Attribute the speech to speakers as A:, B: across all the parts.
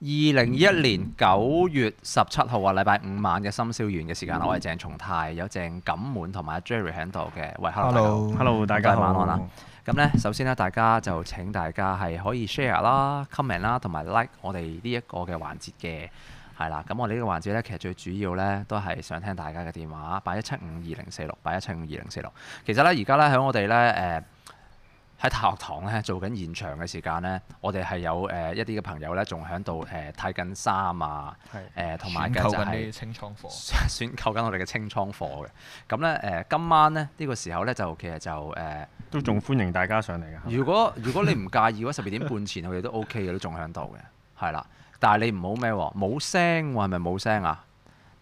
A: 二零二一年九月十七號啊，禮拜五晚嘅深宵園嘅時
B: 嗯
A: 間，我係鄭松泰，有鄭錦滿同埋阿 Jerry 喺度嘅。喂，hello 大家好。
B: Hello，大家好。
A: 晚安啦咁咧，首先咧，大家就請大家係可以 share 啦、comment 啦，同埋 like 我哋呢一個嘅環節嘅，係啦。咁我哋呢個環節咧，其實最主要咧都係想聽大家嘅電話，八一七五二零四六，八一七五二零四六。其實咧，而家咧喺我哋咧誒。呃喺大學堂咧做緊現場嘅時間咧，我哋係有誒、呃一啲嘅朋友咧，仲喺度誒睇緊衫啊，誒同埋嘅就係、
C: 清倉貨，
A: 選購緊我哋嘅清倉貨嘅。咁咧誒，今晚咧呢、呢個時候咧就其實就誒。呃
B: 都仲歡迎大家上嚟㗎。
A: 如果如果你唔介意嘅話，十二點半前我哋都 OK 嘅，都仲喺度嘅，係啦。但係你唔好咩喎，冇聲喎，係咪冇聲啊？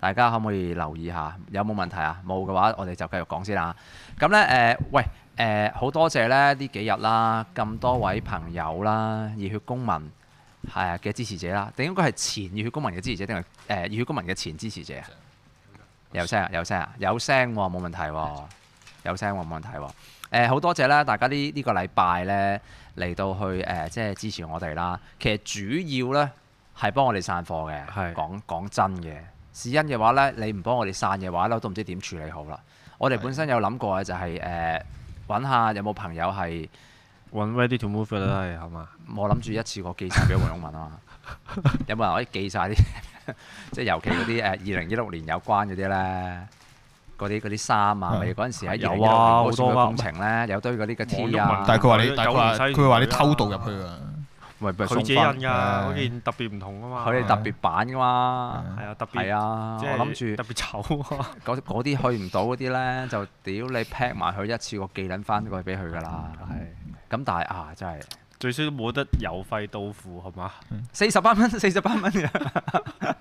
A: 大家可唔可以留意下有冇問題啊？冇嘅話，我哋就繼續講先啦。咁咧誒，喂誒，好、多謝咧呢幾日啦，咁多位朋友啦，熱血公民係啊嘅支持者啦，定應該係前熱血公民嘅支持者，定係誒熱血公民嘅前支持者啊？有聲啊，有聲啊，有聲喎、冇問題喎、有聲喎、冇問題喎、呃誒好、多謝啦，大家呢呢個禮拜咧嚟到去誒、呃即係支持我哋啦。其實主要咧係幫我哋散貨嘅，
B: 係
A: 講講真嘅。是因嘅話咧，你唔幫我哋散嘅話咧，我都唔知點處理好啦。我哋本身有諗過嘅就係誒揾下有冇朋友係
B: 揾 Ready to Move 啦，係好嘛？
A: 我諗住一次過寄晒俾黃勇文啊 嘛。有冇人可以寄晒啲 即係尤其嗰啲誒呃二零一六年有關嗰啲咧？嗰啲嗰啲衫啊，咪嗰陣時喺
B: 有
A: 二
B: 啊
A: 零一六
B: 好多
A: 年
B: 啊
A: 工程咧，有堆嗰啲嘅 T
B: 黃毓
A: 啊
B: 民。
D: 但係佢話你
B: 有，
D: 但係佢話
B: 有西
D: 佢話你
B: 洋
D: 偷
B: 啦
D: 渡入去啊！
A: 咪咪
B: 佢
A: 送
B: 自己印
A: 分，
B: 㗎，嗰件特別唔同啊嘛。
A: 佢哋特別版噶嘛，
B: 係啊，特別
A: 係啊，
B: 即係
A: 我諗住
B: 特別醜啊。
A: 嗰嗰啲去唔到嗰啲咧，就屌你 pack 埋佢一次過寄撚翻過去俾佢噶啦，
B: 嗯
A: 係。咁但係啊，真係
B: 最少都冇得郵費到付係嘛？
A: 四十八蚊， 四十八蚊嘅。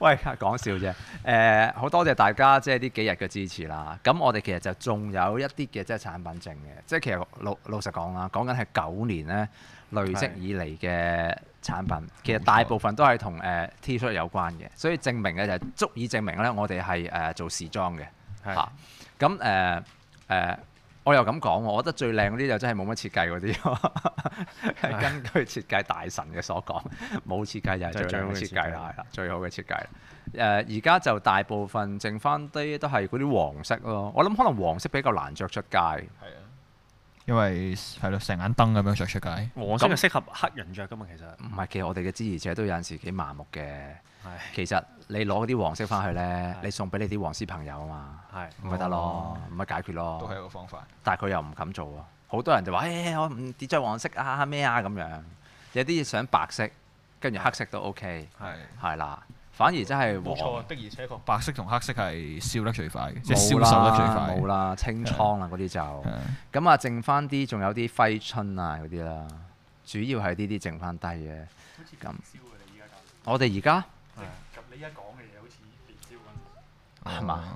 A: 喂，講笑啫。誒、好多謝大家即係呢幾日嘅支持啦。咁我哋其實就仲有一啲嘅即係產品證嘅，即係其實老老實講啦，講緊係九年咧累積
B: 係
A: 以嚟嘅產品，其實大部分都係同誒 T 恤有關嘅，所以證明嘅就係足以證明咧，我哋係誒做時裝嘅。
B: 係
A: 嚇。咁誒誒，我又咁講喎，我覺得最靚嗰啲就真係冇乜設計嗰 啲，係根據設計大神嘅所講，冇設計就係最靚嘅設計啦，係啦，最好嘅設計啦。誒而家就大部分剩翻啲都係嗰啲黃色咯，我諗可能黃色比較難着出街。
D: 因為係咯，成眼燈咁樣着出街。
B: 黃色係適合黑人着㗎嘛，其實
A: 唔係，其實我哋嘅支持者都有陣時幾麻木嘅。
B: 係
A: 其實你攞嗰啲黃色翻去咧，你送俾你啲黃絲朋友啊嘛，
B: 係
A: 咁咪得咯，咁咪解決咯。
D: 都係一個方法。
A: 但係佢又唔敢做啊！好多人就話：，誒、我唔跌咗黃色啊咩啊咁樣。有啲想白色，跟住黑色都 OK，
B: 係
A: 係啦。反而真係黃
D: 錯，啊的而且確，白色同黑色係燒得最快嘅，即係銷
A: 冇
D: 售得最
A: 啦，
D: 快。
A: 冇啦，清倉啊啦嗰啲就咁啊，剩翻啲仲有啲揮春啊嗰啲啦，主要係呢啲剩翻低嘅。咁我哋而家
D: 係
A: 係嘛？
D: 哦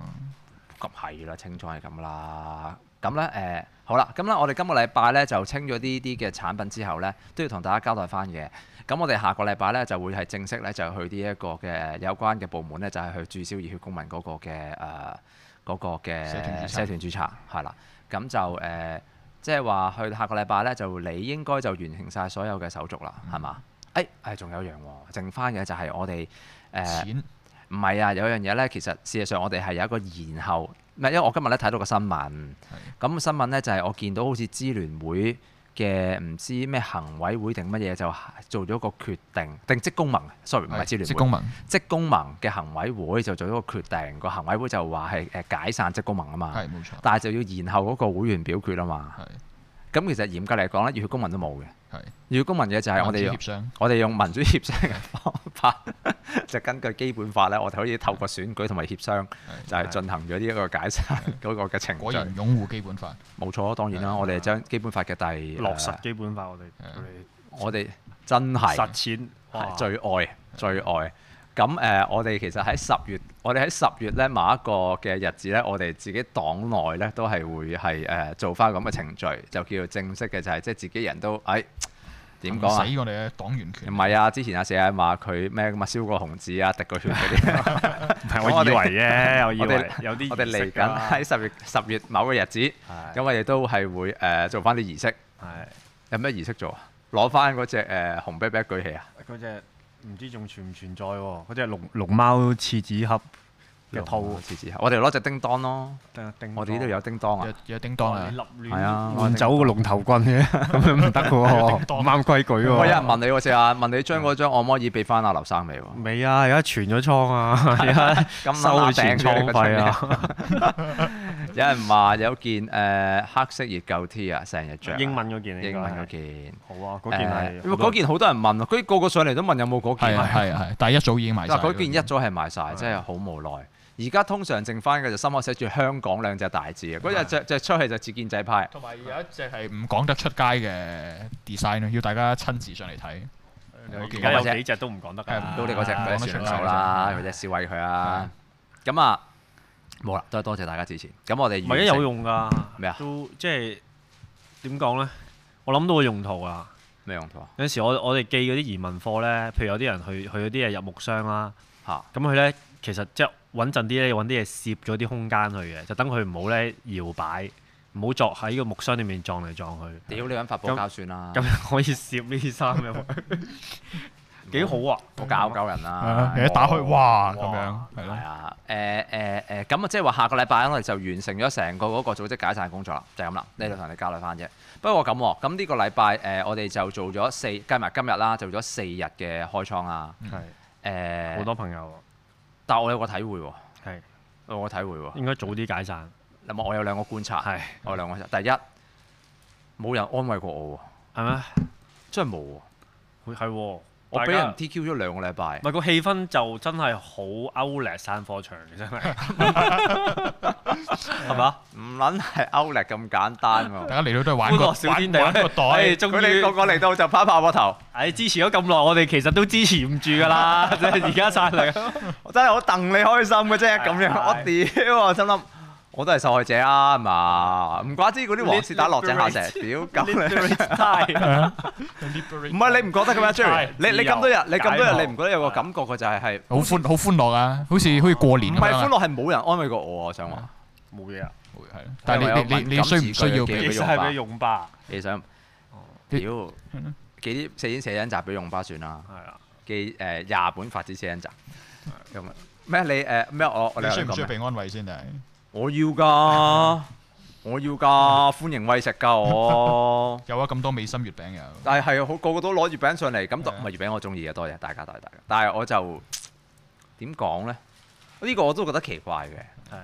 A: 咁係啦，清楚係咁啦。咁咧誒，好啦，咁咧我哋今個禮拜咧就清咗呢啲嘅產品之後咧，都要同大家交代翻嘅。咁我哋下個禮拜咧就會係正式咧就去呢一個嘅有關嘅部門咧，就係、去註銷熱血公民嗰個嘅誒嗰個嘅
D: 社團註冊
A: 社團註冊係啦。咁就誒、呃即係話去下個禮拜咧就你應該就完成晒所有嘅手續啦，係嘛？誒誒，仲、有一樣喎，剩翻嘅就係我哋誒。呃
D: 錢
A: 唔係啊，有樣嘢咧，其實事實上我哋係有一個延後，唔係因為我今日咧睇到個新聞，咁新聞咧就係、我見到好似支聯會嘅唔知咩行委會定乜嘢就做咗個決定，定職工盟，sorry 唔係支聯
D: 職
A: 會
D: 工，盟
A: 職工盟嘅行委會就做咗個決定，個行委會就話係誒解散職工盟啊嘛，
D: 係冇錯，
A: 但係就要延後嗰個會員表決啊嘛，
D: 係
A: 咁其實嚴格嚟講咧，熱血公民都冇嘅，
D: 係
A: 熱血公民嘅就係我哋
D: 民
A: 要
D: 主協商
A: 我哋用民主協商嘅方法， 就根據基本法咧，我哋可以透過選舉同埋協商，就係進行咗呢一個解散嗰個嘅程
D: 果
A: 序
D: 然。擁護基本法。
A: 冇錯，啊當然啦，
D: 係
A: 我哋將基本法嘅第
B: 落實
A: 呃
B: 基本法，我哋
D: 係
B: 我哋
A: 我哋真係
B: 實踐哇
A: 係最愛最愛。咁誒、呃我哋其實喺十月，我哋喺十月咧某一個嘅日子咧，我哋自己黨內咧都係會係誒、呃做翻咁嘅程序，就叫做正式嘅，就係即係自己人都誒點講啊？
D: 行使我哋嘅黨員
A: 唔
D: 權。
A: 係啊！之前阿四眼話佢咩咁啊，燒過紅紙啊，滴過血嗰啲。
B: 唔係
A: 咁
B: 我
A: 我
B: 以
A: 哋
B: 為啫，我 以
A: 我
B: 為
A: 哋
B: 有啲啊
A: 我哋嚟緊
B: 緊
A: 喺十月十月某個日子，咁我哋都係會誒、呃做翻啲儀式。
B: 係
A: 有咩儀式做啊？攞翻嗰只誒紅啤啤舉起啊！
B: 嗰只唔知仲存唔存在喎？嗰只
A: 啊
B: 龍龍貓廁紙盒
C: 啊
B: 嘅套，
A: 廁紙盒我哋攞只叮當咯，我哋呢度有叮當啊
D: 有，有叮當啊，
B: 立
A: 係啊
B: 換走個龍頭棍嘅，咁樣唔得嘅喎，唔啱規矩
A: 喂，有人
B: 喎。
A: 問你喎，四眼問你將嗰張按摩椅俾翻阿劉生未喎？
B: 未啊，而家存咗倉啊， 而家
A: 咁
B: 收
A: 啱啱
B: 佢存
A: 訂咗你個
B: 倉費
A: 張嘢！
B: 啊。
A: 有人話有件誒黑色熱狗 T 啊，成日着。
B: 英文嗰件應該係，
A: 英文嗰件。
B: 好啊，嗰件係
A: 誒因為嗰件好多人問啊，佢個個上嚟都問有冇嗰
D: 係
A: 件
D: 啊
A: 啊。
D: 係啊係，但係一早已經埋晒
A: 嗱，
D: 啦。
A: 嗰件一早係賣晒，真係好無奈。而家通常剩翻嘅就心口寫住香港兩隻大字嘅，嗰日隻隻出去就似建制派。
D: 同埋有一隻係唔講得出街嘅 design 咯，要大家親自上嚟睇。
B: 而
D: 嗰
B: 家
D: 件
B: 有幾隻都唔講得
D: 係唔
B: 㗎，
A: 到你嗰隻
D: 啊
A: 佢
D: 講得出
A: 選
D: 嚟
A: 手啦，佢隻示威佢啊。咁啊，冇啦，都係多謝大家支持。咁我哋
B: 唔係啊，
A: 完成
B: 有用㗎。
A: 咩啊
B: 都即係點講咧？我諗到個用途啊！
A: 咩用途啊？
B: 有陣時我我哋寄嗰啲移民貨咧，譬如有啲人去去嗰啲嘢入木箱啦，
A: 嚇
B: 咁佢咧其實即係穩陣啲咧，揾啲嘢攝咗啲空間去嘅，就等佢唔好咧搖擺，唔好作喺個木箱裏面撞嚟撞去。
A: 屌你揾法寶膠算啦
B: 咁，樣可以攝呢啲 衫嘅喎，幾好啊！
A: 我教教人啦
D: 啊。你一打開，哇咁樣
A: 哇，
D: 係
A: 係
D: 咯。
A: 啊，誒誒誒，咁啊，即係話下個禮拜我哋就完成咗成個嗰個組織解散工作啦，就係咁啦，呢度同你交代翻啫。不過咁喎，咁呢個禮拜誒，我哋就做咗四，計埋今日啦，做咗四日嘅開倉啦。
B: 係嗯好
A: 誒，
B: 多朋友
A: 但我有個體會喎，
B: 係
A: 我有個體會喎。
B: 應該早啲解散，
A: 咁我有兩個觀察，
B: 嗯係
A: 我有兩個觀察。第一，冇人安慰過我喎，
B: 係咩？
A: 真係冇喎。
B: 會係喎，
A: 嗯我俾人
B: 大家
A: TQ 咗兩個禮拜
B: 唔。係個氣氛就真係好 outlet 散貨場嘅真係，係嘛？
A: 唔撚係歐力咁簡單喎。
D: 大家嚟到都係玩個
B: 歡樂小天地
D: 玩玩
B: 哎
D: 個袋，
B: 終
A: 佢哋
B: 於
A: 個個嚟到就拍拍我頭，
B: 唉，支持咗咁耐，我哋其實都支持唔住㗎 啦，即係而家散嚟。
A: 我真係好戥你開心嘅啫，
B: 係
A: 咁樣
B: 係
A: 我屌我心諗。我都係受害者啊，係嘛？唔怪之嗰啲黃絲打落井下石，屌咁你！
B: 係
A: 啊唔係你唔覺得咁樣，Jerry？
B: 係啊
A: 你你咁多日，你咁多日，
B: 解放啊
A: 你唔覺得有個感覺嘅就係係
D: 好歡好歡樂啊，好似好似過年
A: 唔
D: 咁
A: 係
D: 樣
A: 歡
D: 啊。
A: 樂係冇人安慰過我啊？我想話
B: 冇嘢啊，
D: 會係但係你
A: 因為有
D: 你你
A: 敏感
D: 你需唔需要
A: 字句
D: 俾
A: 嘅
B: 其？實係咪用吧？
A: 你想
D: 你
A: 屌幾啲四影四影集俾用巴算啦，
B: 係啊，
A: 記誒廿本法子四影集咁啊咩？你誒咩？我我
D: 你需
A: 兩
D: 唔
A: 個
D: 需要被安慰先？定係
A: 我要㗎，我要㗎，歡迎喂食㗎我。
D: 有啊，咁多美心月餅有。
A: 但係係啊好個個都攞月餅上嚟，咁就
D: 係
A: 唔
D: 啊
A: 係月餅我中意嘅，多謝大家多謝大家。但係我就點講呢？呢、個我都覺得奇怪嘅，
B: 係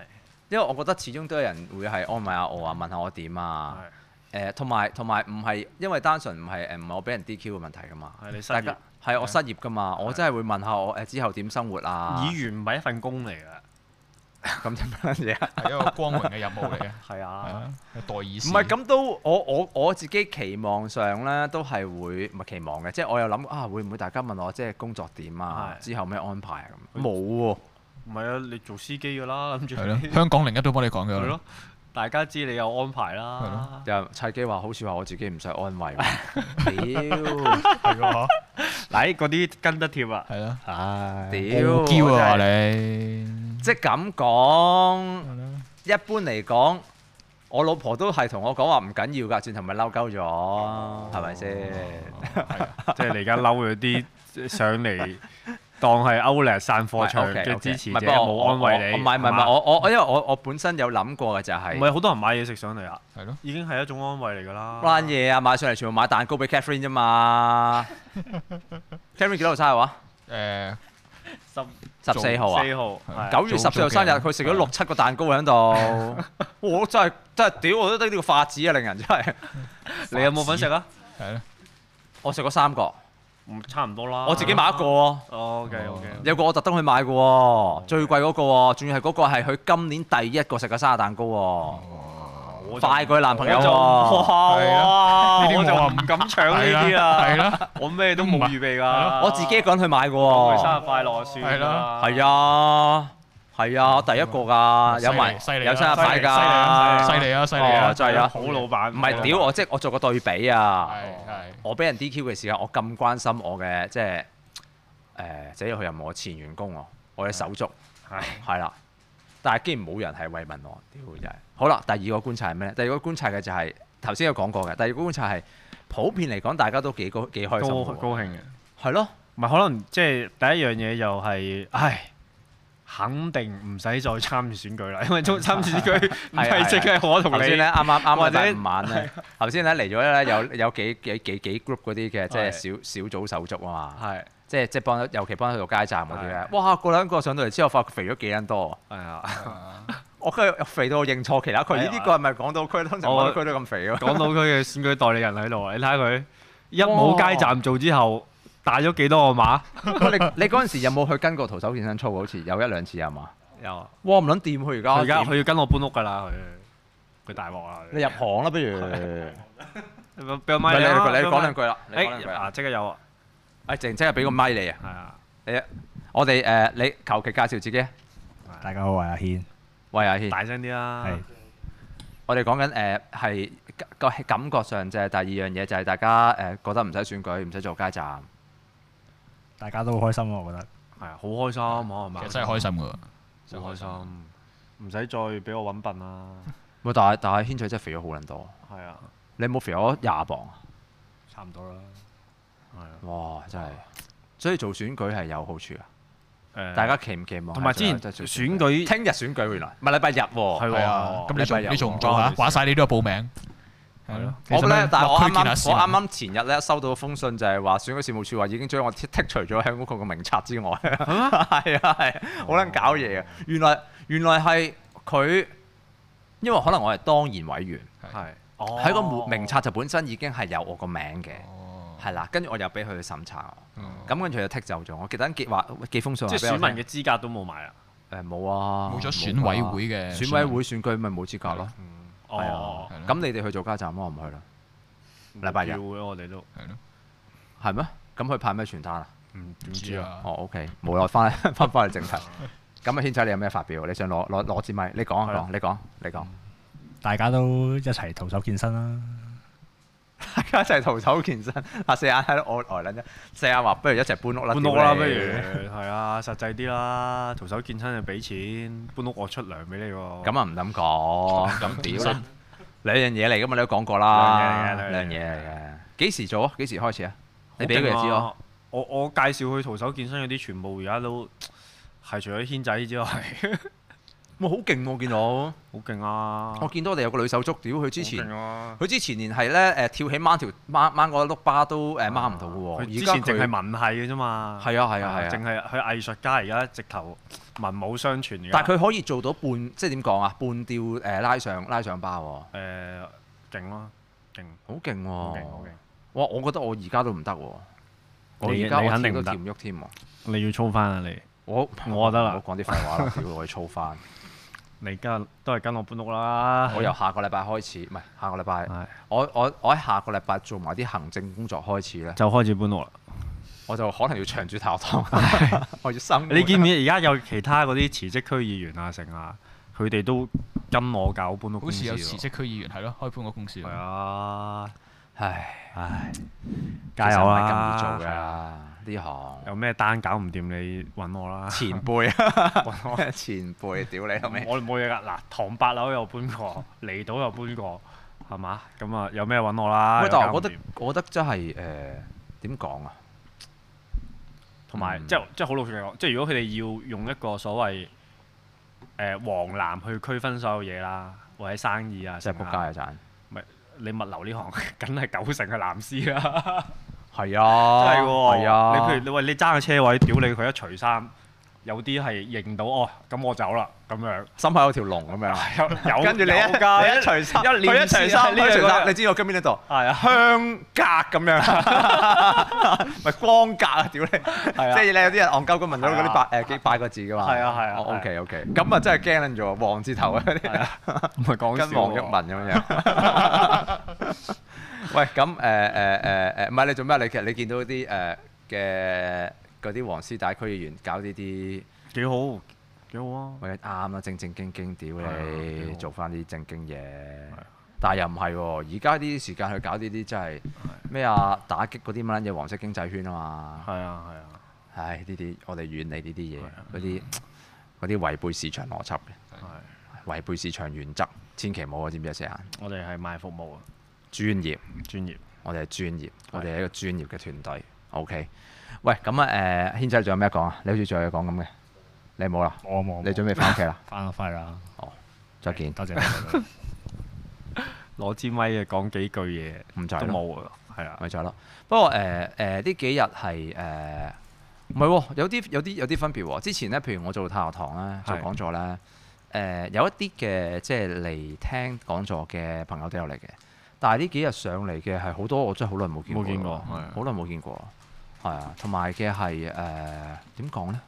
A: 因為我覺得始終都有人會係安慰下我啊，問下我點啊，
B: 係
A: 誒同埋同埋唔係因為單純唔係誒唔係我俾人 DQ 嘅問題噶嘛，
B: 係你失
A: 大家
B: 業，
A: 係我失業噶嘛，我真係會問下我誒之後點生活啊
B: 議，員唔係一份工嚟㗎，
A: 咁樣嘢啊。
D: 係一個光榮嘅任務嚟嘅，
B: 係
D: 係
B: 啊，
D: 啊，有代議
A: 唔
D: 士。
A: 係咁都，我我我自己期望上咧都係會唔係期望嘅，即係我有諗啊，會唔會大家問我即係工作點啊，
B: 係
A: 之後咩安排啊咁？冇喎，
B: 唔係啊，你做司機㗎啦，諗住
D: 係咯，香港零一都幫你講
B: 係
D: 嘅
B: 咯。，大家知你有安排
D: 係
B: 啦
D: 咯。
A: 有人砌機話好似話我自己唔使安慰喎，
D: 係咯，
B: 嗱，哎嗰啲跟得貼啊，
D: 係咯，
B: 唉
A: 屌屌，
D: 傲嬌啊
A: 我真係
D: 你。
A: 即係咁講，一般嚟講，我老婆都係同我講話唔緊要㗎，轉頭咪嬲鳩
B: 哦
A: 咗，係咪先？
B: 即係你而家嬲咗啲上嚟當係歐力散貨場
A: OK，OK，
B: 嘅支持
A: 唔
B: 者，
A: 係不過
B: 冇
A: 我
B: 安慰
A: 我
B: 你。啊
A: 唔係唔係唔
B: 嘛
A: 係，我我因為我我本身有諗過嘅就係
B: 唔。係好多人買嘢食上嚟啊，
D: 係咯，
B: 已經係一種安慰嚟㗎啦。
A: 嗰單嘢啊，買上嚟全部買蛋糕俾 Catherine 啫 嘛。Catherine 幾多號生日話？
D: 誒，
B: 十
A: 十四號啊
B: 四。號
D: 係
A: 九月十四號生日，
D: 早早幾日啊
A: 佢食咗六七個蛋糕喺 度。我真係真係屌，我都得呢個法子啊，令人真係。
B: 你有冇份食啊？
D: 係咯，
A: 我食咗三個，
B: 唔嗯差唔多啦。
A: 我自己買一個喎，
B: 哦。OK OK。
A: 有個我特登去買嘅喎，最貴嗰個喎，仲要係嗰個係佢今年第一個食嘅生日蛋糕喎，
B: 我就
A: 快過佢男朋友
B: 我就
A: 喎。
D: 係啊
B: 哇哇！
D: 呢啲
B: 我就
D: 我
B: 唔
D: 唔
B: 敢搶呢啲
D: 係
B: 啊！
D: 啦，
B: 我咩都冇預備㗎。
A: 嗯我自己一個人去買嘅
B: 佢生
A: 喎。
B: 日快樂啊算
D: 係啦
B: 啦。
A: 係啊，係啊，我第一個㗎，有埋
D: 犀利啊
A: 有生日牌㗎。
D: 犀利啊，犀利
A: 哦
D: 啊，
A: 真係啊
B: 好老闆。
A: 唔係
B: 啊
A: 屌我，即係我做個對比啊！
D: 係係
A: 我俾人 DQ 嘅時間，我咁關心我嘅即係誒，只要佢又唔係我前員工喎，我嘅手足
B: 係
A: 係啦。但係竟然冇人係慰問我，屌真係。好啦，第二個觀察係咩咧？第二個觀察嘅就係頭先有講過嘅，第二個觀察係普遍嚟講，大家都幾高幾開
B: 高
A: 心
B: 高
A: 嘅喎，
B: 興嘅。
A: 係咯。
B: 唔係可能即係第一樣嘢就係，唉，肯定唔使再參與選舉啦，因 為參參與選舉唔係啊淨係我同
A: 頭先
B: 你
A: 咧，啱啱啱
B: 或
A: 啱第
B: 者
A: 五晚 咧，頭先咧嚟咗咧有有幾幾幾幾 group 嗰啲嘅，即係
B: 係
A: 小小組手足啊嘛，
B: 係
A: 即係即係幫尤其幫到加油站嗰啲咧
B: 係，
A: 哇！個兩個上到嚟之後，發覺肥咗幾撚多啊，
B: 係啊，
A: 我跟住肥到我認錯其他區，咦
B: 係啊
A: 呢個係咪港島區？通常
B: 我
A: 港島區都咁 肥嘅。啊
B: 港島區嘅選舉代理人喺度啊，你睇下佢一冇街站做之後，帶咗幾多個馬？
A: 你你嗰陣時有冇去跟過徒手健身操？好似有一兩次係嘛？
B: 有啊，
A: 哇！唔撚掂佢而家，
B: 佢而家
A: 點
B: 佢要跟我搬屋㗎啦，佢佢大鑊啦，
A: 你入行啦，不如。唔
B: 佢俾個
A: 啊係
B: 咪
A: 你
B: 啊
A: 你
B: 俾個
A: 講
B: 咪
A: 兩句啦，你講兩句哎
B: 誒
A: 啦。
B: 啊，即刻有啊，
A: 誒，靜即係俾個咪你啊！
B: 係啊，
A: 你我哋誒，你求其介紹自己啊。
C: 大家好，我係阿軒。
A: 喂，阿軒，
B: 大聲啲啦，
C: 係
A: 我哋講緊誒係個感覺上就係第二樣嘢，就係大家誒覺得唔使選舉，唔使做街站。
C: 大家都好開心啊，我覺得。
B: 係啊，好開心啊，係
D: 其
B: 嘛
D: 實真係開心噶，
B: 好開心，唔使再俾我揾笨啦。
A: 喂，但係但係軒仔真係肥咗好撚多，
B: 係 啊，
A: 你有冇肥咗廿磅啊？
C: 差唔多啦。
B: 係啊。
A: 哇！真係，所以做選舉係有好處啊！
B: 誒
A: 大家期唔期望係做？
B: 同埋之前
A: 真係做
B: 選舉
A: 聽日選舉原來，唔係禮拜日喎。
B: 哦係
D: 係啊，咁你
A: 禮拜日
D: 仲你仲唔
A: 喎
D: 做啊
B: 關？我哋事
D: 話晒你都有報名，
B: 哦係咯
A: 我咧，但係我
D: 落
A: 啱
D: 區見下市
A: 啱
D: 啊民
A: 我啱啱前日咧收到封信，就係話選舉事務處話已經將我剔剔除咗香港佢個名冊之外。 係啊係啊，好撚搞嘢啊！原來原來係佢，因為可能我係當然委員，
B: 係
A: 喺個名冊就本身已經係有我個名嘅，
D: 哦
A: 係啦。跟住我又俾佢審查我，
D: 嗯
A: 咁跟住就剔走咗。我記得寄話寄封信話
B: 即係
A: 啊俾我
B: 選
A: 聽，
B: 民嘅資格都冇埋啦。
A: 誒冇啊，
D: 冇咗選委會
A: 冇啊
D: 嘅
A: 選委會選舉咪冇資格咯。係啊
B: 哦，
D: 係，咯
A: 咁你哋去做家站咯，我唔去啦，禮拜日
B: 要嘅我哋都
D: 係咯，
A: 係咩？咁佢派咩傳單啊？
B: 唔
D: 唔
B: 點
D: 知
B: 知啊。
D: 啊，
A: 哦，OK，無奈翻 翻翻去正題。咁啊，軒仔你有咩發表？你想攞攞攞支咪？你講
B: 係
A: 啊
B: 啦
A: 講，你講你講，
C: 大家都一齊徒手健身啦。
A: 大家一齊徒手健身。阿四眼喺度我呆撚啫，四眼話不如一齊搬屋啦，
B: 搬屋啦，不
A: 屌
B: 如
A: 你
B: 係啊，實際啲啦。徒手健身就俾錢，搬屋我出糧俾你喎。
A: 咁啊唔敢
D: 哦
A: 講，咁
D: 健
A: 屌
D: 身
A: 你兩樣嘢嚟噶嘛，你都講過啦，
B: 兩
A: 兩嘢
B: 樣嘢嚟嘅兩樣嘢
A: 嚟嘅。幾時做啊？幾時開始啊？你俾佢哋知
B: 好勁
A: 咯。
B: 啊。我我介紹佢徒手健身嗰啲，全部而家都係除咗軒仔之外， 好
A: 哇，好勁喎！我見到，
B: 勁啊！
A: 我見到我哋有個女手足，屌佢哦之前
B: 好勁，啊
A: 佢之前連係咧誒跳起掹條掹掹個碌巴都誒掹唔到嘅
B: 啊佢
A: 喎。
B: 之
A: 哦而
B: 前
A: 家佢
B: 淨係文系嘅啫嘛。
A: 係啊係啊係啊
B: 淨係佢藝術家而家直頭文武雙全而家。
A: 但係佢可以做到半，即係點講啊？半吊誒、拉上拉上巴喎，
B: 誒勁咯，勁
A: 好勁
B: 好
A: 喎
B: 勁！好勁！
A: 哇，我覺得我而家都唔得喎，我
B: 你
A: 而家
B: 你
A: 我
B: 肯
A: 跳
B: 定唔
A: 都
B: 得
A: 跳唔喐添喎。
B: 你要操翻啊 你！
A: 我
B: 我得啦
A: 我講啲廢話啦，屌我要操 翻。
B: 你跟都係跟我搬屋啦。
A: 我由下個禮拜開始，唔係下個禮拜，
B: 係
A: 我我我喺下個禮拜做埋啲行政工作開始咧，
B: 就開始搬屋啦。
A: 我就可能要長住頭堂， 我要生活。
B: 你見唔見而家有其他嗰啲辭職區議員啊成啊，佢哋都跟我搞搬屋
D: 好
B: 公司
D: 似有辭
B: 喎。
D: 職區議員係咯，開搬個公司
B: 係，啊，
A: 唉，
B: 唉，加油啦！
A: 其實唔係咁易 做
B: 係啊
A: 㗎呢行。
B: 有咩單搞唔掂你揾我啦。
A: 前輩啊， 前輩，屌你後尾。
B: 我冇嘢㗎，嗱，唐八樓又搬過， 離島又搬過，係嘛？咁啊，有咩揾我啦？
A: 喂，但係
B: 有
A: 我覺
B: 搞
A: 得
B: 唔掂，
A: 我覺得真係誒呃點講啊？
B: 同埋、
A: 嗯
B: 即係即係好老實講，即係如果佢哋要用一個所謂誒、呃黃藍去區分所有嘢啦，或者生意啊，
A: 真係
B: 成
A: 仆
B: 啊
A: 街啊！賺
B: 你物流呢行 梗係九成係藍絲啦，
A: 係啊，
B: 真係喎。
A: 係啊，
B: 你譬如你喂你揸個車位，屌你佢一除衫，有啲係認到哦，咁我走啦咁樣。
A: 心口有條龍咁樣，
B: 有 有
A: 跟住你一
B: 有 㗎
A: 你一除衫，
B: 一
A: 佢一除衫，
B: 呢樣
A: 佢一除
B: 嗰樣
A: 衫，你知我今邊呢度
B: 係啊。
A: 香格咁 樣，咪光格啊！屌你，即係你有啲人戇鳩咁問到嗰
B: 係
A: 啲
B: 啊
A: 八誒幾百個字㗎嘛？
B: 係啊係啊係啊
A: O K O K，咁啊真係驚撚咗，黃字頭啊！
B: 唔係講笑
A: 跟黃毓
B: 喎
A: 民咁樣。 喂，咁誒誒誒誒，唔係你做咩？啊你其實你見到啲誒嘅嗰啲黃絲帶區議員搞呢啲，
B: 幾好，幾好啊！
A: 喂啱啦，正正經經屌
B: 係啊幾
A: 你，
B: 好
A: 做翻啲正經嘢。但係又唔係喎，而家啲時間去搞呢啲真係咩啊？打擊嗰啲乜撚嘢黃色經濟圈啊嘛！
B: 係啊，係啊，
A: 唉，呢啲我哋遠離呢啲嘢
B: 係啊，
A: 嗰啲嗰啲違背市場邏輯嘅，
B: 係。啊
A: 違背市場原則，千祈唔好啊！知唔知啊？四眼
B: 我哋係賣服務啊，
A: 專業。
B: 專業
A: 我哋係專業，我哋係一個專業嘅團隊， OK，喂，咁啊誒，軒仔仲有咩講啊？你好似仲有嘢講咁嘅，你冇啦，
C: 我冇，
A: 你準備翻屋企啦，
C: 翻咗翻啦，
A: 再見，
C: 多謝你。
B: 攞支咪啊講幾句嘢
A: 唔在
B: 都
A: 啦，
B: 冇啊，係啊，
A: 咪就係咯。不過誒誒呢幾日係誒唔係喎，有啲有啲有啲分別喎。之前咧，譬如我做太學堂咧，做
B: 係
A: 講座咧，誒、有一啲嘅即係嚟聽講座嘅朋友都有嚟嘅，但係呢幾日上嚟嘅係好多我真係好耐冇見過
B: 冇
A: 喎，
B: 見過，係啊
A: 好耐冇見過，係啊，同埋嘅係誒點講咧？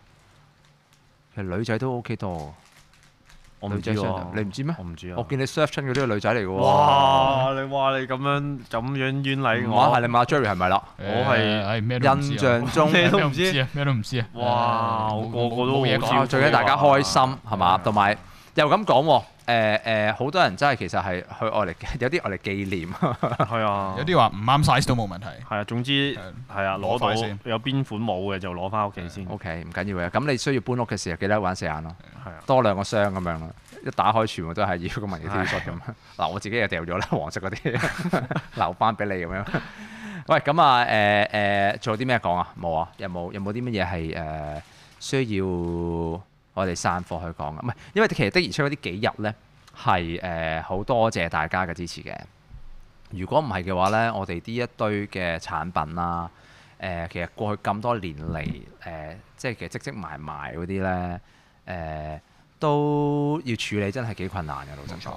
A: 其實女仔都 OK 多
B: 我唔知
A: 女仔相
B: 喎，
A: 對你唔知咩
B: 我唔知
A: 喎，
B: 啊。
A: 我見你 search 親嗰啲係女仔嚟嘅喎。
B: 哇！你哇你咁樣咁樣冤
A: 唔
B: 禮
A: 話係
B: 我，
A: 你問阿 Jerry 係咪啦？
D: 誒
B: 我係
D: 唉 咩都唔知
A: 印
D: 啊
A: 象中哦
B: 咩都唔
D: 咩
B: 知
D: 啊，咩都唔知啊！
B: 哇
D: 唉
B: 我
D: 冇
B: 個個都
D: 冇嘢
B: 好
D: 講
A: 啊
B: 知
A: 最緊要大家開心
B: 哇
A: 係嘛，同埋又咁講喎。誒誒，好多人真係其實係去愛嚟， 有啲愛嚟紀念，
B: 係啊，
D: 有啲話唔啱 size 都冇問題。
B: 係啊，總之
D: 係
B: 係啊，攞到
D: 攞返先
B: 有邊款冇嘅就攞翻屋企先，係
A: OK 唔緊要嘅。咁你需要搬屋嘅時候，記得玩四眼咯，
B: 啊，
A: 多兩個箱咁樣咯。一打開全部都係要個文嘅 T 恤咁。 嗱，我自己又掉咗啦， 黃色嗰啲 留翻俾你咁樣。 喂，咁啊誒誒，仲有啲咩講啊？冇啊，有冇有冇啲乜嘢係誒需要我哋散貨去講啊？唔係，因為其實的而且確呢幾日咧係誒好多謝大家嘅支持嘅。如果唔係嘅話咧，我哋呢一堆嘅產品啦，誒、其實過去咁多年嚟，誒、即係其實積積埋埋嗰啲咧，誒、都要處理真係幾困難嘅，老實
D: 冇錯
A: 講。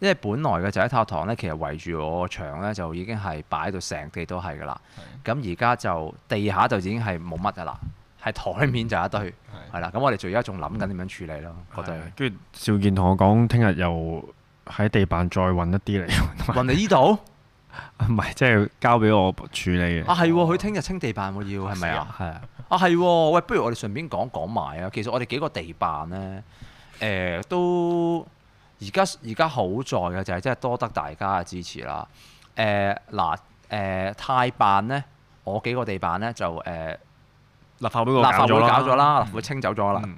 A: 因為本來嘅就喺塔堂咧，其實圍住我個牆咧就已經係擺到成地都係㗎啦。咁而家就地下就已經係冇乜㗎啦，係台面就一堆
D: 係
A: 係啦。咁我哋就而家仲諗緊點樣處理咯，覺
B: 係
A: 得
B: 啊。跟住邵健同我講，聽日又喺地辦再揾一啲嚟，
A: 運你依度
B: 唔係即係交俾我處理嘅
A: 啊，，係喎，佢聽日清地板喎要係咪啊？
B: 係啊，
A: 啊係喎，喂，不如我哋順便講講埋啊。其實我哋幾個地辦咧，誒、都而家而家好在嘅就係真係多得大家嘅支持啦。誒嗱誒泰辦咧，我幾個地辦咧就誒、
B: 立法會
A: 立
B: 嗰個
A: 法會
B: 咗啦
A: 搞咗啦，立
D: 嗯
A: 法會清走咗啦。
D: 嗯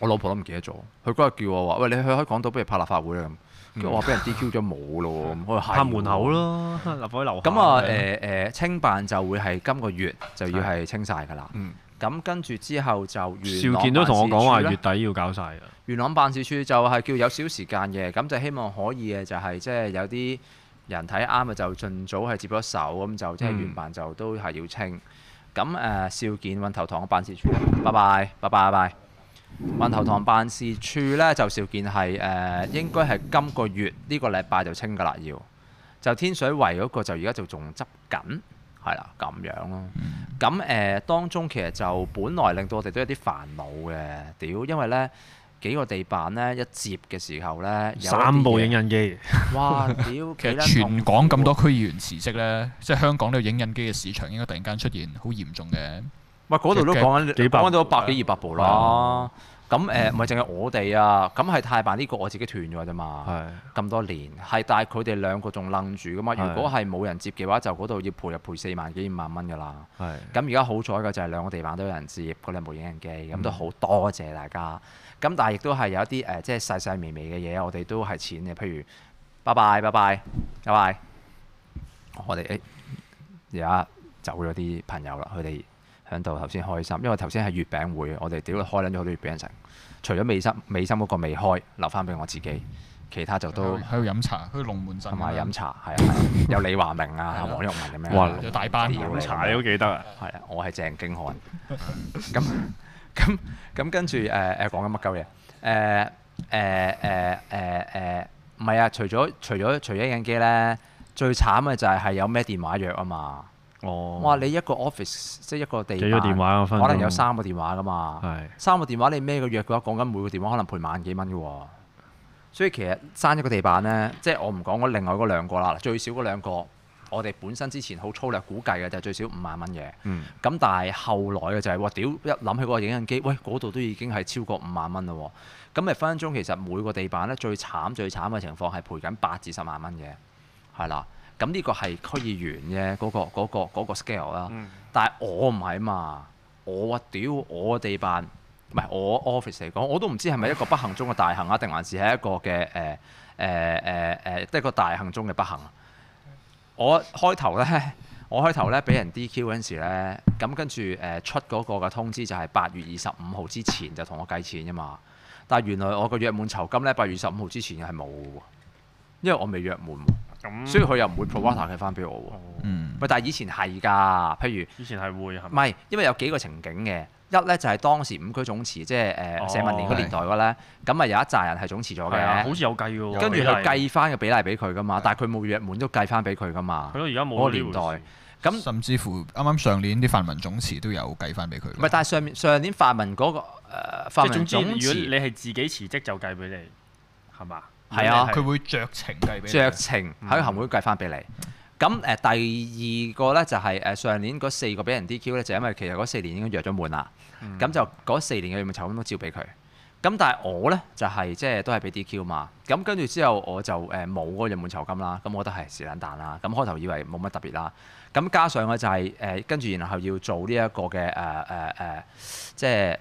A: 我老婆都唔記得咗，佢嗰日叫我話：喂，你去開港島，不如拍立法會啦啊咁。跟住我話俾人 DQ 咗冇咯 喎，咁我話係
B: 拍
A: 喎
B: 嗯門口。咯， 立法會樓下
A: 咁啊誒誒清辦就會係今個月就要係清晒㗎啦。
D: 嗯
A: 咁跟住之後就元
B: 邵
A: 朗
B: 健都同我講話
A: 辦事處
B: 月
A: 呢
B: 底要搞晒㗎，
A: 元朗辦事處就係叫有少時間嘅，咁就希望可以嘅就係即係有啲人睇啱嘅就盡早係接咗手，咁就即係
B: 嗯
A: 原辦就都係要清。咁誒、呃邵健運頭堂嘅辦事處，拜拜拜拜拜拜。運頭堂辦事處呢，就邵健係誒、呃、應該係今個月呢、個禮拜就清㗎啦，要就天水圍嗰個就而家就仲執緊，係啦咁樣咯。
B: 嗯
A: 咁誒、呃、當中其實就本來令到我哋都有啲煩惱嘅，屌，因為呢幾個地板呢，一接嘅時候呢，有一啲
B: 三部
A: 嘢
B: 影印機，
A: 哇！屌，
D: 其
A: 其
D: 實全港咁多區議員辭職咧，即係香港呢個影印機嘅市場應該突然間出現好嚴重嘅。
A: 喂，嗰度都講緊
B: 幾百
A: 講緊到百幾二百部
D: 啊
A: 啦。咁誒，
D: 嗯
A: 唔係淨係我哋啊，咁係泰辦呢個我自己斷咗啫嘛。
B: 係
A: 咁多年係，但係佢哋兩個仲楞住噶嘛。如
B: 係
A: 果係冇人接嘅話，就嗰度要賠入賠四萬幾五萬蚊噶啦。
B: 係
A: 咁而家好彩嘅就係兩個地板都有人接，嗰兩部影印機，咁都好多謝大家。咁但係亦都係有一啲誒，呃即係細細微微嘅嘢，我哋都係錢嘅，譬如拜拜拜拜拜拜，我哋誒哎而家走咗啲朋友啦，佢哋響度頭先開心，因為頭先係月餅會，我哋屌開撚咗好多月餅食，除咗美心美心嗰個未開，留翻俾我自己，其他就都
D: 喺度飲茶，嗯去龍門陣
A: 同埋飲茶，係啊，係啊有李華明啊、黃毓民咁樣。
B: 哇
D: 有大班
A: 屌
B: 飲
A: 你
B: 茶你都記得啊，
A: 係啊，我係鄭經翰。 咁咁咁跟住誒誒講緊乜鳩嘢？誒誒誒誒誒，唔係啊！除咗除咗除咗影機咧，最慘嘅就係係有咩電話約啊嘛！
B: 哦，
A: 哇！你一個 office 即係一個地
B: 幾個電話啊分
A: 板，
B: 鐘
A: 可能有三個電話噶嘛。
B: 係
A: 三個電話你孭個約嘅話，講緊每個電話可能賠萬幾蚊嘅喎。所以其實爭一個地板咧，即係我唔講嗰另外嗰兩個啦，最少嗰兩個，我哋本身之前好粗略估計嘅就係最少五萬蚊嘅。
B: 嗯
A: 咁但係後來嘅就係、哇屌！一諗起嗰個影印機，喂嗰度都已經係超過五萬蚊啦喎。咁咪分分鐘其實每個地板咧最慘最慘嘅情況係賠緊八至十萬蚊嘅，係啦。咁呢個係區議員嘅嗰、個嗰、個嗰、個 scale 啦。
B: 嗯
A: 但係我唔係嘛，我啊屌我地辦，唔係我 office 嚟講，我都唔知係咪一個不幸中嘅大幸啊，定還是係一個嘅呃誒呃誒誒誒，即係一個大幸中嘅不幸啊。我開頭咧， 我開頭咧俾人 DQ 嗰陣時咧，咁跟住誒出嗰個嘅通知就係八月二十五號之前就同我計錢㗎嘛。但係原來我個約滿酬金咧，八月二十五號之前係冇嘅喎，因為我未約滿喎，
B: 咁
A: 所以佢又唔會 provide 佢翻俾我喎。
B: 哦
D: 嗯
A: 喂，但係以前係㗎，譬如
B: 以前係會係
A: 唔
B: 咪？
A: 係，因為有幾個情景嘅。一咧就係當時五區總辭，即係
B: 哦
A: 誒社民連嗰年代嗰咧，咁咪有一紮人係總辭咗
B: 係啊，好
A: 嘅，
B: 似有計喎。
A: 跟住
B: 比例
A: 佢計翻嘅比例俾佢㗎嘛，但係佢冇約滿都計翻俾佢㗎嘛
B: 係。咯，而家冇
A: 嗰個
B: 呢
A: 年
B: 回事
A: 代咁
D: 甚至乎啱啱上年啲泛民總辭都有計翻俾佢。
A: 唔係，但係上面上年泛民嗰、個、呃、泛
B: 即係
A: 民
B: 總之，
A: 總
B: 如果
A: 辭
B: 你係自己辭職就計俾你，係嘛？
A: 係啊
D: 佢會酌情計俾你
A: 酌情
B: 嗯
A: 喺行會計翻俾你。咁誒、呃第二個咧就係、呃上年嗰四個俾人 DQ 咧，就因為其實嗰四年已經約咗滿啦，
B: 嗯
A: 咁、就嗰四年嘅月滿酬金都照俾佢。咁但係我咧就係、即係都係俾 DQ 嘛，咁跟住之後我就誒冇嗰個月滿酬金啦，咁我覺得係是冷淡啦，咁開頭以為冇乜特別啦，咁加上咧就係、誒跟住然後要做呢一個嘅誒誒誒，即係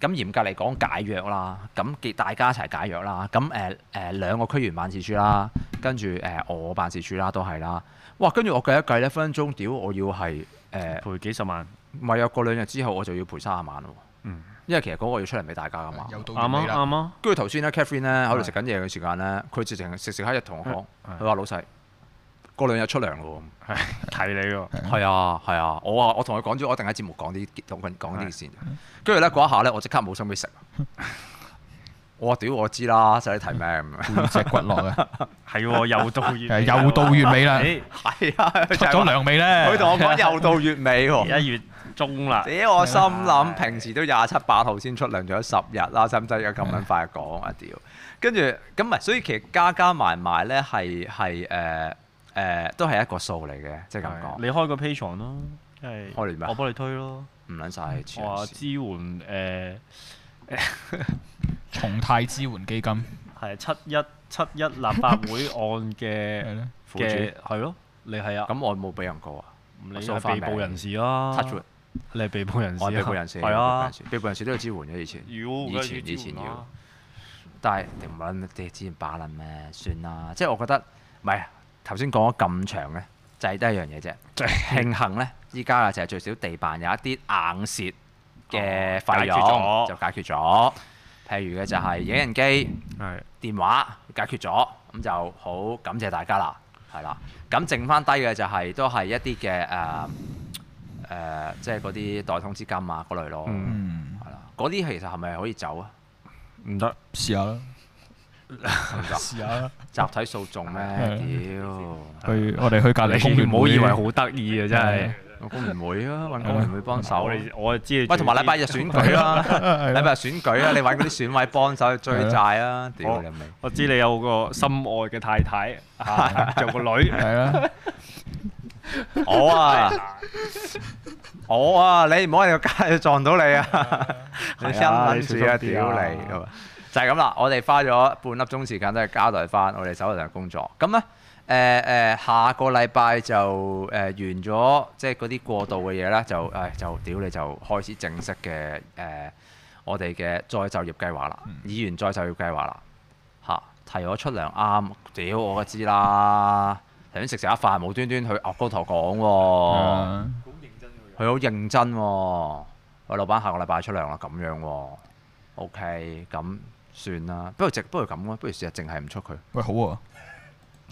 A: 咁嚴格嚟講解約啦，咁結大家一齊解約啦，咁誒誒兩個區員辦事處啦，跟住誒、呃我辦事處啦都係啦，哇！跟住我計一計咧，分分鐘屌我要係誒
B: 賠幾十萬，
A: 唔係啊，過兩日之後我就要賠三十萬喎，
B: 嗯
A: 因為其實嗰個要出嚟俾大家噶嘛。
D: 有到
B: 啱
D: 完
B: 啊
D: 你啦。
B: 啱啊，
A: 跟住頭先咧，Catherine 咧喺度
B: 係
A: 食緊嘢嘅時間咧，佢直情食食喺日同我講，
B: 嗯嗯係
A: 佢話老細過兩日出糧咯
B: 提你喎。
A: 喎。係啊係啊，我話我同佢講咗，我一定喺節目講啲講緊講呢件事。跟住咧嗰一下咧，我即刻冇心機食。啊 我話屌我知啦，使你 提咩咁？
D: 隻骨落啊！
B: 係 喎，又哎到月
D: 誒
B: 尾啦喎，
D: 又到月 尾啦，
B: 誒
A: 係啊， 佢
D: 出
A: 就係話
D: 咗糧未咧？
A: 佢同我講又到月尾 喎。
B: 一月中啦，
A: 屌！我心諗
B: 哎唉
A: 平時都廿七八號先出糧，仲有十日啦，使唔使有咁撚快講啊？屌！跟住咁咪，所以其實加加埋埋咧係係誒誒，都係一個數嚟嘅，即係咁
B: 係
A: 講。
B: 你開個 Patreon 咯，即係
A: 開嚟咩
B: 我幫你推咯，
A: 唔撚晒黐
B: 我話
A: 線
B: 支援呃
D: 重泰支援基金
B: 誒係七一七一立法會案
D: 係
B: 嘅
D: 咧，
A: 苦主。
B: 嘅係咯，你係啊，
A: 咁我冇俾人告啊
B: 你
A: 數
B: 係
A: 返
B: 被捕
A: 名
B: 人士啊
A: touch wood，
B: 你係被捕人士
A: 我哦
B: 啊，
A: 係被捕人士，
B: 係啊，
A: 被捕人士都有支援嘅以前。以
B: 妖
A: 前以前要啊
B: 要，
A: 但係你唔撚你之前把撚咩？算啦，即係我覺得唔係啊頭先講咗咁長咧，就係得一樣嘢啫。
B: 就
A: 慶幸咧，依家啊就係最少地辦有一啲硬蝕嘅費
B: 哦
A: 用就解決咗，譬如嘅就係影印機、
B: 係
A: 電話解決咗，咁就好感謝大家啦，係啦。咁剩翻低嘅就係、都係一啲嘅誒誒，即係嗰啲代通資金啊嗰類咯，
B: 嗯
D: 嗯，
A: 係啦、嗰啲其實係咪可以走啊？
B: 唔得。
D: 試下 啦，
C: 試下啦，
A: 集體訴訟咩？屌！
D: 去我哋去隔離工聯
B: 唔好以為
D: 會，
B: 好得意啊！真係，
A: 揾工聯會啊，揾工聯會幫手。
B: 我
A: 喂，
B: 哋我知你
A: 同埋禮拜日選舉啦，禮拜日選舉啊，你揾嗰啲選委幫手去追債啊，屌你咪！
B: 我知你有個心愛嘅太 太，啊仲有個女，
D: 係啦，
A: 我 啊，我啊，你唔好喺條街度 撞到 你啊！你心諗住啊，
B: 你小心啲
A: 屌
B: 啊
A: 你咁啊！就係咁啦，我哋花咗半粒鐘時間都係交代翻我哋手頭嘅工作。咁咧，誒、誒、下個禮拜就誒、完咗，即係嗰啲過渡嘅嘢咧，就誒、唉就屌你就開始正式嘅誒、我哋嘅再就業計劃啦，議員再就業計劃啦。嚇、提我出糧啱，屌我都知啦。頭先食食下飯，無端端去牛高頭講喎，
D: 啊
A: 佢好認真喎。喂，老闆下個禮拜出糧啦，咁樣喎。OK，咁算啦。不如直，不如咁啊啦，不如試下淨係唔出佢。
D: 喂好喎，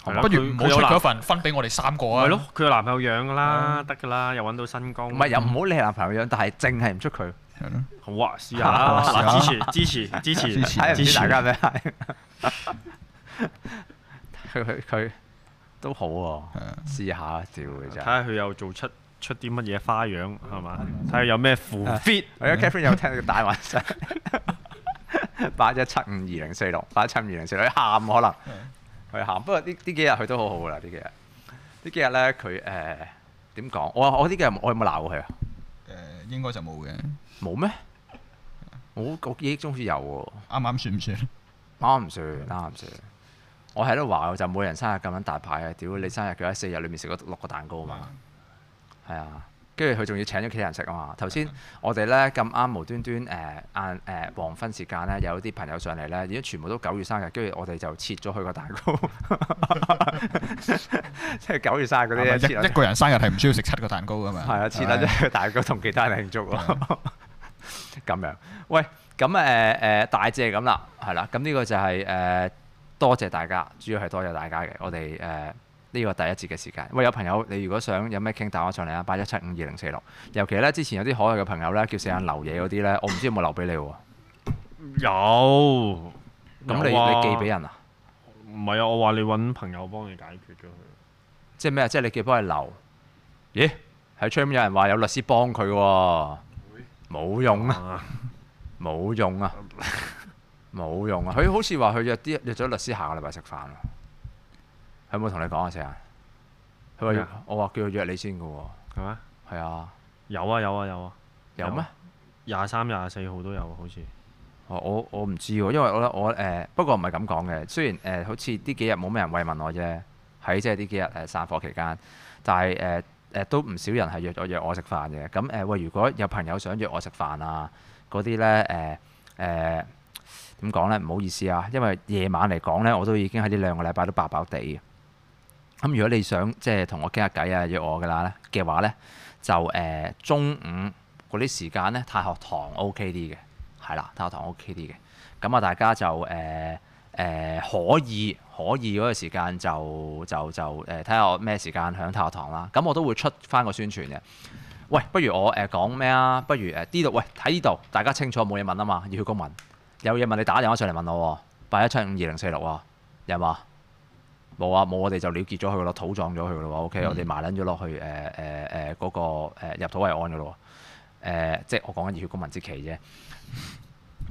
B: 係啦
D: 不如唔好
B: 佢佢有啊
D: 出
B: 男
D: 嗰份，分俾我哋三個啊。
B: 係咯，佢有男朋友養㗎啦，得㗎啦，又揾到新工，
A: 唔係又唔好理男朋友樣，但係淨嗯係唔出佢。
D: 係咯，
B: 好啊， 試下啦，嗱支持支持 支持
D: 支持
A: 睇唔
B: 支
A: 知
B: 持
A: 大家咩？ 佢佢佢都好喎，
D: 係啊
A: 試下屌嘅
B: 睇
A: 啫。
B: 下佢又做出出啲乜嘢花樣係嘛？
A: 嗯
B: 睇下有咩符 fit，
A: 啊我而家 Catherine 有聽到大幻想， 八一七五二零四六，八一七五二零四六，佢喊啊可能佢喊。不過呢呢幾日佢都好好啦，呢幾日呢幾日咧佢誒點講？我我呢幾日我有冇鬧佢啊？
D: 誒應該就冇嘅，
A: 冇咩？我我記憶中好似有喎。
D: 啱啱算唔算？
A: 啱唔算，啱唔算。我喺度話我就每人生日咁樣大牌嘅，屌你生日佢喺四日裏面食咗六個蛋糕嘛，係啊，跟住佢仲要請咗其他人食啊嘛。頭先我哋咧咁啱無端端誒晏誒黃昏時間咧，有啲朋友上嚟咧，而家全部都九月生日，跟住我哋就切咗佢個蛋 糕，即係九月生日嗰啲咧切
D: 一一
A: 撚，
D: 個人生日係唔需要食七個蛋糕噶嘛。
A: 係啊，切撚咗 佢蛋糕同其他人慶祝咯。 咁樣，喂，咁誒誒大致係咁啦，係啦，咁呢個就係、呃多謝大家，主要係多謝大家嘅，我哋誒呢個第一節嘅時間。喂，有朋友你如果想有咩傾，打我上嚟啊，八一七五二零四六。尤其咧之前有啲海外嘅朋友咧，叫四眼留嘢嗰啲咧，我唔知有冇留俾你喎。
B: 有。
A: 咁你、
B: 有啊
A: 你寄俾？人啊？
B: 唔係啊，我話你揾朋友幫你解決咗佢。
A: 即係咩啊？即係你寄幫佢留？咦？喺 c h 有人話有律師幫佢喎，冇用啊！
B: 啊
A: 冇用 啊，冇用啊！佢好似話佢約啲約咗律師下個禮拜食飯喎，佢有冇同你講啊？四眼，佢話
B: 咩
A: 約
B: 啊
A: 我話叫佢約你先嘅喎，
B: 係咩？
A: 係啊，
B: 有啊有啊有啊，
A: 有咩？
B: 廿三廿四號都有啊，好似。
A: 哦我我唔知喎，因為我咧我誒、呃不過唔係咁講嘅，雖然誒、好似呢幾日冇咩人慰問我啫，喺即係呢幾日呃誒散課期間，但係誒誒呃都唔少人係約咗約我食飯嘅。咁誒喂，如果有朋友想約我食飯啊，嗰啲咧誒誒點講咧？唔好意思啊，因為夜晚嚟講咧，我都已經喺呢兩個禮拜都飽飽地嘅。咁如果你想即係同我傾下偈啊，約我嘅啦嘅話咧，就誒、中午嗰啲時間咧，太學堂 OK 啲嘅。係啦，太學堂 OK 啲嘅。咁啊，大家就誒誒、呃呃可以可以嗰個時間就就就誒睇下我咩時間響太學堂啦。咁我都會出翻個宣傳嘅。喂，不如我誒、呃、講咩啊？不如誒呢度喂睇呢度，大家清楚冇嘢問啊嘛，熱血公民有嘢問你打電話上嚟問我喎，八一七五二零四六喎，有冇啊？冇啊，冇我哋就了結咗佢個咯，土葬咗佢個咯。OK，、我哋埋撚咗落去誒誒誒嗰個、呃、入土為安嘅咯。誒、呃即係我講緊熱血公民之旗啫。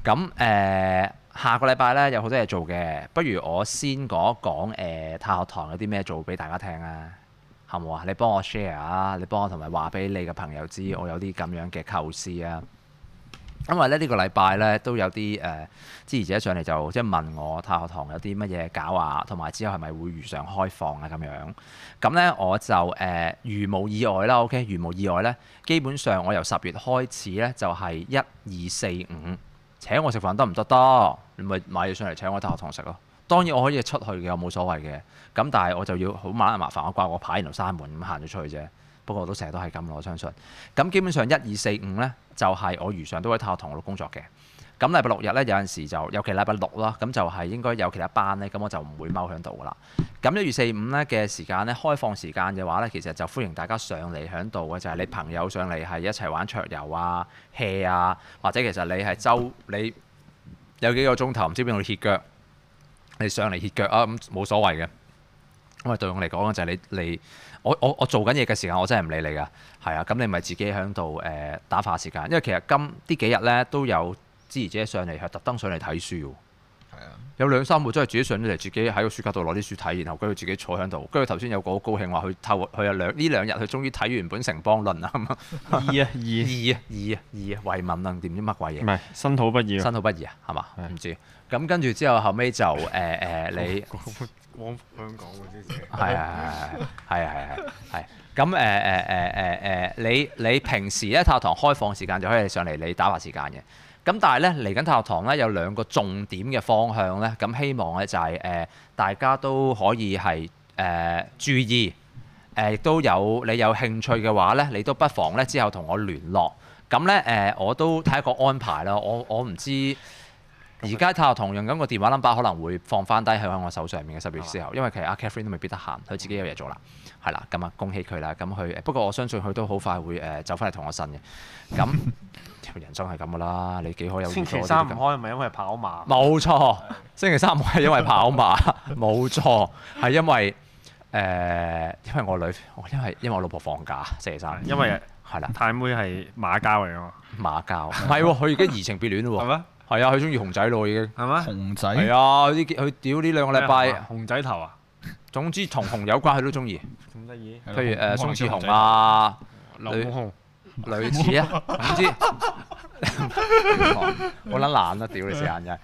A: 咁誒、呃下個禮拜咧有好多嘢做嘅，不如我先講一講誒、呃太學堂有啲咩做俾大家聽啊，好唔好啊？你幫我 share 啊，你幫我同埋話俾你嘅朋友知，我有啲咁樣嘅構思啊。因為咧呢、呢個禮拜咧都有啲誒、呃支持者上嚟就即係問我太學堂有啲乜嘢搞啊，同埋之後係咪會如常開放啊咁樣。咁咧我就誒、呃如無意外啦，OK，如無意外咧，基本上我由十月開始咧就係一二四五。請我食飯得唔得？得，你咪買嘢上嚟請我喺大學堂食咯。當然我可以出去嘅，我冇所謂嘅。咁但係我就要好麻麻煩，我掛個牌然後閂門咁行咗出去啫。不過我都成日都係咁咯，我相信。咁基本上一二四五呢，就係、我如常都喺大學堂嗰度工作嘅。咁禮拜六日呢，有陣時就尤其禮拜六啦，咁就係應該有其他班呢，咁我就唔會踎喺度噶啦。咁一月四五呢嘅時間呢，開放時間嘅話呢，其實就歡迎大家上嚟喺度嘅，就係、你朋友上嚟係一齊玩桌遊啊、hea 啊，或者其實你係周你有幾個鐘頭唔知邊度歇腳，你上嚟歇腳啊，咁冇所謂嘅。因為對我嚟講就係你你我我我做緊嘢嘅時間，我真係唔理你噶，係啊，咁你咪自己喺度誒打發時間。因為其實今呢幾日咧都有支持者上嚟係特登上嚟睇書喎。
D: 係啊，
A: 有兩三個真係自己上咗嚟，自己喺個書架度攞啲書睇，然後跟住自己坐喺度。跟住頭先有個好高興話佢透佢有兩呢兩日佢終於睇完本《城邦論》 啦，咁啊
B: 二啊
A: 二
B: 二，
A: 啊二啊二啊為民論定唔知乜鬼嘢
B: 唔。係新土不要。
A: 新土不二啊，係嘛？
B: 係
A: 唔知。咁跟住之後後尾就誒誒、你
C: 光復香港喎，啲
A: 係係係係係係
C: 嘢。
A: 係係係。咁誒誒誒誒誒，你你平時咧太學堂開放時間就可以上嚟你打發時間嘅。咁但係咧嚟緊太學堂咧有兩個重點嘅方向咧，咁希望咧就係、誒、大家都可以係誒、注意。呃誒亦都有你有興趣嘅話咧，你都不妨咧之後同我聯絡。咁咧誒，我都睇一個安排啦。我我唔知而家太學堂用緊個電話 number 可能會放翻低喺我手上面嘅十
B: 啊
A: 月之後，因為其實阿 Catherine 都未必得閒，佢自己有嘢做啦。係啦，咁啊恭喜佢啦。咁佢呃不過我相信佢都好快會誒、呃走翻嚟同我呻嘅。咁 人生係咁噶啦，你幾可有預
B: 星
A: 咗
B: 期
A: 我
B: 三
A: 啲
B: 唔
A: 咁
B: 開，咪因為跑馬。
A: 冇錯，星期三我係因為跑馬， 冇錯，係因為誒、呃因為我女，我因為因為我老婆放假，星期三
B: 因為
A: 係啦，
B: 太妹係馬交嚟㗎嘛。
A: 馬交唔係喎，佢而家移情別戀咯
B: 係
A: 喎，
B: 咩？
A: 係啊，佢中意熊仔咯已經，
B: 係咩？
D: 熊仔
A: 係啊，佢啲佢屌呢兩個禮拜，
B: 紅仔頭啊！
A: 總之同熊有關佢都中意，
B: 咁得意。
A: 譬如誒宋志雄
D: 雄，
A: 啊，
B: 劉
A: 你
B: 夢紅。
A: 類似啊，總之 我撚懶啊，屌你死眼真係，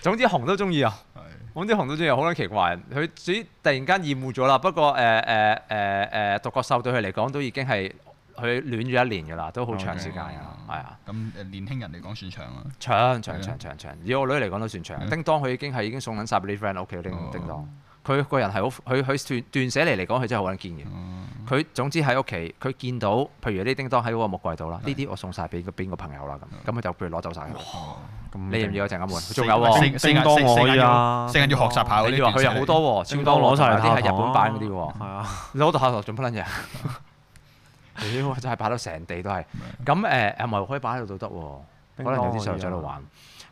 A: 總之熊都中意啊。
D: 係
A: 咁啲紅都真係好撚奇怪，佢只突然間厭惡咗啦。不過誒誒誒誒，獨角獸對佢嚟講都已經係佢暖咗一年㗎啦，都好長
B: OK
A: 時間㗎啦，係啊。
D: 咁誒年輕人嚟講算長啊。
A: 長
D: 係啊
A: 長長長長，以我女嚟講都算
D: 係
A: 長。
D: 啊
A: 叮當佢已經係已經送緊晒俾啲 friend 屋企，
D: 哦
A: 叮叮當。佢個人係好，佢佢斷斷捨離嚟講，佢真係好撚堅嘅。
D: 哦
A: 佢總之喺屋企，佢見到譬如有啲叮當喺嗰個木櫃度啦，呢啲我送晒俾個邊個朋友啦，咁咁佢就譬如攞走晒佢。
D: 哦
A: 你要唔啊要
B: 要？
A: 我鄭家滿？佢
B: 四
A: 仲有
B: 哦
A: 喎，
B: 四叮當我可以啊
D: 四眼要學習下喎
A: 你
D: 呢
A: 以為
D: 段
A: 佢有好多喎，超
B: 叮
A: 多
B: 當攞
A: 攞
B: 晒
A: 晒
B: 嚟
A: 啲係
B: 下
A: 日
B: 堂
A: 本
B: 啊
A: 版嗰啲喎。
B: 係啊，
A: 攞到下頭做乜撚嘢？屌，真係擺到成地都係。咁誒誒，唔係可以擺喺度都得喎。可能有啲細路仔喺度玩。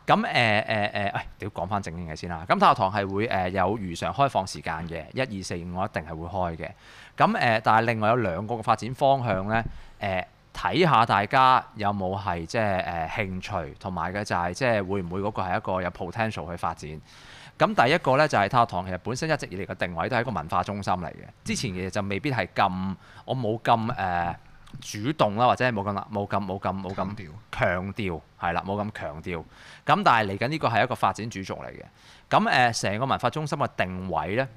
A: 咁呃誒誒誒，唉，哎屌講翻正經嘢先啦。咁體育堂係會誒有如常開放時間嘅，一二四五我一定係會開嘅。咁誒，但係另外有兩個嘅發展方向咧，誒睇下大家有冇係即係誒興趣，同埋嘅就係即係會唔會嗰個係一個有 potential 去發展。咁第一個咧就係體育堂，其實本身一直以嚟嘅定位都係一個文化中心嚟嘅。之前其實就未必係咁，我冇咁誒主動啦，或者係冇咁冇咁冇咁冇咁
D: 調。
A: 強調，係啦，冇咁強調。咁但係嚟緊呢個係一個發展主軸嚟嘅。咁誒，成個文化中心嘅定位咧，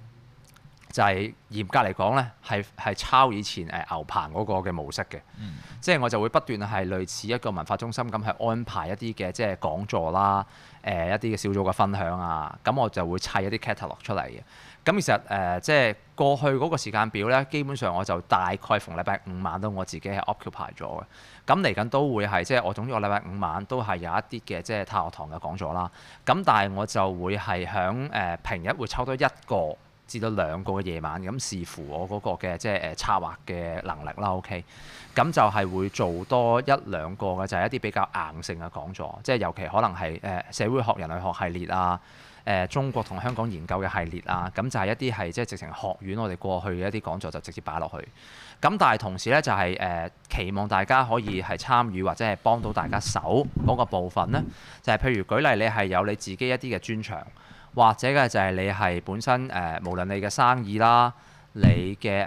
A: 就係、嚴格嚟講咧，係係抄以前誒牛棚嗰個嘅模式嘅。
D: 嗯
A: 即係我就會不斷係類似一個文化中心咁，係安排一啲嘅即係講座啦，誒、一啲嘅小組嘅分享啊，咁我就會砌一啲 catalog 出嚟嘅。咁其實誒、即係過去嗰個時間表咧，基本上我就大概逢禮拜五晚都我自己係 occupy 咗嘅。咁嚟緊都會係即係我總之我禮拜五晚都係有一啲嘅即係太學堂嘅講座啦。咁但係我就會係響誒平日會抽多一個至到兩個嘅夜晚，咁視乎我嗰個嘅即係誒策劃嘅能力啦。OK，咁就係會做多一兩個嘅就係、一啲比較硬性嘅講座，即係尤其可能係誒、社會學、人類學系列啊。誒、中國同香港研究嘅系列啊，咁就係一啲係即係直情學院我哋過去嘅一啲講座就直接擺落去。咁但係同時咧就係、呃期望大家可以係參與或者係幫到大家手嗰個部分咧，就係、譬如舉例你係有你自己一啲嘅專長，或者嘅就係你係本身誒、呃、無論你嘅生意啦、你嘅誒誒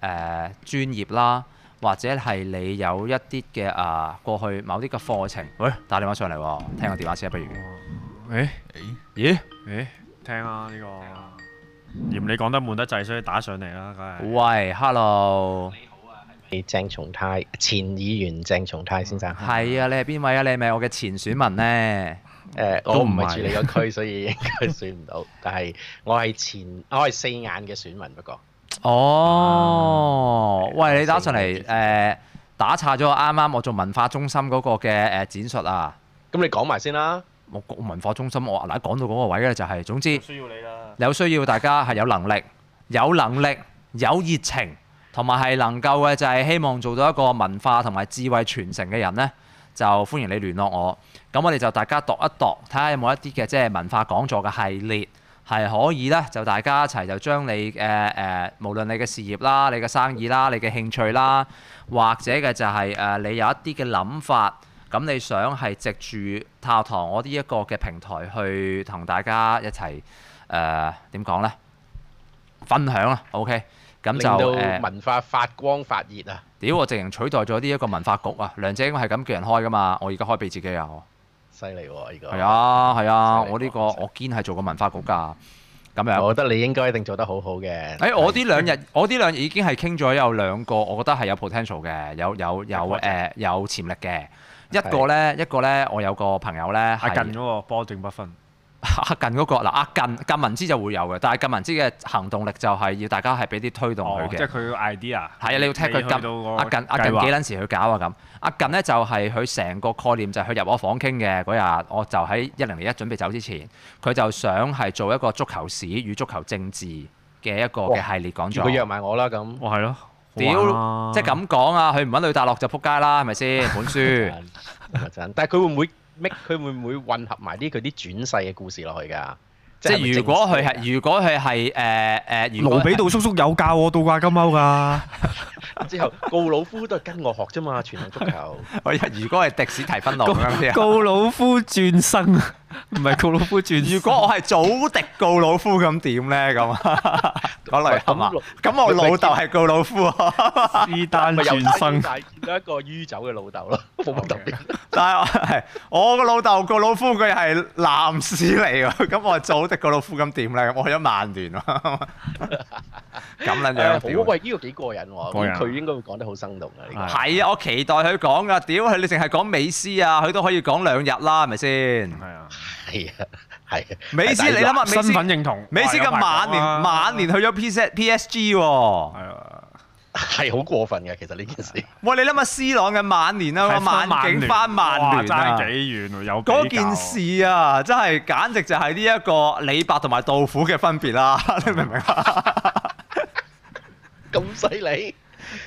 A: 專業啦，或者係你有一啲嘅啊過去某啲嘅課程，喂打電話上嚟喎，聽個電話先啊不如。
B: 誒
D: 誒
A: 咦？
B: 誒，聽啊呢個，嫌你講得悶得滯，所以打上嚟啦，梗係。
A: 喂，hello，
E: 係鄭松泰前議員鄭松泰先生。
A: 係啊，你係邊位啊？你係咪我嘅前選民呢？
E: 誒，
B: 都
E: 呃我
B: 唔
E: 唔
B: 係
E: 係住你個 區，所以應該選唔到。但係我係前，我係四眼嘅選民，不過
A: 哦，
E: 啊
A: 喂，你
E: 四
A: 打上嚟
E: 年
A: 誒、打岔咗我啱啱我做文化中心嗰個嘅誒、展述啊！
E: 咁你講埋先啦。
A: 我我文化中心我嗱講到嗰個位咧就係、總之
B: 需要你啦。
A: 有需要大家係有能力、有能力、有熱情，同埋係能夠嘅就係希望做到一個文化同埋智慧傳承嘅人呢，就歡迎你聯絡我。咁我哋就大家度一度，睇下有冇一啲嘅即係文化講座嘅系列。係可以咧，就大家一齊就將你誒誒、呃無論你嘅事業啦、你嘅生意啦、你嘅興趣啦，或者嘅就係、呃你有一啲嘅諗法，咁你想係藉住塔堂我呢一個嘅平台去同大家一齊誒點講咧？分享啦，OK，咁
E: 令
A: 就
E: 到
A: 誒。呃
E: 文化發光發熱啊！
A: 屌！我直情取代咗呢一個文化局啊！梁姐應該係咁叫人開噶嘛，我而家開俾自己啊！我
E: 犀利喎，呢個
A: 係，啊係啊，
E: 哦犀利喎
A: 我呢個
E: 犀利
A: 我堅係做過文化局㗎，咁樣。
E: 我覺得你應該一定做得好好嘅。
A: 啊誒，我呢兩日我呢兩日已經係傾咗有兩個，我覺得係有 potential 嘅，有有有
E: 係
A: 誒有潛力嘅。一個咧，一個咧，我有個朋友咧
B: 阿
A: 係
B: 近嗰個波定不分，
A: 阿近嗰個嗱，阿近近文之就會有嘅，但係近文之嘅行動力就係要大家係俾啲推動
B: 哦
A: 佢
B: 即
A: 嘅
B: 係。佢個 idea。
A: 係啊，你要踢佢
B: 去到
A: 近
B: 個
A: 阿近阿近
B: 計劃
A: 幾撚時去搞啊咁？阿近咧就係佢成個概念就係佢入我房傾嘅嗰日，我就喺一零零一準備走之前，佢就想係做一個足球史與足球政治嘅一個嘅
E: 哇
A: 系列講
E: 住
A: 座
E: 佢。約埋我啦咁。
B: 哦哇，係咯，
A: 屌
B: 好玩啊
A: 即係咁講啊，佢唔揾女大陸就撲街啦，係咪 先？本書
E: 真，啊但係佢會唔會 make 佢會唔會混合埋啲佢啲轉世嘅故事落去㗎？
A: 即
E: 咪
A: 係如果佢
E: 正史嚟㗎
A: 係如果佢係誒誒，如果
B: 盧比道叔叔有教我倒掛金鈎㗎。
E: 啊之後，告老夫都係跟我學啫嘛，傳統足球。
A: 係如果係迪士提芬奴咁樣先啊
B: 告老夫轉生，唔係告老夫轉生。
A: 如果我係祖迪告老夫咁點咧咁？ 講嚟係嘛
E: 咁？
A: 咁我
E: 你咪
A: 老豆係告老夫啊！
B: 是但
E: 咪由
B: 轉生
E: 細，到大見到一個酗酒嘅老豆 咯，冇乜特別。
A: 但係我我個老豆個老夫佢係 男士嚟㗎，咁我係做迪個老夫咁點咧？我去咗曼聯喎，咁撚
E: 誒
B: 哎
A: 樣
E: 好
A: 屌。
E: 喂，呢個幾過癮喎！
B: 過
E: 咁
B: 癮
E: 佢應該會講得好生動啊！呢個
A: 係啊，我期待佢講噶，屌佢你淨係講美斯啊，佢都可以講兩日啦，係咪先？
B: 係啊，
E: 係啊，係啊
A: 美斯
E: 但
A: 你
E: 係
A: 諗下，美
B: 身份
A: 斯
B: 認同，啊
A: 美斯
B: 哇
A: 嘅晚年晚年，去咗 P S P S G 喎。
B: 有排講啊
E: 係好過分嘅，其實呢件事。
A: 喂，你諗下 C 朗嘅晚年
B: 係
A: 啊，
B: 啊，
A: 晚景翻曼聯
B: 哇
A: 啊
B: 爭，幾遠啊，有比較
A: 嗰件事啊，真係簡直就係呢一個李白同埋杜甫嘅分別 啦，你明唔明啊？
E: 咁犀利。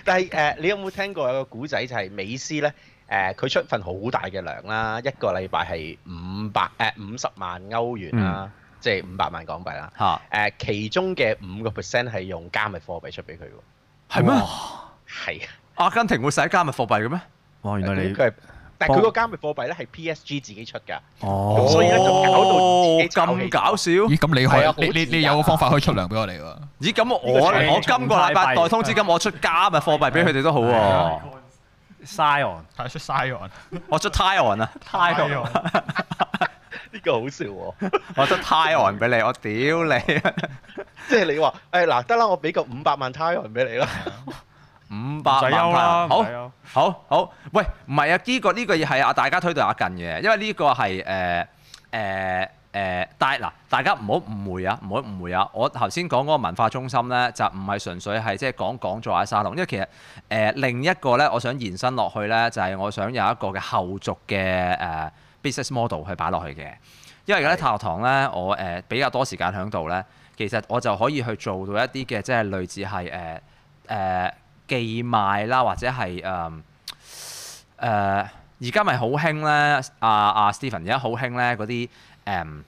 E: 但係誒、呃你有冇聽過有個古仔就係美斯咧？誒、佢出份好大嘅糧啦，一個禮拜係五百誒五十萬歐元啦，即係五百萬港幣啦。
A: 嚇
E: 誒、其中嘅五個 percent 係用加密貨幣出俾佢喎。
A: 係咩？
E: 係啊，
A: 阿根廷會使加密貨幣嘅咩？
B: 哇，原來
E: 咁
B: 你
E: 佢係，但係佢個加密貨幣咧係 PSG 自己出㗎。
B: 哦
E: 所以咧就搞到自己炒
A: 哦咁
E: 起
A: 搞笑。
D: 咦，咁你
E: 係啊
D: 可
E: 好
D: 你你
E: 賤
D: 你有個
E: 格
D: 方法可以出糧俾我哋喎？
A: 咦，咁我
B: 呢個就係
A: 我今個禮拜代通知金，我出加密貨幣俾佢哋都好
B: 啊
A: 喎。
B: Sion
D: 係出 Sion，
A: 我出 Tyon 啊
D: ，Sion
E: 呢個好笑喎、
A: 我出 Tyon 俾你，我屌你
E: 即係你話誒嗱得啦，我俾個五百萬 t a i 俾你啦。
A: 五
B: 唔
A: 百
B: 使
A: 萬
B: 憂
A: Tyon
B: 啦，
A: 好
B: 唔使。憂
A: 好好，喂，唔係啊，呢、個呢、個嘢係啊，大家推到阿近嘅，因為呢個係誒誒誒，但係嗱，大家唔好誤會啊，唔好誤會啊，我頭先講嗰個文化中心咧，就唔係純粹係即係講講座啊沙龍，因為其實誒、呃另一個咧，我想延伸落去咧，就係、我想有一個嘅後續嘅誒、呃 business model 去擺落去嘅，因為而家咧太學堂咧，我誒、呃比較多時間喺度咧，其實我就可以去做到一啲嘅即係類似係誒。呃誒、寄賣啦，或者係誒誒而家咪好興咧，阿阿 Stephen 而家好興咧嗰啲誒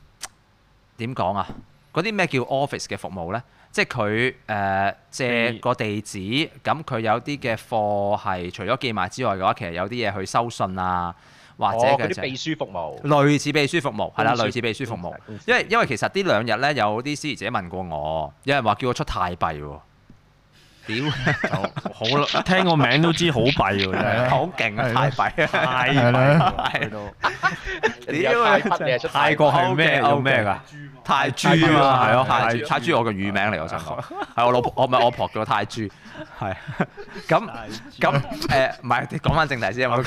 A: 點講啊？嗰啲咩叫 office 嘅服務咧？即係佢誒借個地址，咁佢有啲嘅貨係除咗寄賣之外嘅話，其實有啲嘢去收信啊，或者
E: 哦
A: 嘅
E: 嗰啲
A: 就
E: 秘書服務。
A: 類似秘書服務係啦，
E: 公司
A: 類似秘書服務
E: 公司。
A: 因為因為其實呢兩日咧有啲司儀姐問過我，有人話叫我出泰幣喎，屌！
B: 好啦，聽個名都知好弊喎，真係
A: 好勁啊！泰幣啊，
B: 太
D: 係啦
B: 弊去到
E: 你有泰啊北，你係出
B: 泰國係咩
A: OK，OK
B: 有咩㗎？
A: 泰豬啊嘛，係
B: 係
A: 咯，
B: 咯
A: 泰
B: 泰
A: 豬
B: 豬
A: 泰豬我嘅乳名嚟，我想講係我老婆，我唔係我婆叫我泰豬，係咁咁誒，唔係講翻正題先啊嘛。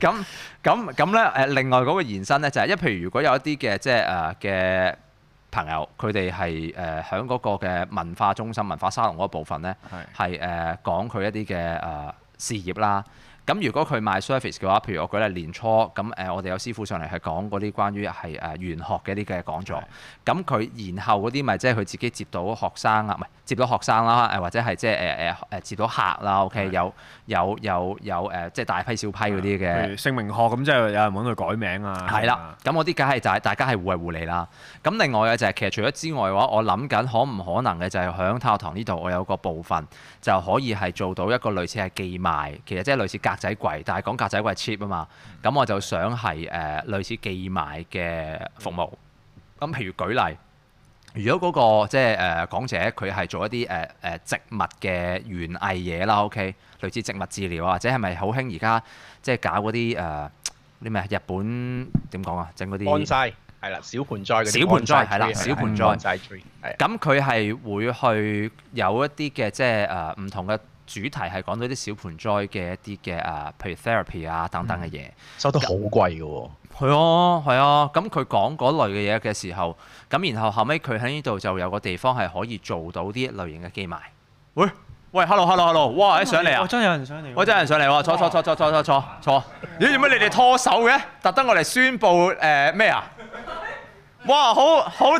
A: 咁咁咁咧誒，另外嗰個延伸咧就係、因為譬如如果有一啲嘅即係誒嘅朋友，佢哋係誒喺嗰個嘅文化中心、文化沙龍嗰部分咧，係誒、呃講佢一啲嘅誒事業啦。咁如果佢賣 service 嘅話，譬如我舉例年初咁誒、我哋有師傅上嚟係講嗰啲關於係誒呃玄學嘅一啲嘅講座。咁佢然後嗰啲咪即係佢自己接到學生啊，唔係接到學生啦，呃誒或者係即係誒誒誒接到客啦。OK，有有有有誒，即係大批小批嗰啲嘅
B: 譬。如姓名學咁，即係有人揾佢改名啊，
A: 係啦，咁我啲梗係就係大家係互惠互利啦。咁另外嘅就係、其實除咗之外嘅話，我諗緊可唔可能嘅就係響太學堂呢度，我有個部分就可以係做到一個類似係寄賣，其實即係類似格仔櫃，但係講格仔櫃 cheap 啊嘛。咁我就想係誒、呃、類似寄賣嘅服務。咁譬如舉例。如果嗰、個即係誒講者佢係做一啲誒誒植物嘅園藝嘢啦，OK，類似植物治療啊，或者係咪好興而家即係搞嗰啲誒啲咩啊日本點講啊，整嗰
E: 安
A: 啲
E: 晒係啦，小盆栽嗰啲
A: 小盆栽
E: bonsai
A: 係啦
E: tree，
A: 小盆栽
E: bonsai tree，係啊
A: 咁佢係會去有一啲嘅即係誒唔同嘅主題係講到啲小盆栽嘅一啲嘅誒，譬如 therapy 啊等等嘅嘢。
E: 收得好貴嘅喎。
A: 係啊，係啊，咁佢講嗰類嘅嘢嘅時候，咁然後後尾佢喺呢度就有個地方係可以做到呢一類型嘅機埋。喂喂，hello，hello，hello，哇！一上嚟啊，
B: 真有人上嚟，
A: 喂，真有人上嚟喎，坐坐坐坐坐坐坐坐。咦，做乜你哋拖手嘅？特登我嚟宣佈誒咩 啊？哇，好好，
B: 係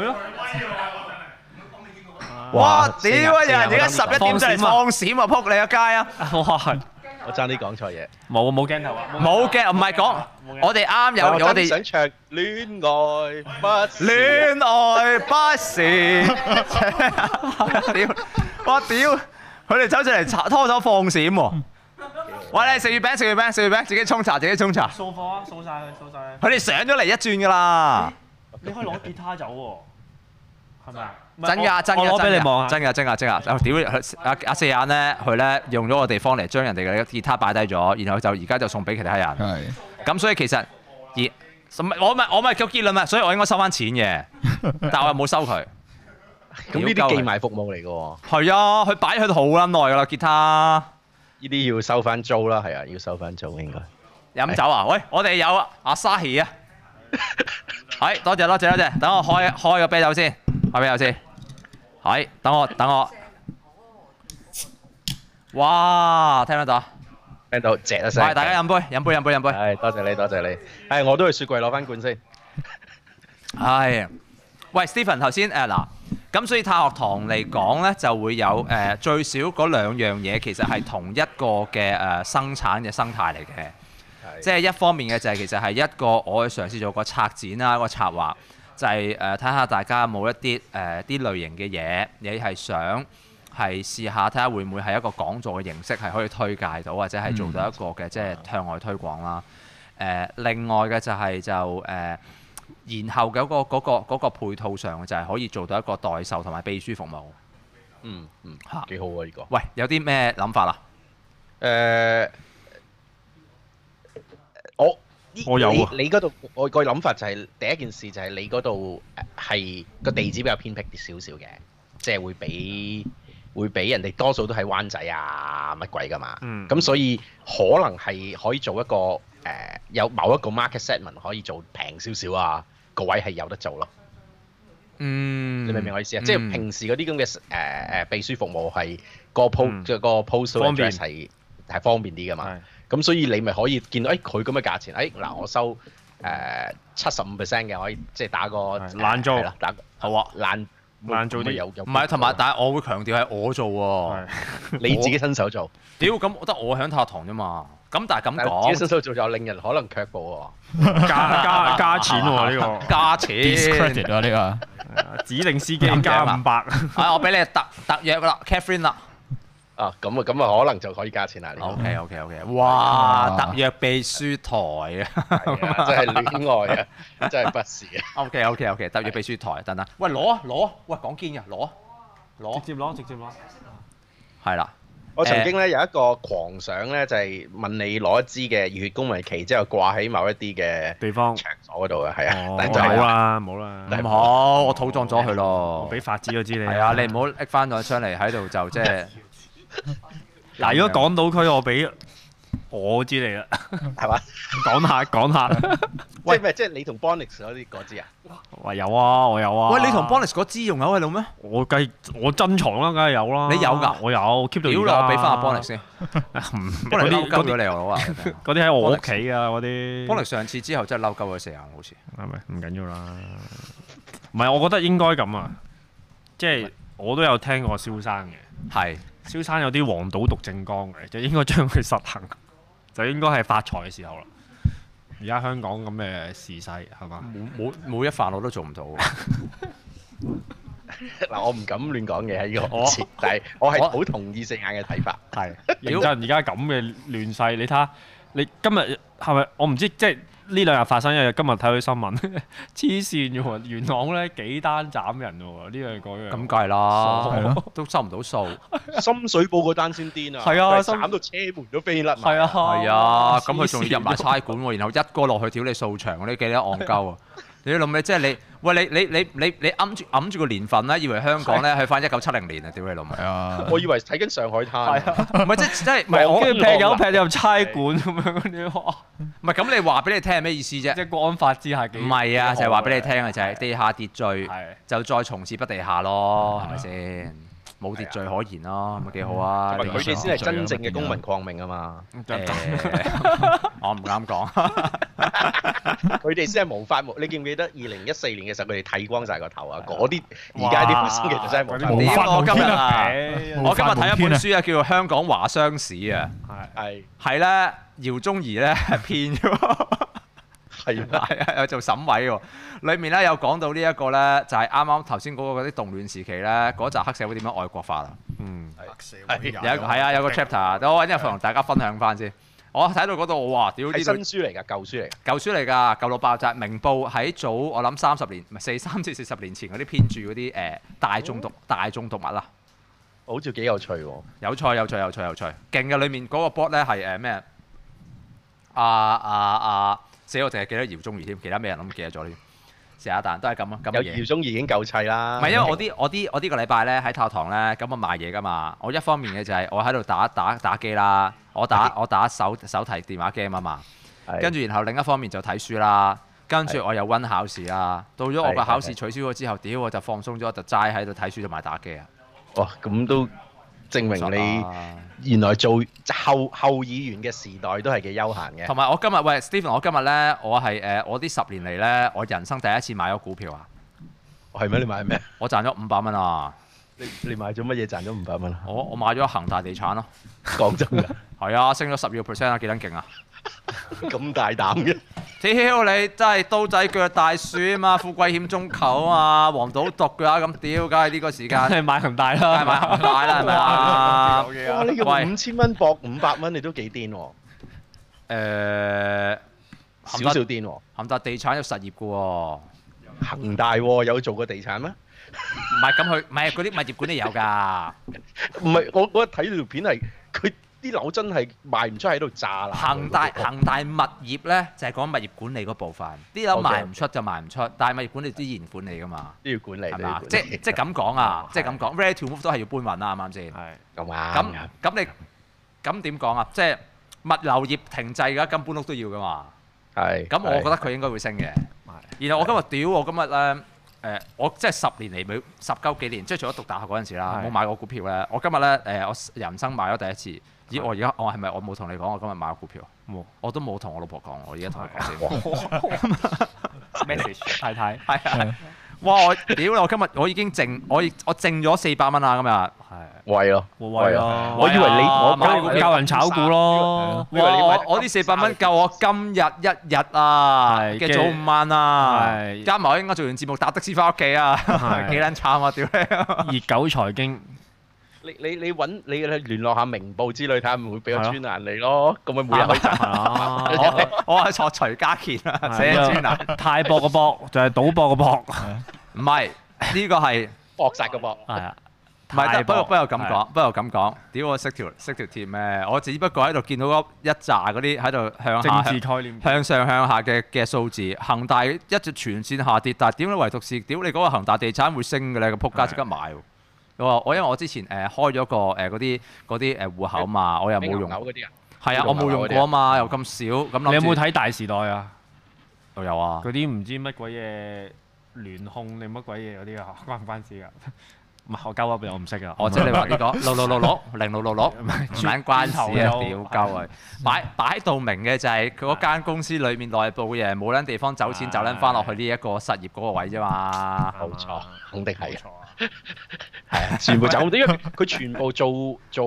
B: 咯，
A: 哇！
E: 四眼
A: 屌啊！有人
E: 四
A: 而
E: 眼
A: 家
E: 我
A: 十
E: 爭啲
A: 一點
E: 講
A: 就嚟放閃啊！撲你個街 啊！
B: 哇係
E: 我爭啲講錯嘢。
B: 冇冇鏡頭啊，
A: 冇嘅，唔係講，我哋啱有
E: 我
A: 我
E: 哋
A: 哋
E: 想唱戀愛不是
A: 戀愛不是，屌！我屌！佢哋走上嚟查拖手放閃喎！喂，你食月餅食月餅食月餅，自己沖茶自己沖茶。
B: 掃貨啊，掃晒佢，掃晒佢，
A: 佢哋上咗嚟一轉㗎啦，
B: 你可以攞吉他走喎，係咪啊？
A: 真㗎真
B: 我
A: 㗎
B: 攞俾
A: 真
B: 你望
A: 㗎
B: 下，
A: 真㗎真㗎真㗎。啊屌！佢阿阿四眼咧，佢咧用咗個地方嚟將人哋嘅吉他擺低咗，然後就而家就送俾其他 人。
D: 係
A: 咁所以其實而我咪我咪個結論啊，所以我應該收翻錢嘅，但我又冇收佢。
E: 咁呢
A: 屌鳩
E: 啲
A: 你
E: 寄賣服務嚟嘅喎，
A: 係啊，佢擺喺度好撚耐㗎啦，吉他。
E: 呢啲要收翻租啦，係啊，要收翻租應該。
A: 飲酒啊？喂，我哋有啊，阿 Sahi 啊，係多謝多謝多謝，等我開開個啤酒先，開啤酒先，係等我等我，哇，聽唔聽到啊？
E: 聽到謝一聲。
A: 係大家飲杯飲杯飲杯飲杯，
E: 係多謝你，多謝你。係我都去雪櫃攞翻罐先。
A: 係，喂 Stephen 頭先呃誒嗱，咁所以太學堂嚟講咧就會有誒、呃最少嗰兩樣嘢其實係同一個嘅誒、呃生產嘅生態嚟嘅。即係一方面嘅就係其實係一個我去嘗試做個策展啦，一個策劃就係誒睇下大家有冇一啲誒啲類型嘅嘢，你係想係試下睇下會唔會係一個講座嘅形式係可以推介到，或者係做到一個嘅即係向外推廣啦。誒、另外嘅就係就呃誒。然後嘅嗰、個嗰、個嗰、個配套上就係可以做到一個代售同埋秘書服務。
E: 嗯嗯
A: 嚇，
E: 幾好啊呢個。
A: 喂，有啲咩諗法啊？
E: 誒、我呢
B: 我有啊
E: 你你嗰度我個諗法就係、第一件事就係你嗰度誒係個地址比較偏僻啲少少嘅，即係會比會比人哋多數都喺灣仔啊乜鬼噶嘛。
B: 嗯
E: 咁、所以可能係可以做一個誒、有某一個 market segment 可以做平少少啊，個位係有得做咯。
A: 嗯，
E: 你明唔明我意思啊？
A: 嗯
E: 即係平時嗰啲咁嘅誒誒秘書服務係個 post
B: 嗯
E: 即係個 post
B: 方
E: address
B: 便
E: 係係方便啲噶嘛
B: 係。
E: 咁所以你咪可以見到，誒哎佢咁嘅價錢，誒、嗱我收誒七十五 percent 嘅，可以即係打個
B: 係懶做
E: 係啦，打個
A: 好啊。
E: 懶
B: 懶做啲
E: 咪有有
A: 唔係，同埋但係我會強調係我做喎、
B: 係
E: 你自己親手做，
A: 屌咁，得我喺塔堂啫嘛。咁但係咁
E: 但係自己
A: 講，
E: 親手做就令人可能卻步喎。
B: 加加加錢喎呢
A: 加錢
D: discredit 啊呢個。
B: 個係啊，指定司機
A: 咁樣
B: 加
A: 啊
B: 五百，
A: 啊！我俾你特特約啦，Catherine 啦。
E: 啊，咁啊，咁啊，可能就可以加錢啦。呢個
A: OK OK OK，哇！特約秘書台啊。
E: 係啊，真係戀愛 啊，真係不是啊。
A: OK OK OK，特約秘書台，等等。喂，攞啊攞啊！喂，講堅嘅，攞啊攞
B: 直
A: 啊。
B: 接攞直接攞。
A: 係啦，
E: 我曾經咧有一個狂想咧，就係問你攞一支嘅熱血公民旗之後掛喺某一啲嘅
B: 地方
E: 場所嗰度嘅，係啊
B: 哦，
E: 但係就
B: 冇
E: 係啊
B: 啦冇啦，
E: 但係
A: 唔好，我土葬咗佢
B: 我
A: 咯。
B: 俾法子我知你
A: 係啊，你唔好拎翻咗出嚟喺度就即係。
B: 嗱，如果港島區我俾我知你啦，
E: 係嘛？
B: 講下 講下，
E: 即係咩？即係你同 Bonix 嗰啲嗰支啊？
B: 喂有啊我有啊，
A: 喂，你同 Bonus 嗰支用有喺度咩？
B: 我計我珍藏啦，梗係有啦。
A: 你有㗎
B: 我有 keep 到
A: 屌
B: 而
A: 啦，
B: 家。
A: 我俾翻阿 Bonus 先。
B: 嗯
A: Bonus
B: 嗰
A: 嬲鳩
B: 啲嗰
A: 咗
B: 啲
A: 你 我話俾你聽。
B: 嗰啲喺我屋
A: Bonus
B: 企㗎嗰啲。
A: 幫你上次之後真係嬲鳩佢四眼，好似
B: 係咪唔緊要啦？唔係，我覺得應該咁啊，即係我都有聽過蕭生嘅。
A: 係
B: 蕭生有啲黃賭毒政綱嘅，就應該將佢實行，就應該係發財嘅時候啦。而家香港咁嘅時勢係嘛？
A: 每每每一飯我都做唔到喎。
E: 嗱，我唔敢亂講嘢喺呢個
B: 我
E: 節，但係我係
A: 我
E: 好同意四眼嘅睇法。
B: 係
A: 屌
B: 認真，而家咁嘅亂世，你睇下你今日係咪？我唔知即係呢兩日發生，因為今日睇到啲新聞， 黐線嘅喎，元朗咧幾單斬人喎，呢樣嗰樣。
A: 咁梗係啦，
B: 傻
D: 係咯
A: 都收唔到數。
E: 深水埗嗰單先癲啊！
B: 係啊
E: 佢係
B: 深
E: 斬到車門都飛甩埋。
B: 係啊，
A: 係啊，咁佢仲要入埋
B: 黐線
A: 差館喎，然後一哥落去屌你掃場，你幾得戇 鳩啊！你諗咩？即係你喂你你你你你揞住揞住個年份咧，以為香港咧去翻一九七零年啊！屌你 老母！
D: 係啊，
E: 我以為睇緊上海灘啊。
A: 唔係即係即係唔
B: 唔係
A: 係
B: 我
A: 我
B: 跟住
E: 跟
B: 劈
E: 住
B: 友
E: 我
B: 劈入差館咁樣嗰啲，哇
A: 唔係咁你話俾你聽係咩意思
B: 即
A: 啫？
B: 係國安法之下幾
A: 唔係啊，
B: 幾
A: 就係
B: 好
A: 話俾你聽啊，就係嗯地下秩序。
B: 係
A: 就再從此不地下咯，係咪先？冇秩序可言咯，咪幾好啊！
E: 同埋佢哋先係真正嘅公民
D: 上
E: 抗命啊嘛！
A: 誒我唔敢 講，
E: 佢哋先係無法無，你記唔記得二零一四年嘅時候佢哋剃光晒個頭啊？嗰啲而家啲新嘅就真係無法無
A: 哇屌我
E: 天
A: 今日啊
B: 係
A: 我今日睇一
D: 無法無天
A: 本
D: 啊
A: 書啊，叫做《香港華商史》啊，
E: 係
A: 係咧姚宗儀咧係 騙咗 喎，
E: 係啦，
A: 係啊有做審委喎，裡面咧有講到呢一個咧，就係啱啱頭先嗰個嗰啲動亂時期咧，嗰集黑社會點樣愛國化啦。
B: 嗯
A: 有一個係啊，有個 chapter，我揾日同大家分享翻先。我睇到嗰度，哇！屌呢
E: 係
A: 度
E: 新書嚟㗎，舊書嚟㗎。
A: 舊書嚟㗎，舊到爆炸。明報喺早我諗三十年，唔係四三至四十年前嗰啲編著嗰啲誒大眾
E: 哦
A: 讀大眾讀物啦，
E: 好似幾有趣喎！
A: 有趣有趣有趣有趣，勁嘅裡面嗰個 board 咧係誒咩？啊啊啊啊！死我淨係記得姚宗儀添，其他咩人都唔記得咗添。是但但都係咁啊，咁嘅
E: 有
A: 嘢
E: 姚。宗儀已經夠砌啦。
A: 唔係因為我啲我啲我呢個禮拜咧喺教堂咧咁我賣嘢噶嘛，我一方面嘅就係我喺度打打打機啦，我打我打手手提電話 game 啊嘛，
E: 係
A: 跟住然後另一方面就睇書啦，跟住我又温考試啦，到咗我
E: 係
A: 個
E: 係
A: 考試取消咗之後，屌我就放鬆咗，就齋喺度睇書同埋打機啊，
E: 哇，咁都證
A: 爽
E: 明
A: 啊
E: 你原來做後後議員嘅時代都係幾休閒嘅
A: 同。埋我今日喂 Steven，我今日咧我係誒、呃我呢十年嚟咧，我人生第一次買咗股票啊，
E: 係咩？你買咩？
A: 我賺咗五百蚊啊，
E: 你你買咗乜嘢賺咗五百蚊 啊？
A: 我我買咗恒大地產咯，
E: 講真㗎，
A: 係啊，升咗十二 percent 啊，幾撚勁啊！
E: 咁大膽嘅。
A: 屌你真係刀仔腳大樹啊嘛，富貴險中求啊嘛，黃賭毒嘅話咁屌，梗係呢個時間
B: 梗係買恒大
A: 梗係
B: 啦，
A: 買恒大啦，係咪啊？
E: 哇！你
A: 喂
E: 用五千蚊博五百蚊，你都幾癲喎，
A: 誒，恒
E: 少少
A: 大
E: 癲喎。
A: 恒大地產有實業嘅喎，
E: 恒大喎有做過地產咩？
A: 唔係咁佢，唔係嗰啲物業管理有㗎。
E: 唔係，我嗰日睇條片係佢啲樓真係賣唔出喺度炸啦。
A: 恒大恒大物業咧就係講物業管理嗰部分，啲樓
E: OK，OK
A: 賣唔出就賣唔出，但係物業管理都依然管理㗎嘛，
E: 都要管理，
A: 係
E: 都要
A: 嘛
E: 管？理
A: 即即咁講啊，
B: 係
A: 即咁講，ready to move 都係要搬運啦，啱唔啱先？
B: 係
E: 咁啊
A: 咁咁你咁點講啊？即係物流業停滯㗎，咁搬屋都要㗎嘛。
E: 係
A: 咁我覺得佢應該會升嘅。然後我今日屌我今日咧誒，我即係十年嚟未十鳩幾年，即係除咗讀大學嗰陣時啦，
B: 係
A: 冇買過股票咧。我今日咧誒，我人生買咗第一次。咦！我而家我係咪我冇同你講我今日買咗股票？
B: 冇
A: 我都冇同我老婆講，我而家同你講先。
B: message 太太
A: 係啊！哇！我屌啦！我今日我已經剩我已我剩咗四百蚊啦！今日
B: 係
E: 貴咯，
B: 冇位咯，
E: 我以為你我
A: 買
B: 教教人炒股咯，
E: 我以為你買
A: 哇！我我呢四百蚊夠我今日一日啊
B: 係
A: 嘅
B: 嘅
A: 早午晚啊，
B: 係
A: 加埋我應該做完節目搭的士翻屋企啊，
B: 係
A: 幾撚慘啊！屌你！
B: 熱狗財經
E: 你你你揾你聯絡下明報之類，睇下會唔會俾我穿爛你咯。咁咪每日可以賺
B: 係啊，
A: 我我係坐徐家健啊，寫專欄。
B: 泰博個博就係賭博個博，
A: 唔係呢個係
E: 搏殺個噃。
B: 係啊，
A: 唔係得？
B: 泰
A: 不
B: 博
A: 過不過咁
B: 係
A: 講，不過咁講，屌我識條識條鐵咩？我只不過喺度見到嗰一紮嗰啲喺度向下
B: 政治概念，
A: 向上向下嘅嘅數字，恒大一直全線下跌，但係點解唯獨是屌你嗰個恒大地產會升嘅咧？個撲街即刻買喎！我話我因為我之前誒、呃、開咗個誒嗰啲嗰啲誒戶口嘛，我又冇用，
E: 嗰啲啊？
A: 係啊，我冇用過啊嘛，又咁少，咁啊諗
B: 你有冇
A: 住？
B: 睇大時代啊？
A: 又有啊，
B: 嗰啲唔知乜鬼嘢聯控定乜鬼嘢嗰啲啊， 關唔關事噶？唔係我交噏俾我唔識噶。
A: 我哦即係你話呢 個六六六六零六六六，唔撚關事啊！屌
B: 轉頭就
A: 鳩佢，擺擺到明嘅就係佢嗰間公司裡面內部嘅嘢，冇撚地方走錢，走撚翻落去呢一個失業嗰個位啫嘛。
E: 冇錯，肯定係
B: 冇
E: 啊，
B: 錯啊。
E: 係啊，全部走，因為佢全部做做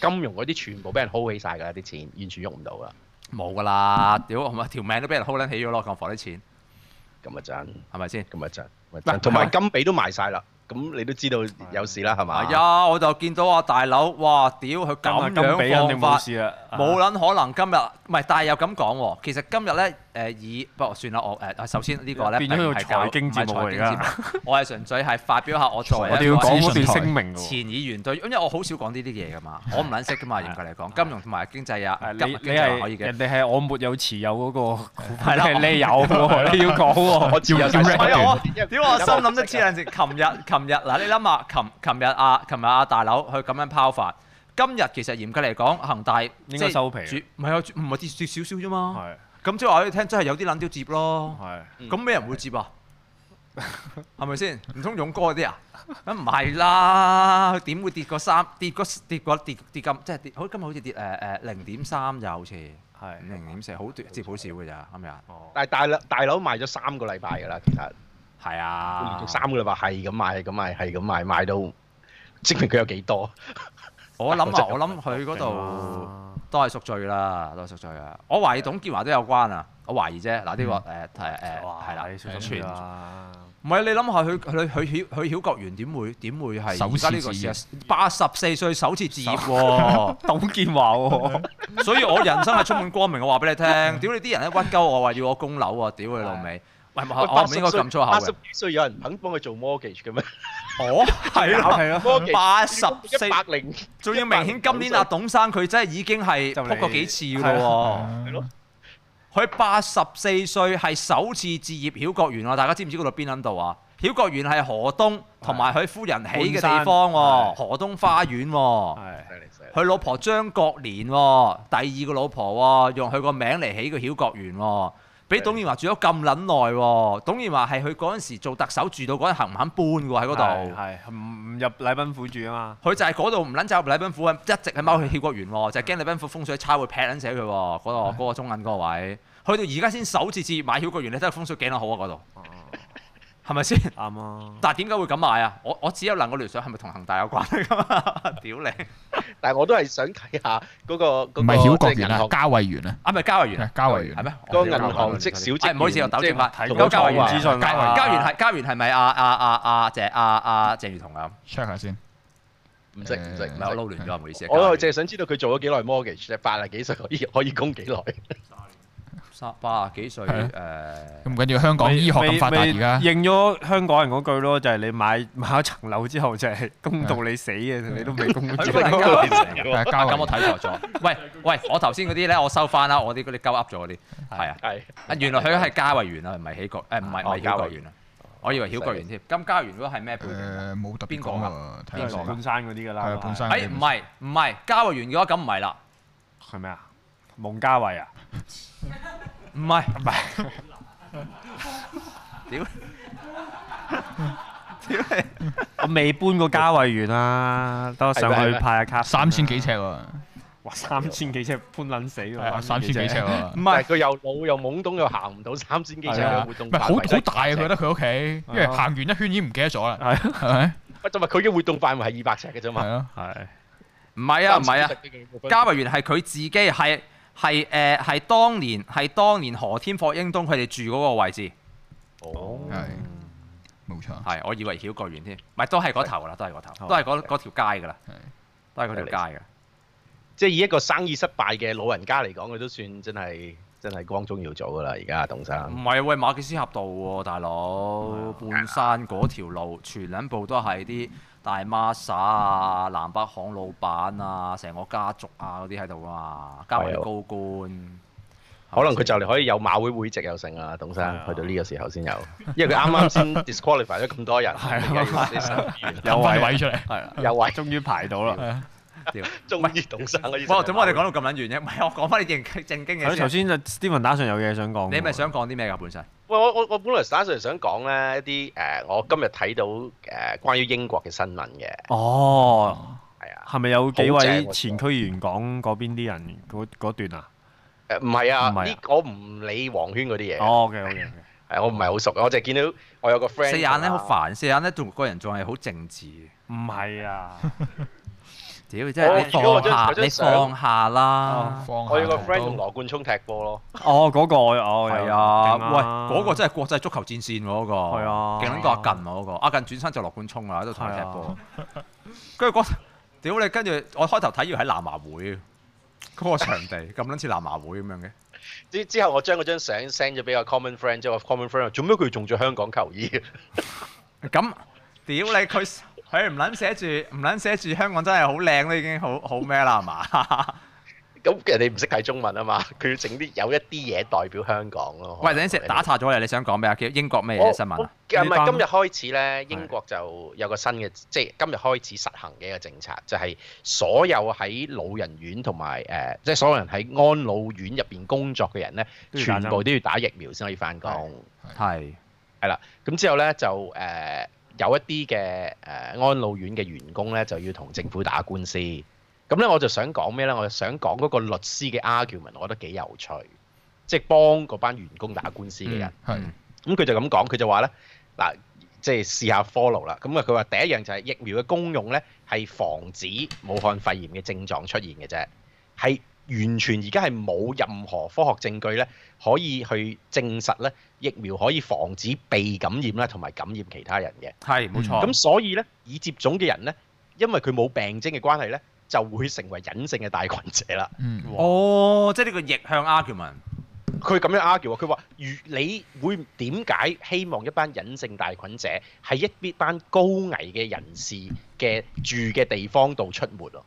E: 金融嗰啲，全部俾人 hold 起晒㗎啦，啲錢完全喐唔到啦。
A: 冇噶啦，屌我咪條命都俾人 hold 撚起咗咯，咁房啲錢
E: 咁啊真，
A: 係咪先？
E: 咁啊真，咁啊真同埋金幣都賣晒啦。咁你都知道有事啦，係嘛？
A: 係啊，我就見到阿大佬，哇！屌佢
B: 今
A: 咁
B: 日金比肯
A: 樣
B: 定
A: 放法
B: 啊冇，事啦。
A: 冇啊撚可能今日唔係，但係又咁講喎。其實今日咧，誒以不過算啦，我誒首先呢個咧
B: 變咗
A: 並唔
B: 個
A: 係教
B: 財經節目
A: 唔係財經
B: 嚟㗎
A: 節目我係純粹係發表下我作為
B: 我哋
A: 一
B: 要
A: 個
B: 講嗰
D: 資訊
B: 段
D: 台
B: 聲明喎。
A: 前議員對，因為我好少講呢啲嘢㗎嘛，我唔撚識 㗎嘛，嚴格嚟講，金融同埋經濟啊
B: 係，啊你
A: 金經
B: 你
A: 濟係可以
B: 係
A: 嘅。
B: 人哋係我沒有持有嗰個，
A: 係啦
B: 係你有喎，你要講喎。
E: 我自由
D: 要
E: 晒
D: 要
E: 所
A: 咩
E: 有嘢因為
A: 屌我心諗都黐撚線，琴日琴日嗱，你諗下，琴琴日啊，琴日啊大佬佢咁樣拋法，今日其實嚴格嚟講，恒大應
B: 應該收皮
A: 主唔係啊，主唔係跌跌少少啫嘛。
B: 係
A: 咁即係話俾你聽，真係有啲撚屌接咯。
B: 係
E: 嗯
A: 咁咩人會接 啊？係咪先？唔通勇哥嗰 啲啊？咁唔係啦，佢點會跌個三？跌個跌個跌跌咁，即係跌好今日好似跌誒誒零點三就好似
D: 嗯
B: 係。
A: 零點四，好跌接好少嘅咋今日。
B: 哦
E: 但係大佬大佬賣咗三個禮拜㗎啦，其實
A: 係啊
E: 連續，三個禮拜係咁賣，係咁賣，係咁賣，賣到證明佢有幾多。
A: 我諗
E: 真
A: 啊，
E: 係
A: 我諗佢嗰度。
B: 啊
A: 都係贖罪啦，都係贖罪啊！我懷疑董建華都有關啊，我懷疑啫。嗱呢個誒誒誒
B: 哇！
A: 係啦，
B: 你小心
A: 全
B: 啲啊啦。
A: 唔係你諗下佢佢佢曉佢曉國元點會點會係
D: 首
A: 而
D: 次
A: 家呢個
D: 置
A: 時
D: 業
A: 候八十四歲首次置業 喎，
B: 董建華喎，
A: 所以我人生係充滿光明。我話俾你聽，屌你啲人咧屈鳩我話要我供樓啊，屌你老味！喂，我我唔應該咁粗口
E: 八十
A: 嘅
E: 幾，歲有人肯幫佢做 mortgage 嘅咩
A: 我係咯
B: 係啊咯，
E: ？mortgage
A: 八十
E: 一
A: 四，
E: 百零
A: 仲要明顯今年阿董生佢真係已經係
B: 就嚟
A: 撲過幾次嘅咯喎。
D: 係
A: 佢八十四歲係首次置業曉國園喎，大家知唔知嗰度邊撚度啊？曉國園係河東同埋佢夫人起嘅地方喎，
B: 半山
A: 河東花園喎。
B: 係
E: 犀利犀利。
A: 佢老婆張國蓮喎，第二個老婆喎，用佢個名嚟起個曉國園喎，俾
E: 係
A: 董建華住咗咁撚耐喎。董建華係佢嗰陣時做特首住到嗰陣肯唔肯搬嘅喎喺嗰度。
B: 係係唔唔入禮賓府住啊嘛，
A: 佢就係嗰度唔撚走入禮賓府，啊一直係踎去曉國園喎，就係驚禮賓府風水差會劈撚死佢喎。嗰
D: 啊
A: 度嗰個中銀嗰個位，去到而家先首次置業買曉國園，你睇下風水幾撚好啊嗰度，係咪 先？
B: 啱啊。
A: 但係點解會咁買啊？我我只有能夠聯想係咪同恒大有關㗎嘛？ 屌你！
E: 但係我都係想睇下嗰個嗰個
D: 唔係曉國
E: 即
D: 園
E: 係銀
D: 啊，
E: 行
D: 嘉惠園啊，
A: 啊，咪交易員啊
D: 係嘉惠
A: 係
D: 園。
A: 咩？
E: 個
A: 我哋啊
E: 銀行職小職
A: 哎唔好意思，我糾正翻。
B: 睇
E: 同
B: 到
E: 我
A: 交
B: 財
A: 易
E: 講
B: 源
E: 話
B: 資訊
A: 交
B: 啊，
A: 交易員係交易員係咪啊啊啊啊謝啊啊鄭裕彤啊？
D: check 下先。
E: 唔識唔識唔
A: 唔
E: 識
A: 係我撈亂咗，唔好意思。
E: 我淨係想知道佢做咗幾耐 mortgage 啫，八啊幾歲可以可以供幾 耐？
A: 三八啊幾歲
D: 係
A: 誒
D: 啊？咁唔緊要，香港醫學咁發達而家，
B: 應咗香港人嗰句咯，就係你買 買咗層樓之後，就係供到你死
D: 嗯
B: 嘅，你都未供到
A: 佢
B: 自
A: 個
B: 己
A: 人
B: 嗰
A: 交
B: 個
A: 易員嚟㗎
D: 係
A: 啊
D: 嘉惠
A: 咁我
D: 園。
A: 睇錯咗。喂喂，我頭先嗰啲咧，我收翻啦，我啲嗰啲鳩噏咗嗰啲，係啊，
E: 係
A: 啊原來佢係嘉惠園啊，唔係喜國，誒唔係唔係
E: 哦嘉
A: 曉
E: 惠
A: 國園啊，哦我以為曉國園添。咁嘉惠園嗰個係咩背景？啊
D: 誒冇特別
A: 邊個
D: 講喎，睇下
A: 邊個㗎
D: 先。
B: 半山嗰啲㗎啦，
D: 係啊，半山嗰
A: 誒
D: 啲。
A: 哎唔係唔係嘉惠園嘅話，咁唔係啦，
B: 係咩啊？蒙嘉慧啊，
A: 唔係唔係， 屌屌你！
B: 我未搬過嘉慧園 啊，等我上
E: 係咩係
B: 去
E: 咩
B: 派下卡。啊
D: 三千幾尺？喎，
B: 哇！三千幾尺搬撚死
D: 係啊
B: 喎！
D: 三千幾尺
A: 唔
D: 喎。
E: 但
A: 係
E: 係佢又老又懵懂又行唔到三千幾尺
D: 係
E: 嘅
D: 啊，
E: 嗯活動
D: 唔係好
E: 範圍
D: 好大啊！佢覺得佢屋企，因為
B: 係啊
D: 行完一圈已經唔記得咗啦，
B: 係啊
D: 係咪？
E: 喂同埋佢嘅活動範圍係二百尺嘅啫嘛
D: 係。咯，
B: 係
A: 唔係啊唔係啊！
E: 30幾尺嘅
A: 嘉惠園係佢自己係係誒係當年係當年何天霍英東佢哋住嗰個位置，
E: 哦
D: 係冇錯。
A: 係我以為曉國園添，唔係都係嗰頭噶啦，都係嗰頭，
B: 好
A: 都係嗰嗰條街噶啦
D: 係，
A: 都係嗰條街噶。
E: 即係以一個生意失敗嘅老人家嚟講，佢都算真係真係光宗耀祖噶啦。而家董生
B: 嗯
A: 唔係啊喂，馬己斯峽道喎，大佬，半山嗰條路全撚部都係啲大孖沙啊、南北行老闆啊、成個家族啊嗰啲喺度啊嘛，加埋啲
E: 係啊
A: 高官。
E: 可能佢就嚟可以有馬會會籍又成啦，董
B: 係
E: 生
B: 啊
E: 去到呢個時候先有，因為佢啱啱先 disqualify 咗咁多人，
B: 係啊
E: 而家要先審議
B: 有
D: 有
B: 位
D: 翻
B: 啊
D: 位出嚟，
B: 係啊！
E: 有位，
B: 終於排到啦！
D: 係啊
E: 中意董生嘅意思。
A: 啊哇！點解我哋講到咁撚遠啫？唔係我講翻啲正正經
B: 係
A: 嘅
B: 咯，頭
A: 先。
B: 先啊 Steven 打上有嘢想講喎。
A: 你咪想講啲咩㗎？本身
E: 喂，我我我本來打算想講咧一啲誒、呃我今日睇到誒、呃、關於英國嘅新聞嘅，
B: 哦？
E: 係啊，
B: 係咪有幾
E: 好正
B: 位
E: 喎
B: 前區議員講嗰邊啲人嗰嗰段啊？
E: 誒唔係啊，
B: 唔係啊
E: 呢我唔理黃圈嗰啲嘢，
B: 哦，OK OK OK，
E: 係我唔係好熟，我就見到我有個 friend
A: 四眼咧好
E: 啊
A: 煩，四眼咧仲個人仲係好靜止嘅。
B: 唔 係啊，
A: 屌，真係你
E: 哦我如果我
A: 放
E: 張
A: 下
E: 我，張
A: 你
E: 相
A: 放下啦。
D: 放
E: 我有個
D: 下屠
E: friend
D: 刀
E: 同羅冠聰踢波咯，
B: 哦嗰個我我有
A: 係啊，
B: 勁
A: 喂，嗰個真係國際足球戰線喎，嗰個
B: 係啊
A: 勁撚過阿近喎，嗰個阿近轉身就落冠衝啦，喺度同佢踢
B: 係
A: 波。跟住嗰屌你，跟住我開頭睇以為喺南華會嗰個場地，咁撚似南華會咁樣嘅。
E: 之之後我將嗰張相 send 咗俾個 common friend，之後個 common friend 話做咩佢仲着香港球衣？
A: 咁屌你，佢佢唔撚寫住唔撚寫住香港真係好靚都已經好好咩啦，係嘛？
E: 咁人哋唔識睇中文啊嘛，佢要整啲有一啲嘢代表香港咯。
A: 喂，等陣先打岔咗你，你想講咩啊？叫英國咩嘢新聞啊？
E: 我唔
B: 呢單
E: 係今日開始咧，英國就有個新嘅，即係今日開始實行嘅一個政策，就係、所有喺老人院同埋誒，即係所有人喺安老院入邊工作嘅人咧，
B: 都要打
E: 全
B: 針
E: 部都要打疫苗先可以翻工。
A: 係。
E: 咁之後咧就誒、有一啲嘅誒呃安老院嘅員工咧就要同政府打官司。咁咧我就想講咩咧？我就想講嗰個律師嘅 argument，我覺得幾有趣，即係幫嗰班員工打官司嘅人。
D: 係
E: 咁佢就咁講，佢就話咧嗱，即係試下 follow 啦。咁啊，佢話第一樣就係疫苗嘅功用咧，係防止武漢肺炎嘅症狀出現嘅啫，係完全而家係冇任何科學證據咧，可以去證實咧疫苗可以防止被感染啦，同埋感染其他人嘅。
A: 係冇錯。
E: 咁所以咧，已接種嘅人咧，因為佢冇病徵嘅關係咧，就會成為隱性嘅帶菌者啦。
D: 嗯
A: 哦，即係呢個逆向 argument。
E: 佢咁樣 argue 喎，佢話：如你會點解希望一班隱性帶菌者喺一班高危嘅人士嘅住嘅地方度出沒啊？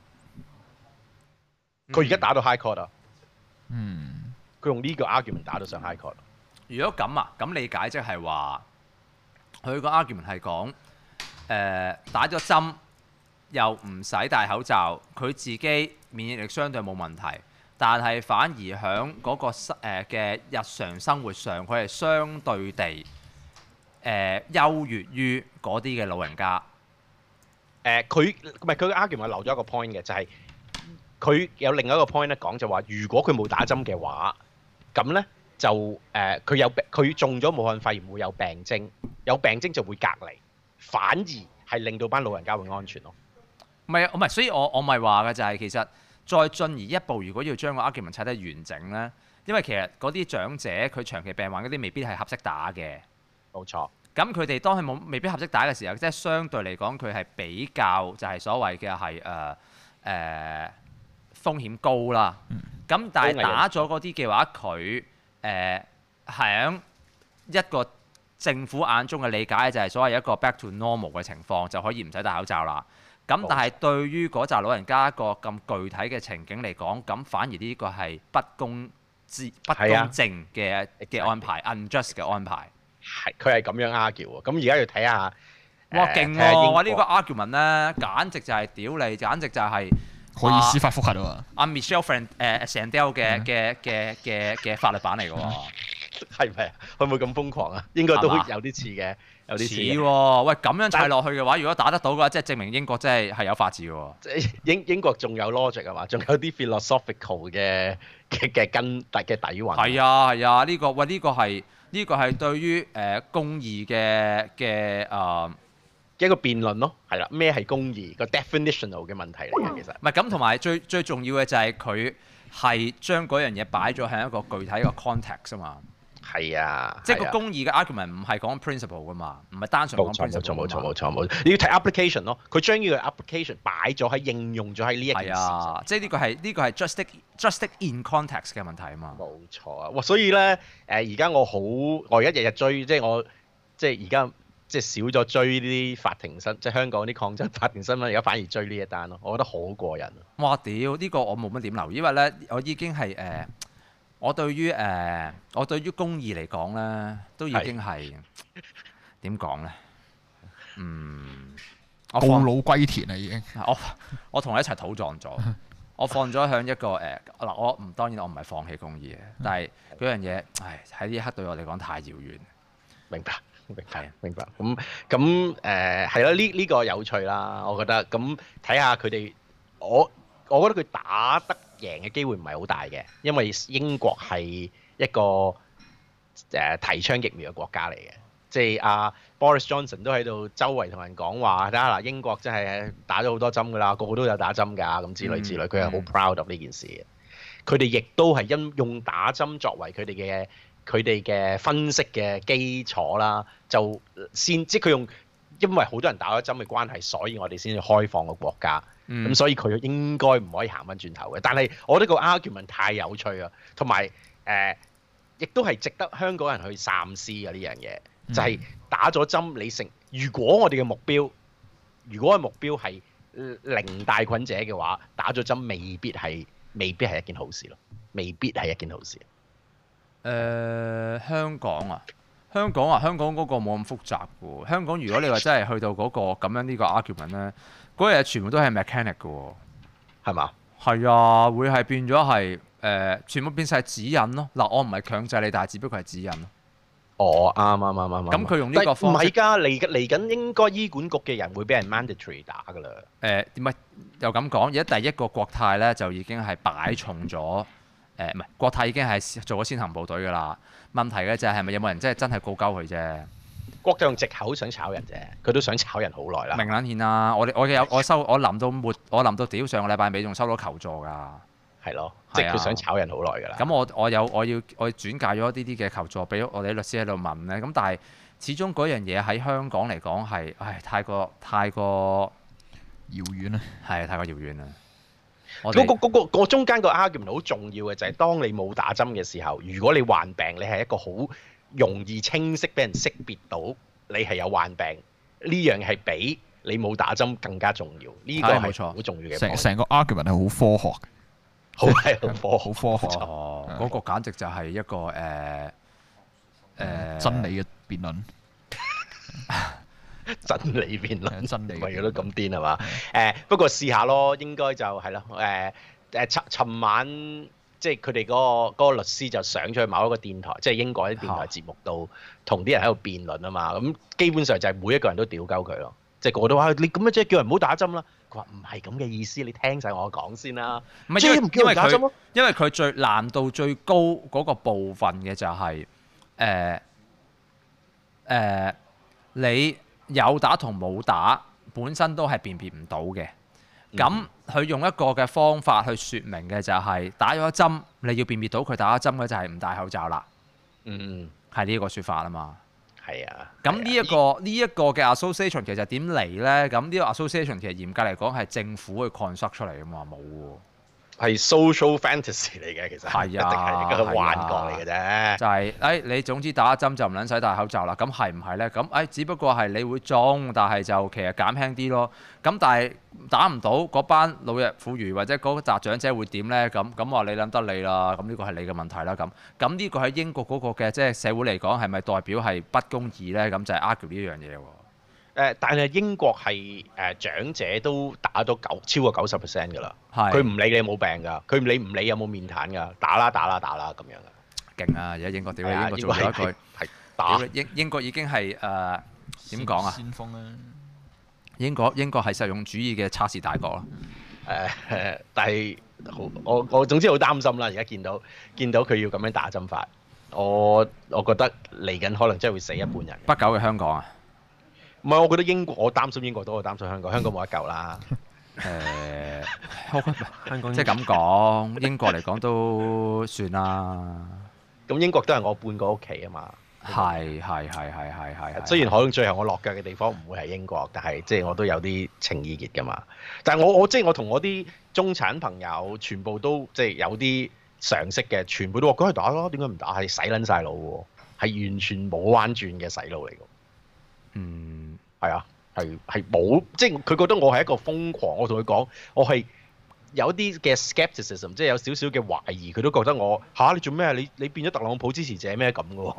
E: 佢而家打到 high court 啊！
D: 嗯，
E: 佢用呢個 argument 打到上 high court。
A: 如果咁啊，咁理解即係話，佢個 argument 係講誒打咗針又唔使戴口罩，佢自己免疫力相對冇問題，但係反而響嗰個生誒嘅日常生活上，佢係相對地誒、呃、優越於嗰啲嘅老人家。
E: 誒佢唔係佢嘅 argument 係留咗一個 point 嘅，就係、佢有另一個 point 咧講就話，如果佢冇打針嘅話，咁咧就誒佢、有病佢中咗武漢肺炎會有病徵，有病徵就會隔離，反而係令到班老人家會安全咯。
A: 唔係，唔係，所以我我咪話嘅就係、其實再進而一步，如果要將個 argument 砌得完整咧，因為其實嗰啲長者佢長期病患嗰啲未必係合適打嘅。
E: 冇錯，
A: 咁佢哋當佢冇未必合適打嘅時候，即係相對嚟講，佢係比較就係所謂嘅係誒誒風險高啦。咁、但係打咗嗰啲嘅話，佢誒響一個政府眼中嘅理解就係所謂一個 back to normal 嘅情況，就可以唔使戴口罩啦。咁
E: 冇錯
A: 但係對於嗰扎老人家一個咁具體嘅情景嚟講，咁反而呢個係不公之不
E: 係啊
A: 公正嘅嘅
E: Exactly
A: 安排，unjust 嘅安排。
E: 係佢係咁樣 argue 喎。咁而家要睇下，
A: 哇，
E: 誒
A: 勁
E: 睇下英
A: 喎！
E: 國
A: 哇，呢個 argument 咧，簡直就係屌你，簡直就係
D: 可以司法覆核啊喎。
A: 阿 Michelle Friend 誒 Sandel 嘅
D: 嗯
A: 嘅嘅嘅嘅法律版嚟嘅
E: 嗯
A: 喎，
E: 係咪啊？會唔會咁瘋狂啊？應該都
A: 係嘛
E: 有啲似嘅，有啲
A: 似
E: 似嘅。
A: 喎。喂，咁樣砌落去嘅話，如果打得到嘅話，即係證明英國真係係有法治嘅喎。
E: 即係英英國仲有 logic 啊嘛，仲有啲 philosophical 嘅嘅嘅根底嘅底韻。
A: 係啊係啊，呢個喂呢個係呢個係對於誒公義嘅嘅啊誒。
E: 一個辯論咯，係啦，咩係公義個 definitional 嘅問題嚟嘅，其實
A: 唔係咁，同埋最最重要嘅就係佢係將嗰樣嘢擺咗喺一個具體嘅 context 啊嘛，
E: 係啊，
A: 即係
E: 係啊
A: 個公義嘅 argument 唔係講 principle 噶嘛，唔係單純講
E: 冇錯冇
A: principle
E: 錯
A: 㗎
E: 冇錯
A: 嘛
E: 冇錯冇錯，你要睇 application 咯，佢將呢個 application 擺咗喺應用咗喺呢一件事
A: 係
E: 上。
A: 啊，即係呢個係呢個係 just stick just stick in context 嘅問題啊嘛。
E: 冇錯啊！哇，所以咧，誒而家我好，我而家日日追，即係我即係而家即係少咗追呢啲法庭新，即係香港啲抗爭法庭新聞，而家反而追呢一單咯，我覺得好過癮啊！
A: 哇屌！呢、個我冇乜點留意，因為咧我已經係誒、呃我對於誒、呃我對於公義嚟講咧，都已經係點講咧？嗯，我
D: 告
A: 放
D: 老歸田啊啦，已經
A: 我我同佢一齊土葬咗，我放咗向一個誒嗱、我唔當然我唔係放棄公義嘅，但係嗰樣嘢，唉喺呢一刻對我嚟講太遙遠。
E: 明白，明
A: 係啊
E: 白，明白。咁咁誒係啦，呢呢個有趣啦，我覺得。咁睇下佢哋，我我覺得佢打得贏嘅機會唔係好大嘅，因為英國係一個誒、呃提倡疫苗嘅國家嚟嘅。即係阿、啊 Boris Johnson 都喺度周圍同人講話，睇下嗱，英國真係打咗好多針㗎啦，個個都有打針㗎，咁之類之類，佢係
A: 嗯
E: 好 proud of 呢件事嘅。佢哋亦都係因用打針作為佢哋嘅佢哋嘅分析嘅基礎啦，就先即係佢用，因為好多人打咗針嘅關係，所以我哋先至開放個國家。咁、
A: 嗯，
E: 所以佢應該唔可以行翻轉頭嘅。但係我覺得個 argument 太有趣啊，同埋誒，亦都係值得香港人去三思嘅呢樣嘢，
A: 嗯
E: 就係、打咗針你成。如果我哋嘅目標，如果嘅目標係呃零帶菌者嘅話，打咗針未必係未必係一件好事咯，未必係一件好事。
A: 誒、香港啊，香港啊，香港嗰個冇咁複雜嘅喎。香港如果你話真係去到嗰、個咁樣呢個 argument 咧，嗰嘢全部都係 mechanic 嘅喎。
E: 係嘛？
A: 係啊，會係變咗係誒，全部變晒指引咯。嗱，我唔係強制你，但係只不過係指引咯。
E: 哦，啱啱啱啱啱。
A: 咁佢用呢個方式
E: 但唔係㗎，嚟緊嚟緊應該醫管局嘅人會俾人 mandatory 打㗎啦。
A: 誒點解又咁講？而家第一個國泰咧就已經係擺重咗誒，唔係國泰已經係做咗先行部隊㗎啦。問題嘅就係係咪有冇人真係真係告鳩佢啫？
E: 國際用藉口想炒人啫，佢都想炒人好耐啦。
A: 明撚顯啦！我哋我有我收我臨到末，我臨到屌上個禮拜尾仲收到求助㗎。
E: 啊係咯，
A: 係
E: 即係
A: 啊
E: 佢想炒人好耐㗎啦。
A: 咁我我有我要我轉介咗呢啲嘅求助俾我哋啲律師喺度問咧。咁但係始終嗰樣嘢喺香港嚟講係，唉，太過太過
D: 遙遠啊！
A: 係太過遙遠啦。我
E: 嗰
A: 哋
E: 個嗰個嗰個中間個 argument 好重要嘅就係，當你冇打針嘅時候，如果你患病，你係一個好容易清晰俾人識別到你係有患病，呢樣係比你冇打針更加重要。呢個
A: 係
E: 係
A: 冇錯
E: 好重要嘅 point。
D: 成成個 argument 係好科學嘅，
E: 好係
D: 好
E: 好火，
D: 科學
A: 哦，
D: 嗯
A: 嗰個簡直就係一個誒誒
D: 真理嘅辯論，
E: 真理辯論，
D: 呃真理嘅辯論
E: 咪都咁癲係嘛？誒，不過試下咯，應該就係啦。誒誒，尋尋晚即係佢哋嗰個嗰個律師就上咗去某一個電台，即係英國啲電台節目度，同啲人喺度辯論啊嘛。咁基本上就係每一個人都屌鳩佢咯，即係個個都話你咁樣即係叫人唔好打針啦。佢話唔係咁嘅意思，你聽晒我講先啦。
A: 唔係
E: 即
A: 因
E: 係
A: 為
E: 唔叫
A: 因為
E: 人打針
A: 佢
E: 咯
A: 因為佢最難度最高嗰個部分嘅就係誒誒，你有打同冇打本身都係辨別唔到嘅。
E: 嗯
A: 咁佢用一個嘅方法去説明嘅就係打咗針，你要辨別到佢打咗針嘅就係唔戴口罩啦，
E: 嗯，
A: 係呢一個説法啊嘛。
E: 係啊。
A: 咁
E: 係啊
A: 呢一個呢一個嘅 association 其實點嚟呢？咁呢個 association 其實嚴格嚟講係政府去 construct 出嚟嘅嘛，冇喎，
E: 係 social fantasy 嚟嘅，其實
A: 係啊啊
E: 一定係一個幻覺嚟嘅 啫。
A: 就係、誒、你總之打針就唔撚使戴口罩啦。咁係唔係呢？咁誒、哎只不過係你會中，但係就其實減輕啲咯。咁但係打唔到嗰班老弱婦孺或者嗰扎長者會點呢？咁咁話你諗得你啦，咁呢個係你嘅問題啦。咁咁呢個喺英國嗰個嘅即係社會嚟講係咪代表係不公義呢？咁就係 argue 呢樣嘢喎。
E: 誒，呃但係英國係誒長者都打咗九超過九十 percent 㗎啦，
A: 係
E: 佢唔理你有冇病㗎，佢唔理唔理有冇面癱㗎，打啦打啦打啦咁樣㗎。
A: 勁啊！而家英國屌你，
E: 係啊
A: 英國做咗一句
E: 係。啊係打
A: 屌你英英國已經係誒、呃點講啊
D: 先鋒啦，
A: 英國英國係實用主義嘅測試大國啦。
E: 誒，呃 但係好我我總之好擔心啦。而家見到見到佢要咁樣打針法，我我覺得嚟緊可能真係會死一半人。
A: 不久嘅香港啊，
E: 唔係，我覺得英國我擔心英國多過擔心香港，香港冇得 救啦。
A: 誒、我覺得
B: 香港
A: 即係咁講，英國嚟講都算啦。
E: 咁英國都係我半個屋企啊嘛。
A: 係係係係係係。
E: 雖然可能最後我落腳嘅地方唔會係英國，但係即係我都有啲情意結㗎嘛。但係我我即係我同我啲中產朋友全部都即係有啲常識嘅，全部都話梗係打咯，點解唔打？係洗撚晒腦喎，係完全冇彎轉嘅洗腦嚟㗎。
A: Ừ. 嗯
E: 係啊，係係冇，即係佢覺得我係一個瘋狂。我同佢講，我係有啲嘅 skepticism，即係有少少嘅懷疑，佢都覺得我吓、你做咩？你你變咗特朗普支持者咩咁嘅喎？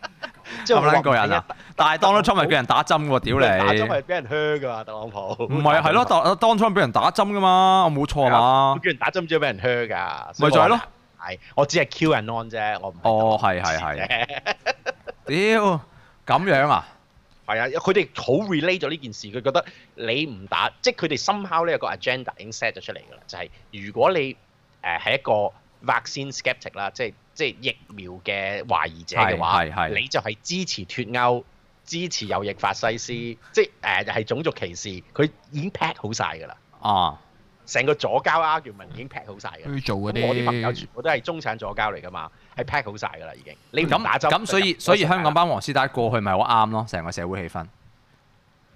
E: 即係
A: 咁撚個人啊！但係 à, Donald Trump 係俾人打針喎，屌
E: 打針
A: 你！
E: 係俾人靴㗎嘛，特朗普。
A: 唔係啊，係咯，Donald Donald Trump 俾人打針噶嘛，我冇錯啊嘛
E: 我。叫人打針之後俾人靴㗎，所以
A: 咪就係咯
E: 我話。係，我只係 Q and on 啫，我唔係特朗普
A: 哦，係係係。屌，咁樣啊？
E: 係啊，佢哋好 relate 咗呢件事，佢覺得你唔打，即係佢哋 somehow 呢有個 agenda 已經 set 咗出嚟㗎啦，就係、如果你誒係、一個 vaccine skeptic 啦，即係即係疫苗嘅懷疑者嘅
A: 係係
E: 話，
A: 係
E: 你就係支持脱歐，支持右翼法西斯，即係誒係種族歧視，佢已經 pack 好晒㗎啦，
A: 啊，
E: 成個左膠 argument 已經 pack 好晒㗎啦。
A: 嗯
D: 去做嗰
E: 咁我啲朋友
D: 啲
E: 全部都係中產左膠嚟㗎嘛，係 pack 好晒㗎啦已經。你唔
A: 咁
E: 打針
A: 咁，所以所以香港班黃絲帶過去咪好啱咯，成個社會氣氛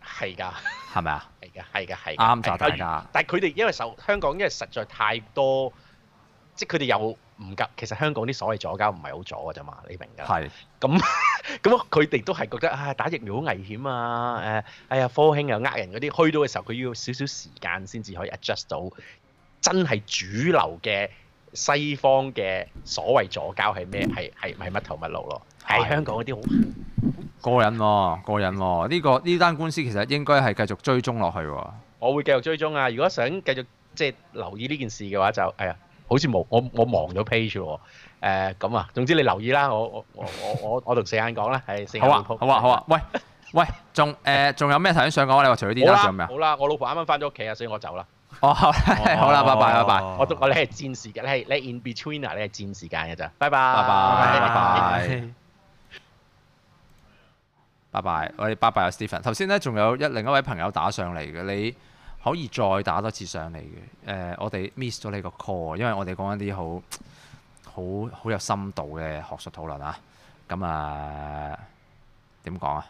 E: 係㗎。
A: 係咪啊？
E: 係嘅，係嘅，係嘅
A: 啱晒
E: 係嘅
A: 大家
E: 但係佢哋因為受香港，因為實在太多，即係佢哋又唔夾。其實香港啲所謂左交唔係好左嘅啫嘛，你明㗎啦？
A: 係。
E: 咁佢哋都係覺得啊，打疫苗好危險啊！誒、哎呀，科興又呃人嗰啲，去到嘅時候佢要少少時間先至可以 adjust 到真係主流嘅西方嘅所謂左交係咩？係係係乜頭乜路咯？
A: 係
E: 係香港嗰啲好
A: 過癮喎，過癮喎！呢、個呢單官司其實應該係繼續追蹤落去喎。
E: 我會繼續追蹤啊！如果想繼續即係留意呢件事嘅話就，哎呀，好似冇我我忘咗 page 喎。誒咁啊，總之你留意啦。我我我我我我同四眼講啦，係四眼
A: 好啊，
E: 會 post
A: 好啊，好啊！喂喂，仲誒仲有咩頭先想講？你話除咗呢
E: 好
A: 單
E: 啦
A: 仲有咩啊？
E: 好啦，我老婆啱啱翻咗屋企啊，所以我走啦。
A: 哦， 好啦， 好啦，拜拜，拜拜，
E: 我
B: 哦
E: 都我你係戰時間，你係你係 in between 啊，你係戰時間嘅咋。拜拜，
A: 拜拜拜拜
B: 係
A: 拜拜。我哋拜拜啊，Stephen。頭先咧仲有一另一位朋友打上嚟嘅，你可以再打多次上嚟嘅。誒、我哋 miss 咗你個 call，因為我哋講緊啲好好好有深度嘅學術討論啊。咁啊，點講啊？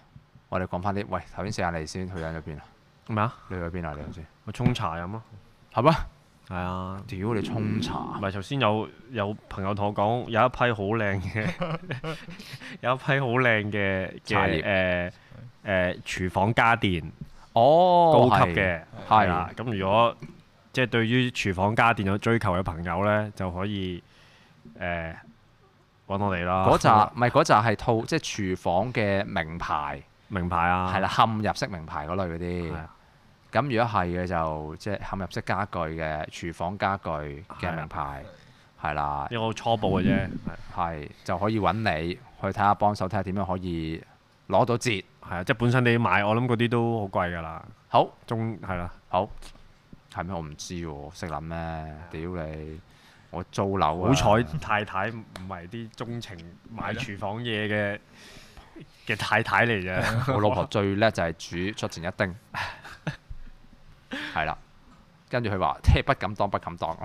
A: 我哋講翻啲，喂，頭先四眼你先去緊咗邊啊？
B: 咩啊？
A: 你去咗邊啊？你頭先
B: 我沖茶飲咯，
A: 係嗯咩？
B: 係啊。
A: 屌你沖茶
B: 唔！係頭先有有朋友同我講，有一批好靚嘅， 有一批好靚嘅
A: 茶葉
B: 嘅誒誒廚房家電
A: 哦，
B: 高級嘅
A: 係
B: 啦。咁如果即係對於廚房家電有追求嘅朋友咧，就可以誒揾、我哋啦。
A: 嗰扎唔係嗰扎係套即係廚房嘅名牌，
B: 名牌啊，
A: 係啦，嵌入式名牌嗰類嗰
B: 係
A: 啲
B: 啊。
A: 咁如果係嘅就即係嵌入式家具嘅廚房家具嘅名牌，係啦，
B: 因為我初步嘅啫，係
A: 係就可以揾你去睇下幫手，睇下點樣可以攞到折。
B: 係啊，即係本身你買，我諗嗰啲都好貴㗎啦，
A: 好，
B: 中係啦，
A: 好係咩？我唔知喎，識諗咩？屌你！我租樓啊！
B: 好彩太太唔係啲鍾情買
D: 係咯
B: 廚房嘢嘅嘅太太嚟啫，
A: 我老婆最叻就係煮出前一丁，係啦。跟住佢話：，聽不敢當，不敢當。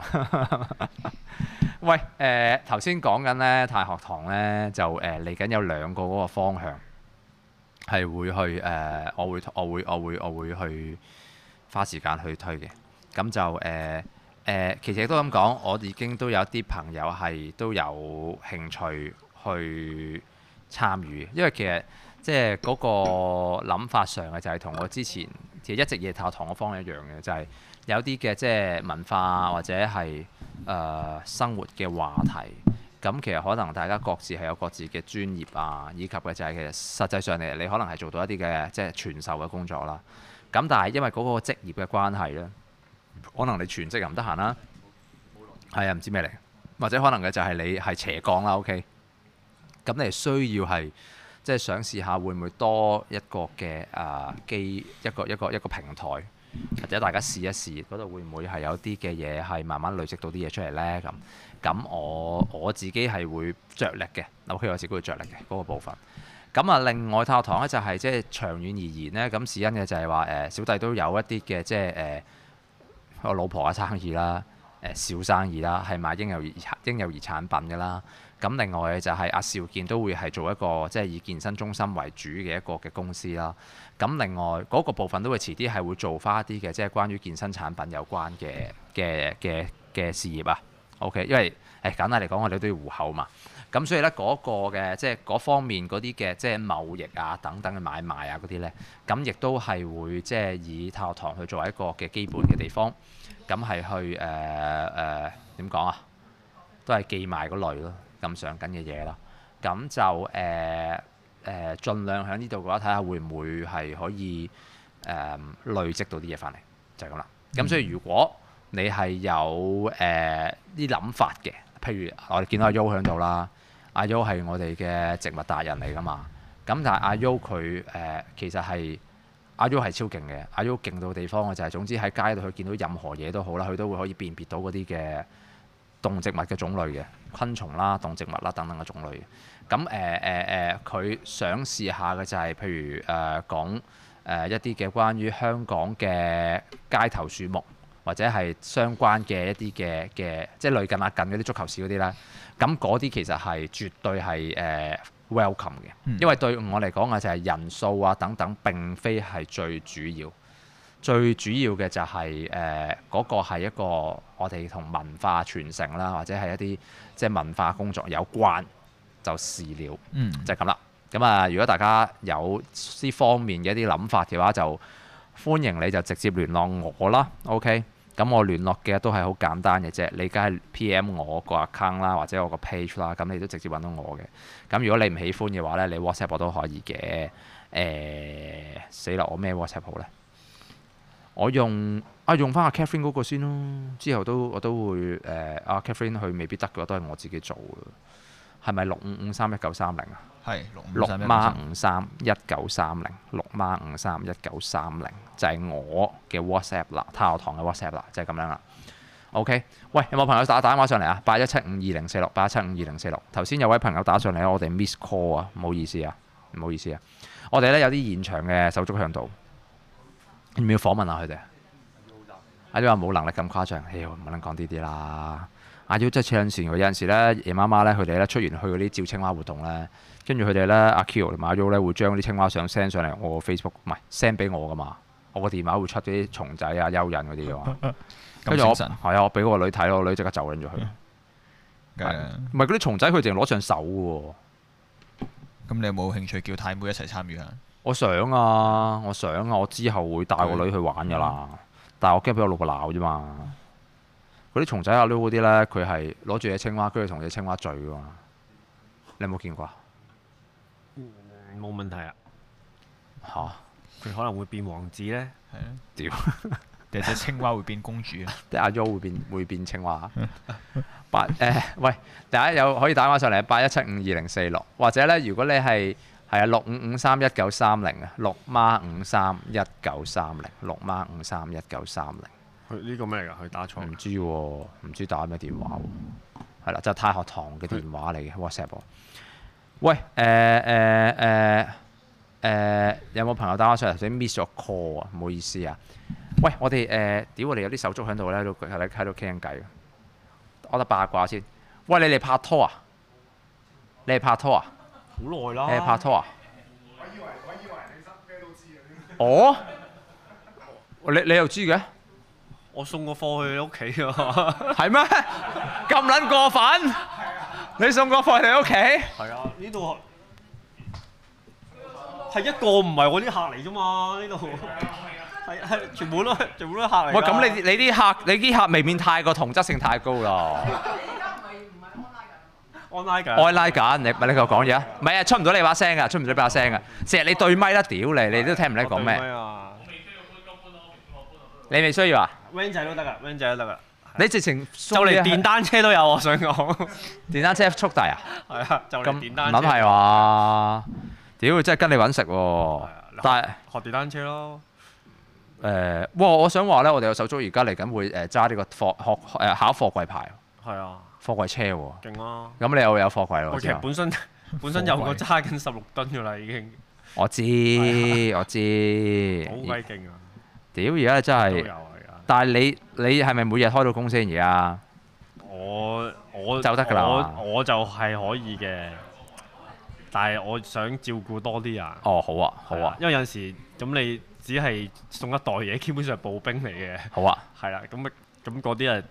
A: 喂，誒頭先講緊咧，太學堂咧就誒嚟緊有兩個嗰個方向係會去誒、我會我會我會我會去花時間去推嘅。咁就誒誒、其實都咁講，我已經都有一啲朋友係都有興趣去參與，因為其實。即係嗰個諗法上嘅就係同我之前其實一直夜探堂嘅方向一樣嘅，就係、有啲嘅即係文化或者係誒、呃生活嘅話題。咁其實可能大家各自係有各自嘅專業啊，以及嘅就係其實實際上嚟你可能係做到一啲嘅即係傳授嘅工作啦。咁但係因為嗰個職業嘅關係咧，可能你全職又唔得閒啦，係啊唔知咩嚟，或者可能嘅就係你係斜槓啦，OK。咁你係需要係即係想試下會唔會多一個嘅啊機一個一個一個平台，或者大家試一試嗰度會唔會係有啲嘅嘢係慢慢累積到啲嘢出嚟呢？咁咁我我自己係會着力嘅，OK 我自己會着力嘅嗰、個部分。咁啊，另外塔堂咧就係、即係長遠而言呢，咁事因嘅就係話誒，小弟都有一啲嘅即係誒、呃我老婆嘅生意啦，誒、小生意啦，係賣嬰幼兒產嬰幼兒產品嘅啦。咁另外嘅就係阿邵健都會係做一個即係以健身中心為主嘅一個嘅公司啦。咁另外嗰、個部分都會遲啲係會做翻一啲嘅即係關於健身產品有關嘅嘅嘅嘅事業啊。OK，因為誒簡單嚟講，我哋都要户口嘛。咁所以咧嗰、個嘅即係嗰方面嗰啲嘅即係貿易啊等等嘅買賣啊嗰啲咧，咁亦都係會即係以太學堂去作為一個嘅基本嘅地方，咁係去誒誒點講啊？都係寄賣嗰類咯，咁上緊嘅嘢啦。咁就誒誒、呃呃盡量喺呢度嘅話，睇下會唔會係可以誒、呃累積到啲嘢翻嚟，就係咁啦。咁所以如果你係有誒啲諗法嘅，譬如我哋見到阿 U 喺度啦，阿 U 係我哋嘅植物達人嚟噶嘛。咁但係阿 U 佢誒其實係。阿 U 係超勁嘅，阿 U 勁到地方嘅就係、總之喺街度佢見到任何嘢都好啦，佢都會可以辨別到嗰啲嘅動植物嘅種類嘅，昆蟲啦、動植物啦等等嘅種類嘅。咁誒誒誒，呃佢、想試下嘅就係、譬如誒、呃、講誒、呃一啲嘅關於香港嘅街頭樹木，或者係相關嘅一啲嘅嘅，即係類近啊近嗰啲足球市嗰啲啦。咁嗰啲其實係絕對係誒、呃 welcome 嘅，
D: 嗯
A: 因為對我嚟講嘅就係人數啊等等並非係最主要。最主要嘅就係誒嗰個係一個我哋同文化傳承啦，或者係一啲即係文化工作有關就是了，
D: 嗯，
A: 就係咁啦。咁啊，如果大家有呢方面嘅一啲諗法嘅話，就歡迎你就直接聯絡我啦。OK，咁我聯絡嘅都係好簡單嘅啫，你梗係 PM 我個 account 啦，或者我個 page 啦，咁你都直接揾到我嘅。咁如果你唔喜歡嘅話呢，你 WhatsApp 我都可以嘅。誒、死啦！我咩 WhatsApp 好呢？我用啊用翻阿 Catherine 嗰個先咯，之後都我都會誒阿、Catherine 佢未必得嘅話，都係我自己做嘅。係咪六五五三一九三零啊？
D: 係六
A: 六
D: 五三一
A: 孖五三一九三零，六孖五三一九三零就係我嘅 WhatsApp 啦，太學堂嘅 WhatsApp 啦，就係、咁樣啦。OK，喂，有冇朋友打打電話上嚟啊？八一七五二零四六，八一七五二零四六。頭先有位朋友打上嚟，我哋 miss call 啊，唔好意思啊，唔好意思啊。我哋咧有啲現場嘅手足向度，要唔要訪問下佢哋啊？阿 U 話冇能力咁誇張，屌唔能講呢啲啦。阿 U 真係黐撚線喎，有陣時咧夜媽媽咧佢哋咧出完去嗰啲照青蛙活動咧。跟住佢哋咧，阿 Q 同埋阿 U 咧會將啲青蛙相 send 上嚟我個 Facebook，唔係 send 俾我噶嘛。我個電話會出啲蟲仔啊、蚯蚓嗰啲嘅 嘛。跟住
D: 咁精
A: 我
D: 神，
A: 係啊，我俾我個女睇，我個女即刻走撚咗佢。
D: 梗係啊啦
A: 唔係嗰啲蟲仔，佢淨係攞上手嘅喎。
D: 咁你有冇興趣叫太妹一齊參與啊？嗯
A: 我想啊，我想啊，我之後會帶個女去玩噶啦。但係我驚俾我老婆鬧啫嘛。嗰啲蟲仔阿 Loo 嗰啲咧，佢係攞住隻青蛙，跟住同隻青蛙聚噶嘛。你有冇見過啊？
B: 冇問題啊，
A: 嚇！
B: 佢可能會變王子咧。
D: 係啊
A: 屌！
D: 定係隻青蛙會變公主啊？
A: 啲阿 Jo 會變會變青蛙。八誒、喂，大家有可以打電話上嚟八一七五二零四六，或者咧，如果你係係啊六五五三一九三零啊，六孖五三一九三零，六孖五三一九三零，
B: 佢呢個咩嚟㗎？佢打錯
A: 唔。知喎，唔知打咩電話喎，係啦，就太學堂嘅電話嚟嘅 WhatsApp 喎。喂，誒誒誒誒，有冇朋友打電話上嚟頭先 miss 咗 call 啊？唔好意思啊。喂，我哋誒、呃屌我哋有啲手足喺度咧，喺度喺度喺度傾緊偈。我得八卦先。喂，你哋拍拖啊？你哋拍拖啊？
B: 好耐
A: 你
B: 啦。
A: 哋拍拖啊？我以哦為我以為你都知嘅。哦？你你又知嘅？
B: 我送個貨去你屋企啊。
A: 係咩？ 咁撚過分！你送個貨去你屋企？
B: 係啊，呢度係一個唔係我啲客嚟啫嘛，呢度係啊係全部都係全部都係客嚟㗎。
A: 喂，咁你你啲客你啲客未免太過同質性太高啦。
B: 啊 online 㗎？
A: 我拉緊，你咪你繼續講嘢啊！唔係啊，出唔到你把聲啊，出唔到你把聲啊！成日你對咪啦，屌你，你都聽唔你講咩？
B: 啊
A: 你未需要啊？
B: ？van 仔都得㗎，van 仔都得㗎。
A: 你直情
B: 就嚟電單車都有，我想講。
A: 電單車速遞啊？
B: 係啊，就
A: 咁
B: 嚟電
A: 唔
B: 單車。
A: 諗係話，屌真係跟你揾食喎
B: 係啊！
A: 但係
B: 學電單車咯，
A: 誒，哇！我想話咧，我哋有手足而家嚟緊會誒揸呢個貨學誒考貨櫃牌，
B: 係啊，
A: 貨櫃車喎。
B: 勁啊！
A: 咁你又有貨櫃咯？
B: 我
A: 我
B: 其
A: 知
B: 實
A: 啊
B: 本身本身有個揸緊十六噸㗎啦，已經
A: 我知，
B: 啊
A: 我知。
B: 好鬼勁啊！
A: 屌！而家真
B: 都有
A: 係，
B: 啊而家。
A: 但係你你係咪每日開到工先而家？
B: 我我
A: 就得㗎啦
B: 我我就係可以嘅，但係我想照顧多啲人。
A: 哦，好啊，好
B: 係啦
A: 啊，
B: 因為有陣時咁你只係送一袋嘢，基本上係步兵嚟嘅，
A: 好啊。
B: 係啦，咁咪咁嗰啲啊，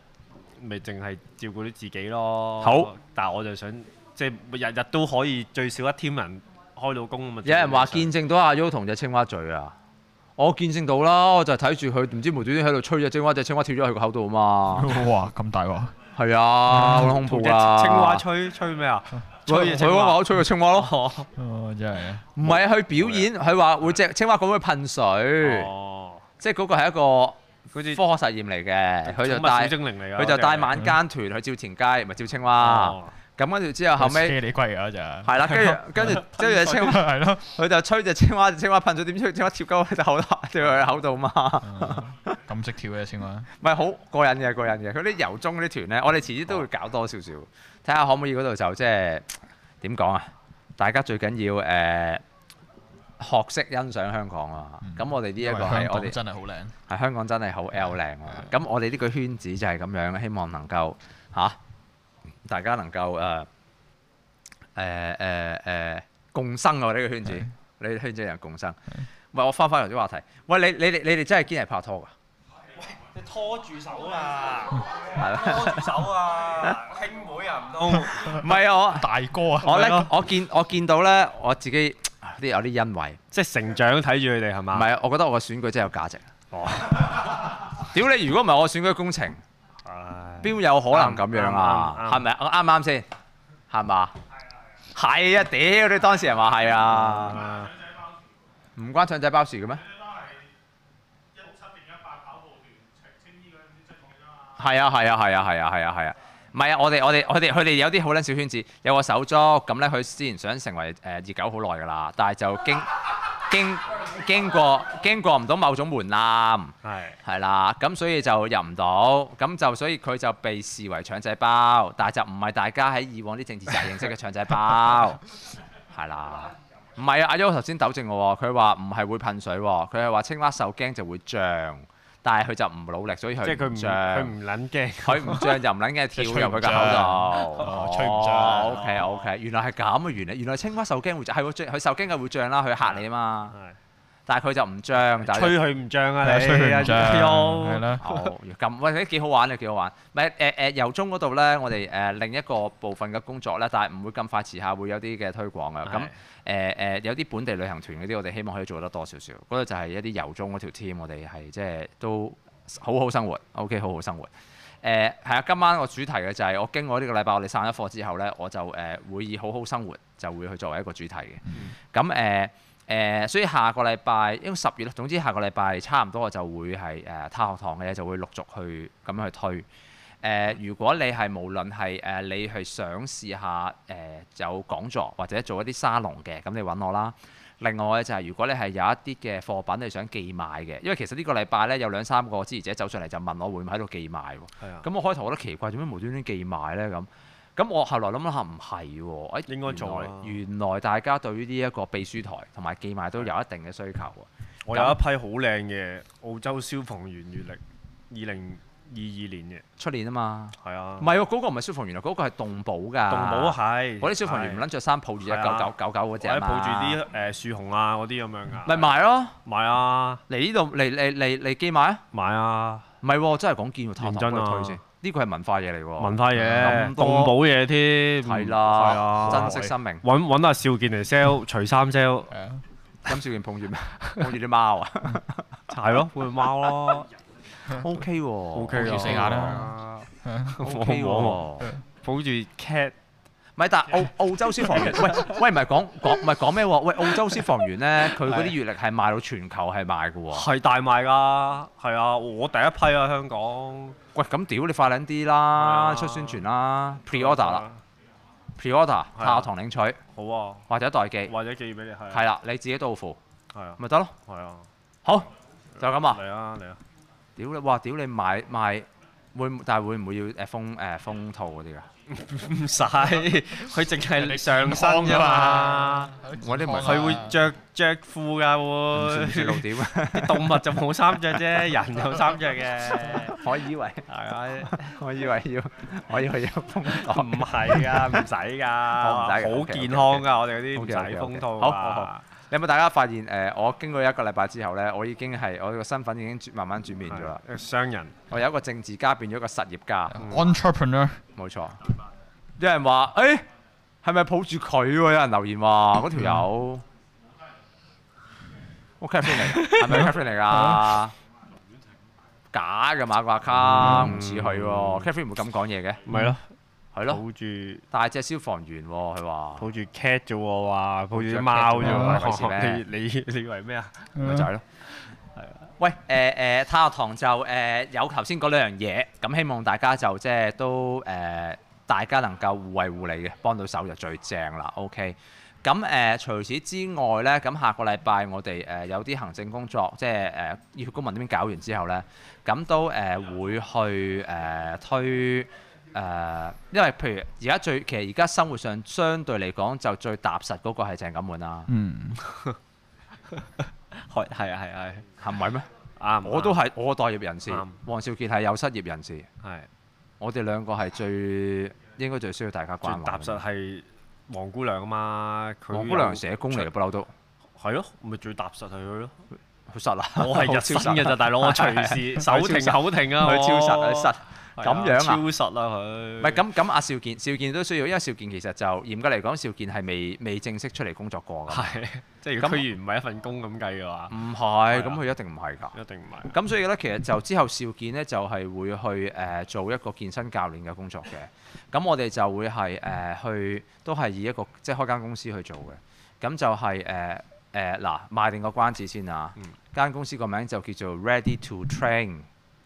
B: 咪淨係照顧啲自己咯。
A: 好，
B: 但係我就想即係日日都可以最少一 team 人開到工咁啊。
A: 有人話見證到阿 U 同只青蛙嘴啊！我見證到啦，我就係睇住佢唔知無端端喺度吹只青蛙，只青蛙跳咗去佢個口度啊 嘛！
D: 哇！咁大鑊，
A: 係啊，好恐怖
B: 同隻
A: 啊！
B: 青蛙吹吹咩啊？
A: 佢
B: 吹
A: 佢
B: 隻青
A: 嗰
B: 蛙
A: 口吹個青蛙咯，
B: 哦
D: 哦真係
A: 唔係佢表演，佢話會隻青蛙咁去噴水，
B: 哦，
A: 即係嗰個係一個
B: 好
A: 科
B: 似
A: 學實驗嚟嘅。佢就
B: 寵物小
A: 帶
B: 精靈嚟㗎，
A: 佢就帶
B: 嗰隻
D: 嗯
A: 晚啊間團去照田雞，咪照青蛙。
B: 哦
A: 咁跟住之後後尾
D: 車你龜啊咋？
A: 係啦，跟住跟 住跟住隻青蛙。
D: 係咯，
A: 佢就吹只青蛙，隻青蛙噴咗點吹青蛙貼鳩佢隻口度，掉佢口度嘛，
D: 嗯咁識跳嘅青蛙，
A: 咪好過癮嘅過癮嘅。佢啲遊中嗰啲團咧，我哋遲啲都會搞多少少，睇下可唔可以嗰度就即係點講啊？大家最緊要誒、呃、學識欣賞香港啊！咁、我哋呢一個
D: 嗯因為
A: 係
D: 香
A: 我
D: 港
A: 哋
D: 真係好靚，
A: 係啊香港真係好 L 靚啊！咁我哋呢個圈子就係咁樣，希望能夠嚇、大家能夠呃誒誒誒誒呃共生啊！我哋呢個圈子，你哋圈子人共生。唔係我翻返嚟啲話題，喂你你哋你哋真係堅係拍拖㗎？
B: 你拖住手啊！
A: 係咩
B: 拖住手啊！兄妹啊，唔通？
A: 唔係啊！
D: 大哥啊！
A: 我我
B: 係
A: 咧
B: 咯
A: 我見我見到咧我自己 啲有啲欣慰，
B: 即係成長睇住佢哋係
A: 唔
B: 嘛？
A: 係啊我覺得我嘅選舉真係有價值。
B: 哦
A: 屌你！如果唔係我選舉工程，
B: 唉
A: 邊有可能咁樣啊？
B: 啱啱啱
A: 係咪啊？我啱唔啱先？係嘛？係啊！屌你當時人話係啊，
B: 啊
A: 唔關腸仔包事嘅咩？係啊係啊係啊係啊係啊係啊！唔係啊！我哋我哋我哋佢哋有啲好撚小圈子，有個手足咁咧，佢之前想成為誒熱狗好耐㗎啦，但係就經經經過經過唔到某種門檻。
B: 係
A: 係啦，咁所以就入唔到，咁就所以佢就被視為腸仔包，但係就唔係大家喺以往啲政治實認識嘅腸仔包，係啦。唔係啊，阿 Jo 頭先糾正我喎，佢話唔係會噴水喎，佢係話青蛙受驚就會漲，但係佢就唔努力，所以
B: 即係佢
A: 佢
B: 唔
A: 唔
B: 佢
A: 漲。
B: 唔撚驚，
A: 佢唔漲就唔撚嘅跳入佢個口
D: 哦
A: 度，
D: 吹唔漲
A: 哦，OK OK，原來係咁嘅原理，原來青蛙受驚會漲，係喎，最佢受驚嘅會漲啦，佢嚇你啊嘛，但係佢就唔漲，但係就
B: 吹佢唔漲啊你，
D: 吹佢唔漲，係
B: 係啊
D: 啦，
A: 好，咁喂，啲幾好玩嘅，啊幾好玩。咪誒誒，由中嗰度咧，我哋誒、另一個部分嘅工作咧，但係唔會咁快，遲下會有啲嘅推廣啊嘅。咁誒誒，有啲本地旅行團嗰啲，我哋希望可以做得多少少。嗰度就係一啲由中嗰條 team，我哋係即係都好好生活，OK，好好生活。誒係啊，今晚個主題嘅就係我經過呢個禮拜我哋散咗課之後咧，我就誒、呃、會以好好生活就會去作為一個主題嘅。嗯咁誒誒，所以下個禮拜因為十月啦，總之下個禮拜差唔多我就會係誒他學堂嘅嘢就會陸續去咁樣去推。誒、呃如果你係無論係誒、呃你係想試下誒、呃有講座或者做一啲沙龍嘅，咁你揾我啦。另外就係如果你係有一啲嘅貨品你想寄賣嘅，因為其實呢個禮拜咧有兩三個支持者走上嚟就問我會唔會喺度寄賣喎。
B: 係啊，
A: 咁我開頭我覺得奇怪，做咩無端端寄賣咧咁？咁我後來諗諗下唔係喎，哎
B: 應該做啊啦
A: 原來原來大家對於呢一個秘書台同埋寄賣都有一定嘅需求喎。
B: 我有一批好靚嘅澳洲消防員月歷，二零二二年嘅，
A: 出年啊嘛，
B: 係啊
A: 唔，係喎，嗰、個唔係消防員啊，嗰、個係動保㗎。
B: 動保啊係，
A: 嗰啲消防員唔
B: 係
A: 撚着衫，抱住一九
B: 係啊
A: 九九九嗰只
B: 或
A: 啊
B: 者
A: 嘛
B: 抱住啲誒樹熊啊嗰啲咁樣噶，
A: 咪賣咯，
B: 買啊
A: 嚟呢度嚟嚟嚟嚟寄賣啊？
B: 買啊，
A: 唔係喎，真係講見喎，探
B: 認
A: 堂
B: 真
A: 幫
B: 啊
A: 佢推先。呢個係文化嘢嚟喎。
B: 文化嘢，
A: 哦咁多
B: 動保嘢
A: 係
B: 添，係
A: 啦，
B: 啊，
A: 珍惜生命。
B: 揾揾阿少健嚟 sell 除衫 sell，
D: 係啊，
A: 金少健碰住咩？ 碰住啲貓啊
B: 係咯， 會貓咯
A: ？OK 喎
B: ，OK
D: 抱
B: 啊
D: 住死眼啦，係啊
A: ，OK 喎。
B: 抱住 cat
A: 唔係，但係澳澳洲消防員，喂喂，唔係講講唔係講咩喎？喂，澳洲消防員咧，佢嗰啲月歷係賣到全球係賣嘅喎。
B: 係大賣㗎，係啊，我第一批啊香港
A: 喂，咁屌你快撚啲啦，
B: 係啊啊
A: 出宣傳啦，pre order 啦，，pre order
B: 係啊
A: 下堂領取
B: 好啊，
A: 或者代寄，
B: 或者寄俾你係啊，
A: 係啦，你自己到付
B: 係啊，
A: 咪得咯。
B: 係啊，
A: 好就咁啊！
B: 嚟啊嚟啊，
A: 屌你哇！屌你買賣會唔但係會唔會要誒封誒封套嗰啲㗎？
B: 唔使， 佢淨係上身
D: 康
B: 啫
D: 㗎嘛
B: 嘛，
A: 我
D: 啊
A: 啲唔係
B: 佢會着着褲
A: 唔算
B: 㗎
A: 唔算
B: 會
A: 露，點啊？
B: 啲動物就冇衫着啫，人有衫着嘅，
A: 我以為
B: 係啊。
A: 我以為要我以為要封
B: 唔
A: 袋。
B: 係噶，唔使
A: 哦唔使㗎
B: 噶，好
A: OK，OK，OK
B: 健康噶，我哋嗰啲唔
A: OK，OK，OK
B: 使封套
A: 好
B: 㗎
A: 好好你有冇大家發現誒、呃我經過一個禮拜之後咧，我已經係我個身份已經轉慢慢轉變咗啦。
B: 係商人
A: 我由一個政治家變咗一個實業家，
D: ，entrepreneur
A: 冇錯。有人話：，誒係咪抱住佢喎？有人留言話嗰條友，
B: 嗯
A: 我 Catherine 嚟㗎， 係咪 Catherine 嚟㗎？假嘅馬掛卡，唔似佢喎。Catherine 唔會咁講嘢嘅，
B: 嗯咪咯，
A: 係
B: 抱
A: 咯。
B: 住
A: 大隻消防員喎，佢話
B: 抱住 cat 啫喎，話抱住
A: 隻
B: 隻貓啫
A: cat 啫喎
B: 喎，
A: 為
B: 你你你以為咩啊？
A: 咪嗯就係咯。啊喂，誒、誒，太學堂就誒、有頭先嗰兩樣嘢，咁希望大家就即係都誒、大家能夠互惠互利嘅，幫到手就最正啦。OK，咁誒、除此之外咧，咁下個禮拜我哋誒、有啲行政工作，即係誒、要公民呢邊搞完之後咧，咁都誒、會去誒、推。誒、因為譬如而家最其實而家生活上相對嚟講就最踏實嗰個係鄭錦滿啦，
D: 嗯，
B: 係係係係
A: 係咪咩？
B: 啱，
A: 我都係我代業人士
B: 啱，
A: 黃少傑係有失業人士。
B: 係
A: 我哋兩個係最應該最需要大家
B: 最
A: 關懷。
B: 踏實係黃姑娘啊嘛，佢
A: 黃姑娘
B: 有
A: 社工嚟嘅，不嬲都
B: 係咯，咪最踏實係佢咯。
A: 好實 啦。
B: 我係日薪嘅咋，大佬，我隨時手停口停啊，
A: 佢超實，
B: 我
A: 佢實。
B: 係
A: 咁樣啊
B: 超實啦佢。
A: 哦唔係咁咁，阿邵健，邵健都需要，因為邵健其實就嚴格嚟講，邵健係未未正式出嚟工作過㗎。
B: 係，即係如果
A: 咁
B: 區員唔係一份工咁計嘅話，
A: 唔係，
B: 係
A: 咁
B: 啊
A: 佢一定唔係㗎。
B: 一定唔係。
A: 咁所以咧，其實就之後邵健咧就係會去誒、呃做一個健身教練嘅工作嘅。咁我哋就會係誒、呃去都係以一個即係開間公司去做嘅。咁就係誒誒嗱賣定個關子先啊
B: 嗯！
A: 間、公司個名就叫做 Ready to Train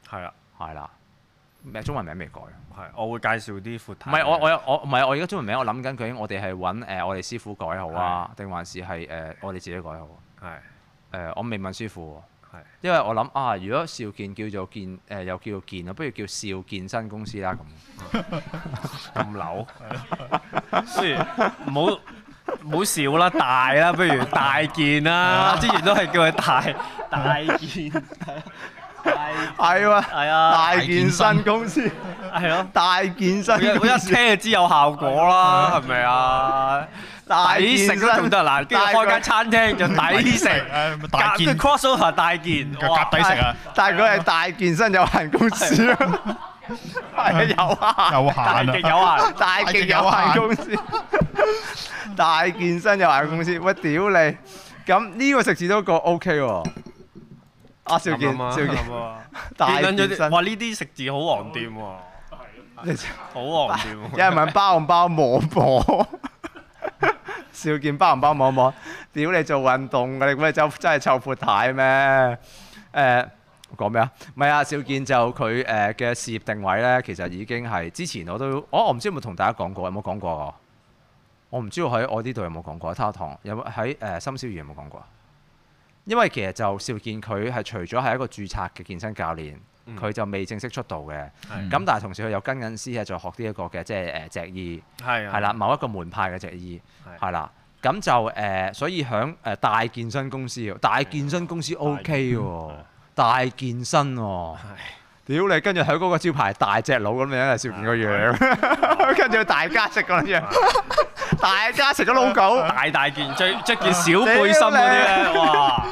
B: 係啦，
A: 係啦，咩中文名未改。
B: 係，我會介紹啲闊
A: 唔
B: 太嘅。
A: 係我我有我唔係我而家中文名我諗緊究竟我哋係揾誒我哋師傅改好啊，定還是係誒、呃我哋自己改好？
B: 係
A: 誒、呃我未問師傅喎。
B: 係
A: 因為我諗啊，如果邵健叫做健誒、又叫做健啊，不如叫邵健身公司啦咁。
B: 咁扭，不如唔好唔好笑啦，大啦，不 如大件啦。之前都係叫佢大 大件，大
A: 係喎，
B: 係啊，
D: 健身
A: 公司，
B: 係咯。
A: 大健身
B: 我一聽就知有效果啦，係咪啊？抵食都仲得嗱，跟住
A: 大
B: 開間餐廳就抵食，
D: 誒大
B: 夾
D: 件
B: 都 crossover 大件，
D: 腳夾底食啊，
A: 但係佢係大健身有限公司啊，係有
D: 有
B: 大極
D: 限啊，
B: 有啊！
A: 大
D: 極有限公
A: 司，大健身有限公司，喂屌你！咁呢個食字都個 OK 喎，阿少健，
B: 啱啊
A: 少健
B: 啱啊
A: 大
B: 見緊咗
A: 健身
B: 啲，，哇！呢啲食字好黃店喎，
A: 你
B: 好黃店
A: 有
B: 喎。
A: 人問包唔包摸摸？少健包唔包摸摸？屌你做運動嘅，你估你真真係湊闊太咩？誒、講咩啊？唔係啊，少健就佢誒嘅事業定位咧，其實已經係之前我都，我我唔知有冇同大家講過，有冇講過我？我唔知道喺我呢度有冇講過，睇下堂有冇喺誒深宵夜有冇講過？啊因為其實就邵健佢係除咗係一個註冊嘅健身教練，
B: 嗯
A: 佢、就未正式出道嘅。咁、
D: 係
A: 但係同時佢又跟緊師係在學呢一個嘅即係誒脊醫，
B: 係啊
A: 係啦，，某一個門派嘅脊醫，
B: 係
A: 係啦。咁就誒、呃所以響誒大健身公司喎，大健身公司
B: 啊
A: OK 喎，大健身喎。屌你，跟住喺嗰個招牌大隻佬咁樣，邵健個樣， 跟住大家食嗰 樣，大家食咗老狗。
B: 大大件，着着
A: 啊
B: 件小背心嗰啲咧，哇！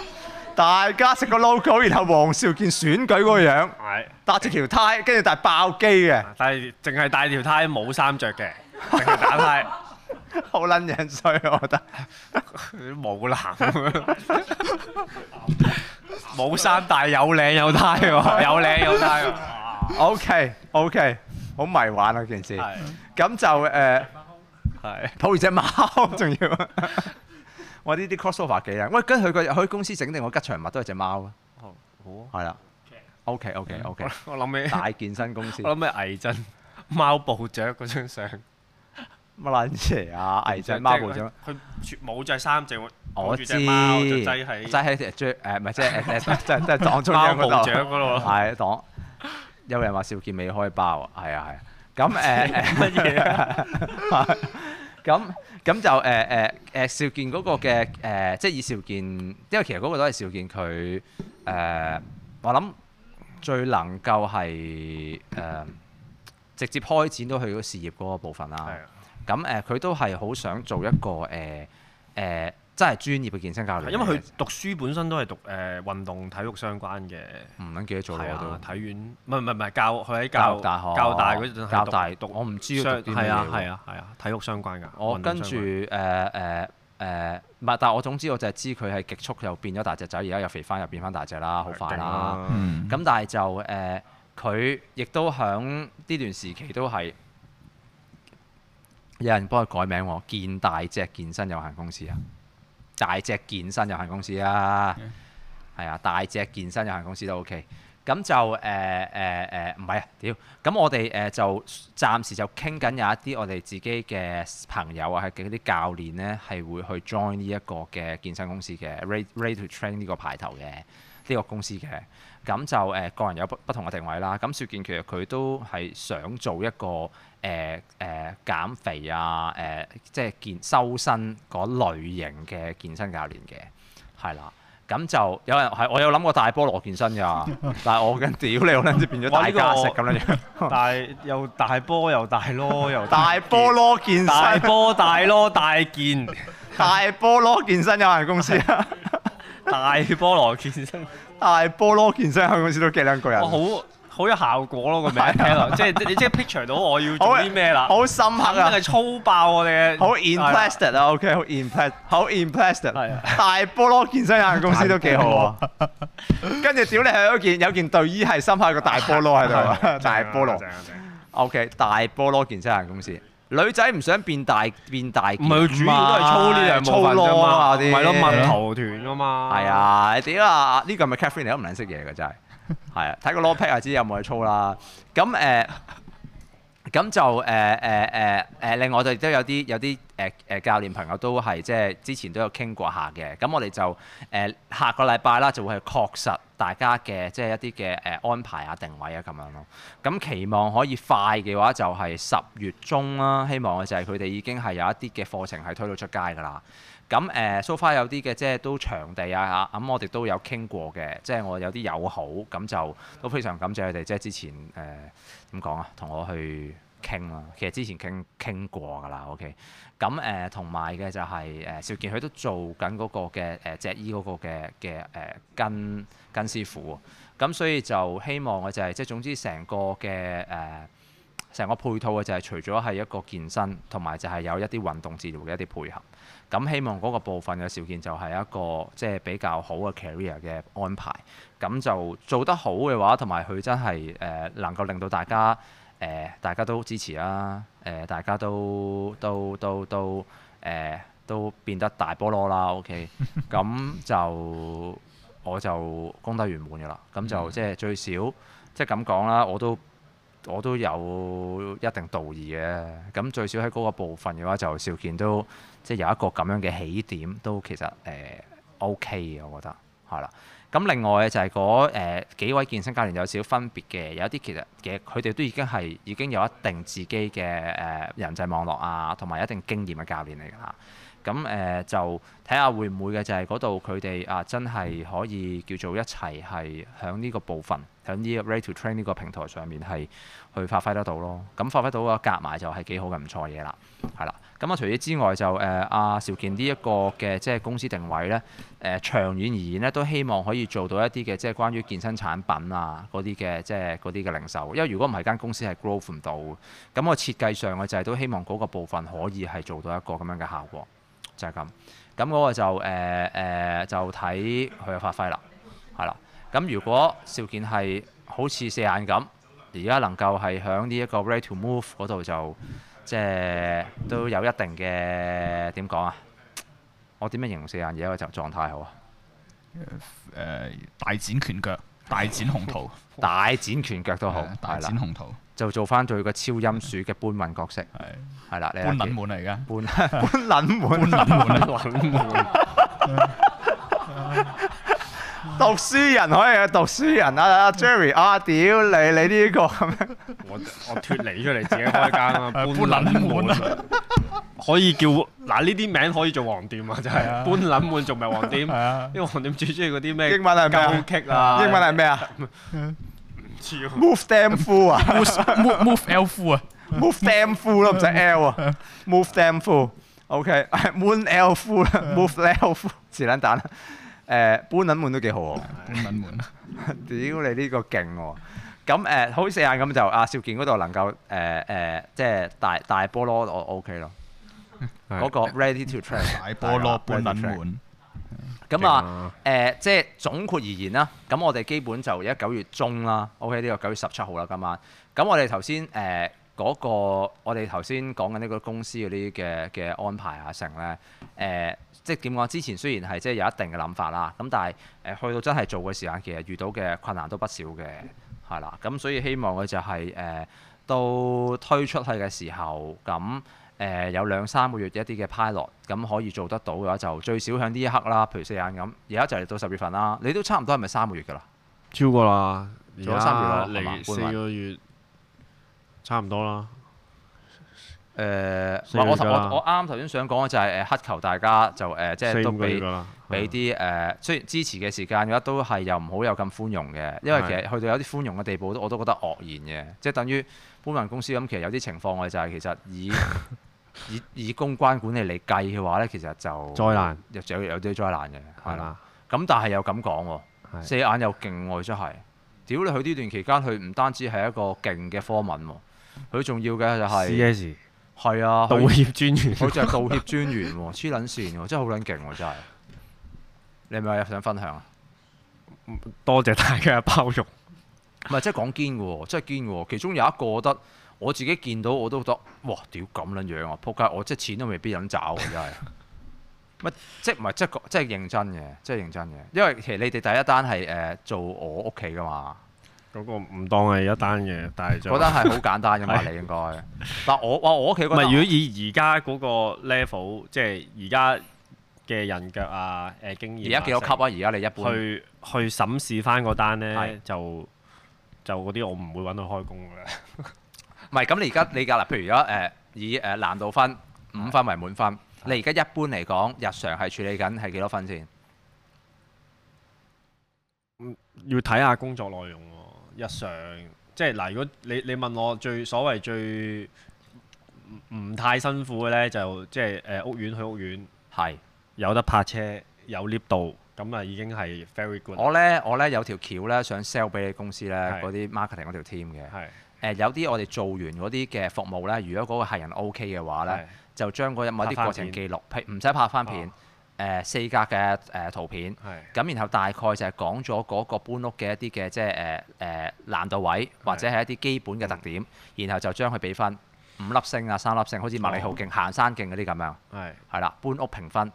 A: 大家食個 logo，然後黃少健選舉嗰個樣，
B: 係，
A: 搭住條呔，跟住但係爆機嘅，
B: 但係淨係帶條呔冇衫着嘅，淨係打呔，
A: 好撚樣衰，我 覺得。
B: 冇男， 冇衫但係有領有呔喎，有領有呔喎，哇
A: OK OK，好迷幻啊件事。
B: 係
A: 咁就誒
B: 係
A: 抱住只貓，仲 要。我呢啲 crossover 幾靚。喂，跟住佢個佢公司整定我吉祥物都係只貓啊。
B: 好啊！
A: 係啦。OK OK OK，
B: 我諗起
A: 大健身公司。
B: 我
A: 乜
B: 諗起魏真貓部長嗰張相，
A: 撚嘢啊？危仔貓部長。
B: 佢冇着衫，淨
A: 我
B: 抱
A: 知。
B: 住隻貓就擠喺
A: 擠喺隻呃誒唔係即 係誒誒即係即係擋中
B: 貓
A: 央
B: 部
A: 嗰度
B: 長。嗰度咯。
A: 係黨，有人話邵健未開包啊，係啊係啊，咁 誒
B: 乜嘢啊
A: 誒， 咁咁就誒誒誒邵健嗰個嘅誒，即係以邵健，因為其實嗰個都係邵健佢誒，我諗最能夠係誒直接開展到佢個事業嗰個部分啦。
B: 係啊
A: 咁誒，佢都係好想做一個誒誒，真係專業嘅健身教練嚟嘅。
B: 因為佢讀書本身都係讀誒、呃、運動體育相關嘅，
A: 唔撚記得咗
B: 係
A: 啦，我都
B: 啊。，體院唔係唔係唔係教佢喺
A: 教
B: 教
A: 育大學，
B: 教大嗰陣係
A: 教
B: 讀
A: 大
B: 讀
A: 我唔知要
B: 相
A: 讀啲咩
B: 係啊
A: 嘢喎
B: 係啊係啊，體育相關㗎。
A: 我
B: 運動
A: 跟住
B: 相
A: 誒
B: 關
A: 誒誒，唔係，但係我總之我就係知佢係極速又變咗大隻仔，而家又肥翻又變翻大隻啦，好快啦。
B: 勁
D: 嗯，
A: 咁但係就誒，佢亦都響呢段時期都係有人幫佢改名喎，健大隻健身有限公司啊，大隻健身有限公司啊，係啊，大隻健身有限公司都 OK。咁就誒誒誒唔係啊，屌！咁我哋誒、呃就暫時就傾緊有一啲我哋自己嘅朋友啊，係嗰啲教練咧，係會去 join 呢一個嘅健身公司嘅 Ray Ray to Train 呢個牌頭嘅呢、個公司嘅。咁就誒、呃、個人有不不同嘅定位啦。咁邵健其實佢都係想做一個誒誒、呃呃減肥啊誒、呃即係健修身嗰類型嘅健身教練嘅，係啦。咁就有人係我有諗過大菠蘿健身 㗎，但係我跟屌你，我諗住變咗
B: 哇
A: 大
B: 呢個
A: 家
B: 我
A: 食咁樣樣。
B: 但係又大波又大咯又
A: 大菠蘿健身，
B: 大波大咯 大件
A: 大菠蘿健身有限公司 啊，
B: 大菠蘿健身，
A: 大菠蘿健身有限公司都幾兩個人
B: 我，好好有效果咯個名聽落，即係你即係 picture 到我要做啲咩啦，
A: 啊好深刻
B: 肯
A: 啊
B: 定係，粗爆我哋嘅，
A: 好
B: 係啦
A: impressed 啊，OK，好 impressed，好 impressed，
B: 係啊
A: 大菠蘿健身有限公司都幾好啊。跟住屌你係有件有件隊醫係深刻個大菠蘿喺度，大菠蘿
B: 正啊正啊
A: OK，大菠蘿健身有限公司。女仔唔想變大變大件，
B: 唔係佢主要都係操呢兩部分啫嘛，
A: 粗囉啊嗰
B: 唔
A: 啲
B: 係咯問頭團噶嘛，
A: 係，啊，屌啊！呢個咪 Catherine 你都唔撚識嘢嘅真係，係啊，睇個 low pack 就知有冇去操啦。咁誒，呃咁、就呃誒誒誒誒，呃另外我哋都有啲有啲誒誒教練朋友都係即係之前都有傾過下嘅。咁我哋就誒、呃下個禮拜啦，就會係確實大家嘅即係一啲嘅誒安排啊、定位啊咁樣咯。咁期望可以快嘅話就係十月中啦，希望嘅就係佢哋已經係有一啲嘅課程係推到出街㗎啦。咁誒，so far 有啲嘅即係都場地啊嚇，咁我哋都有傾過嘅，即係我有啲友好，咁就都非常感謝佢哋，即係之前誒點講啊，同我去傾啦。其實之前傾傾過㗎啦，OK。咁誒同埋嘅就係、誒、邵健佢都做緊嗰個嘅誒脊醫嗰個嘅嘅呃誒跟跟師傅喎，咁所以就希望嘅就係、即係總之成個嘅誒。誒、呃成個配套嘅就係除咗係一個健身，同埋就係有一啲運動治療嘅一啲配合。咁希望嗰個部分嘅少見就係一個即係比較好嘅 career 嘅安排。咁就做得好嘅話，同埋佢真係誒、呃能夠令到大家誒、呃大家都支持啦，誒、大家都都都都誒、呃都變得大菠蘿啦。OK，咁就我就功德圓滿嘅啦。咁就即係最少即係咁講啦，我都。我都有一定道義嘅，咁最少喺嗰個部分嘅話，就邵健都即係有一個咁樣嘅起點，都其實誒、呃 OK 嘅，我覺得係啦。咁另外就係嗰誒幾位健身教練有少少分別嘅，有一啲其實嘅佢哋都已經係已經有一定自己嘅誒、呃人際網絡啊，同埋一定經驗嘅教練嚟㗎啦。咁誒、呃就睇下會唔會嘅就係嗰度佢哋啊真係可以叫做一齊係響呢個部分，響呢個 Ready to Train 呢個平台上面係去發揮得到咯。咁發揮到嘅夾埋就係幾好嘅唔錯嘢啦，係啦。咁啊除此之外就誒阿邵健呢一個嘅即係公司定位咧，誒、呃長遠而言咧都希望可以做到一啲嘅即係關於健身產品啊嗰啲嘅即係嗰啲嘅零售，因為如果唔係間公司係 growth 唔到嘅，咁我設計上嘅就係都希望嗰個部分可以係做到一個咁樣嘅效果。就係咁。咁嗰個就誒誒、呃就睇佢嘅發揮啦，係啦。咁如果邵健係好似四眼咁，而家能夠係響呢一個 ready to move 嗰度就即係都有一定嘅點講啊？我點樣形容四眼而家個就狀態好啊？
D: 誒大展拳腳，大展宏圖，
A: 大展拳腳都好，
D: 係啊大
A: 哦係啊啦
D: 展，宏圖，
A: 就做翻對個超音鼠嘅搬運角色，
D: 係
A: 係啊啦，你
D: 搬
A: 阿
D: 撚啊
A: 傑
D: 滿嚟㗎。
A: 搬搬撚
D: 搬
A: 門，
D: 撚滿啊！
A: 讀書人可以係讀書人啊啊！Jerry 啊，屌你你呢個咁樣。
B: 我我脱離出嚟自己開間 啊，
D: 搬
B: 搬
D: 撚
B: 撚
D: 滿
B: 滿啊，可以叫嗱呢啲名可以做黃店啊，真係
D: 係啊
B: 搬撚滿仲唔係黃店
D: 係？啊，
B: 因為黃店最中意嗰啲咩
A: 英文係咩啊
B: 鳩棘啊，
A: 英文係咩啊
B: 係
A: ？Move damn fool 啊
D: move move L 夫 啊，
A: ，Move damn fool 咯，唔使 L 啊，Move damn fool。OK，Moon L fool 啦，Move L fool，是撚蛋啦。誒，搬撚滿都幾好喎，
D: 搬撚滿啊，
A: 屌你呢個勁喎！咁誒，好似四眼咁就阿邵健嗰度能夠誒誒，即係大大菠蘿我 OK 咯。
B: 係
A: 嗰個 ready to train
D: 大菠蘿搬撚滿，
A: 咁啊。誒、即係總括而言啦，咁我哋基本就而家九月中啦，OK 呢個九月十七號啦，今晚。咁我哋頭先誒嗰個，我哋頭先講緊呢個公司嗰啲嘅嘅安排啊，成咧誒，即係點講？之前雖然係即係有一定嘅諗法啦，咁但係誒、去到真係做嘅時間，其實遇到嘅困難都不少嘅，係啦。咁所以希望嘅就係、誒、都推出去嘅時候咁。誒、有兩三個月一啲嘅 pilot，咁可以做得到嘅話，就最少喺呢一刻啦。譬如四眼咁，而家就嚟到十月份啦，你都差唔多係咪三個月㗎啦？
C: 超過啦，而
A: 仲有三個月
C: 家
A: 咯係嘛
C: 嚟
A: 半
C: 四
A: 位
C: 個月，差唔多啦。
A: 誒、
C: 四個
A: 呃
C: 月
A: 我頭
C: 㗎啦
A: 我我啱頭先想講嘅就係呃誒乞求大家就誒、呃即係
C: 四
A: 都
C: 五個月
A: 俾
C: 噶啦，啊
A: 俾啲誒，雖然支持嘅時間嘅話都係又唔好有咁寬容嘅，因為其實去到有啲寬容嘅地步，我都覺得愕然嘅，即係等於搬運公司咁。其實有啲情況我哋就係其實 以以以公關管理嚟計嘅話咧，其實就
C: 災難
A: 有有有啲災難嘅，
C: 係啦，
A: 咁但係又咁講喎。
C: 係
A: 四眼又勁喎，真係。屌你！佢呢段期間，佢唔單止係一個勁嘅科文喎，佢仲要嘅就係
C: CS
A: 係啊，
B: 道
A: 佢
B: 歉專員。
A: 佢就係道歉專員喎，黐撚線喎，真係好撚勁喎，真係。你係咪有想分享啊？
B: 多謝大家嘅包容。
A: 唔係，即係講堅嘅喎，真係堅嘅喎。其中有一個，我覺得我自己見到我都覺得，哇！屌咁撚樣啊，仆街！我即係錢都未必撚找喎，真係。乜即係唔係即係講即係認真嘅，即係認真嘅。因為其實你哋第一單係誒做我屋企嘅嘛。
C: 嗰個唔當係一單嘅，但係就
A: 嗰單係好簡單嘅嘛，你應 該。但我哇，我屋企
B: 唔係，如
A: 嗰
B: 果以而家嗰個 level，即係而家嘅人腳啊、誒、經驗
A: 而家幾多級啊？而家你一
B: 成
A: 般
B: 去去審視翻嗰單咧
A: 係，
B: 就就嗰啲我唔會揾佢開工㗎啦。
A: 唔係咁，你而家你而家嗱，譬如而家誒以誒難度分五分為滿分，你而家一般嚟講，日常係處理緊係幾多分先？
B: 要睇下工作內容喎、日常即係嗱，如果你你問我最所謂最唔唔太辛苦嘅咧，就即係誒、呃屋苑去屋苑
A: 係
B: 有得泊車，有 lift 度，咁啊已經係 very good 啦。
A: 我咧，我咧有條橋咧，想 sell 俾你公司咧
B: 係
A: 嗰啲 marketing 嗰條 team 嘅。
B: 係
A: 誒有啲我哋做完嗰啲嘅服務咧，如果嗰個客人 O K 嘅話咧，就將嗰某啲
B: 拍返
A: 過程
B: 片哦
A: 記錄，譬如唔使拍翻片，誒、四格嘅誒圖片。
B: 係
A: 咁然後大概就係講咗嗰個搬屋嘅一啲嘅即係誒誒難度
B: 嗯
A: 位，或者係一啲基本嘅特點，然後就將佢俾分五粒星啊、三粒星，好似麥理浩徑、行山徑嗰啲咁樣，
B: 哦係
A: 係啦，搬屋評分。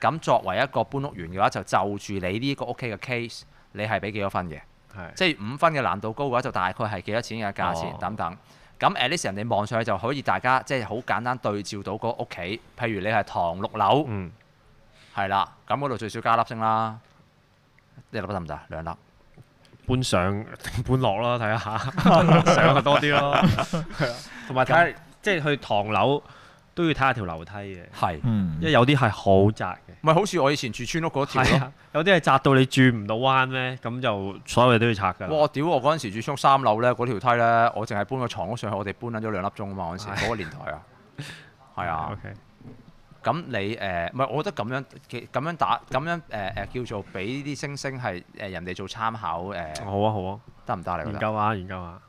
B: 係
A: 咁作為一個搬屋員嘅話，就就住你呢個屋企嘅 case，你係俾幾多分嘅？
B: 係
A: 即係五分嘅難度高嘅話，就大概係幾多錢嘅價錢
B: 哦
A: 等等。咁 at least 人哋望上去就可以大家即係好簡單對照到嗰屋企，譬如你係唐六樓。
B: 嗯
A: 係啦，咁嗰度最少加粒星啦，一粒得唔得？兩粒，
B: 搬上定 搬落啦，睇下上就多啲咯，啊同埋睇下即係去唐樓都要睇下條樓梯嘅，
A: 係，
D: 嗯
B: 因為有啲係好窄嘅。
A: 咪好似我以前住村屋嗰條咯
B: 係啊，有啲係窄到你轉唔到彎咧，咁就所有嘢都要拆㗎
A: 哇！
B: 啦。
A: 我屌我嗰陣時住村屋三樓咧，嗰條梯咧，我淨係搬個床屋上去，我哋搬撚咗兩粒鐘啊嘛！嗰陣時嗰個年代 啊，係啊
B: O，K，
A: 咁你誒，唔係我覺得咁樣其咁樣打咁樣誒誒叫做俾啲星星係誒人哋做參考誒，
B: 好啊好啊，
A: 得唔得？你
B: 研
A: 覺得
B: 究下研究下。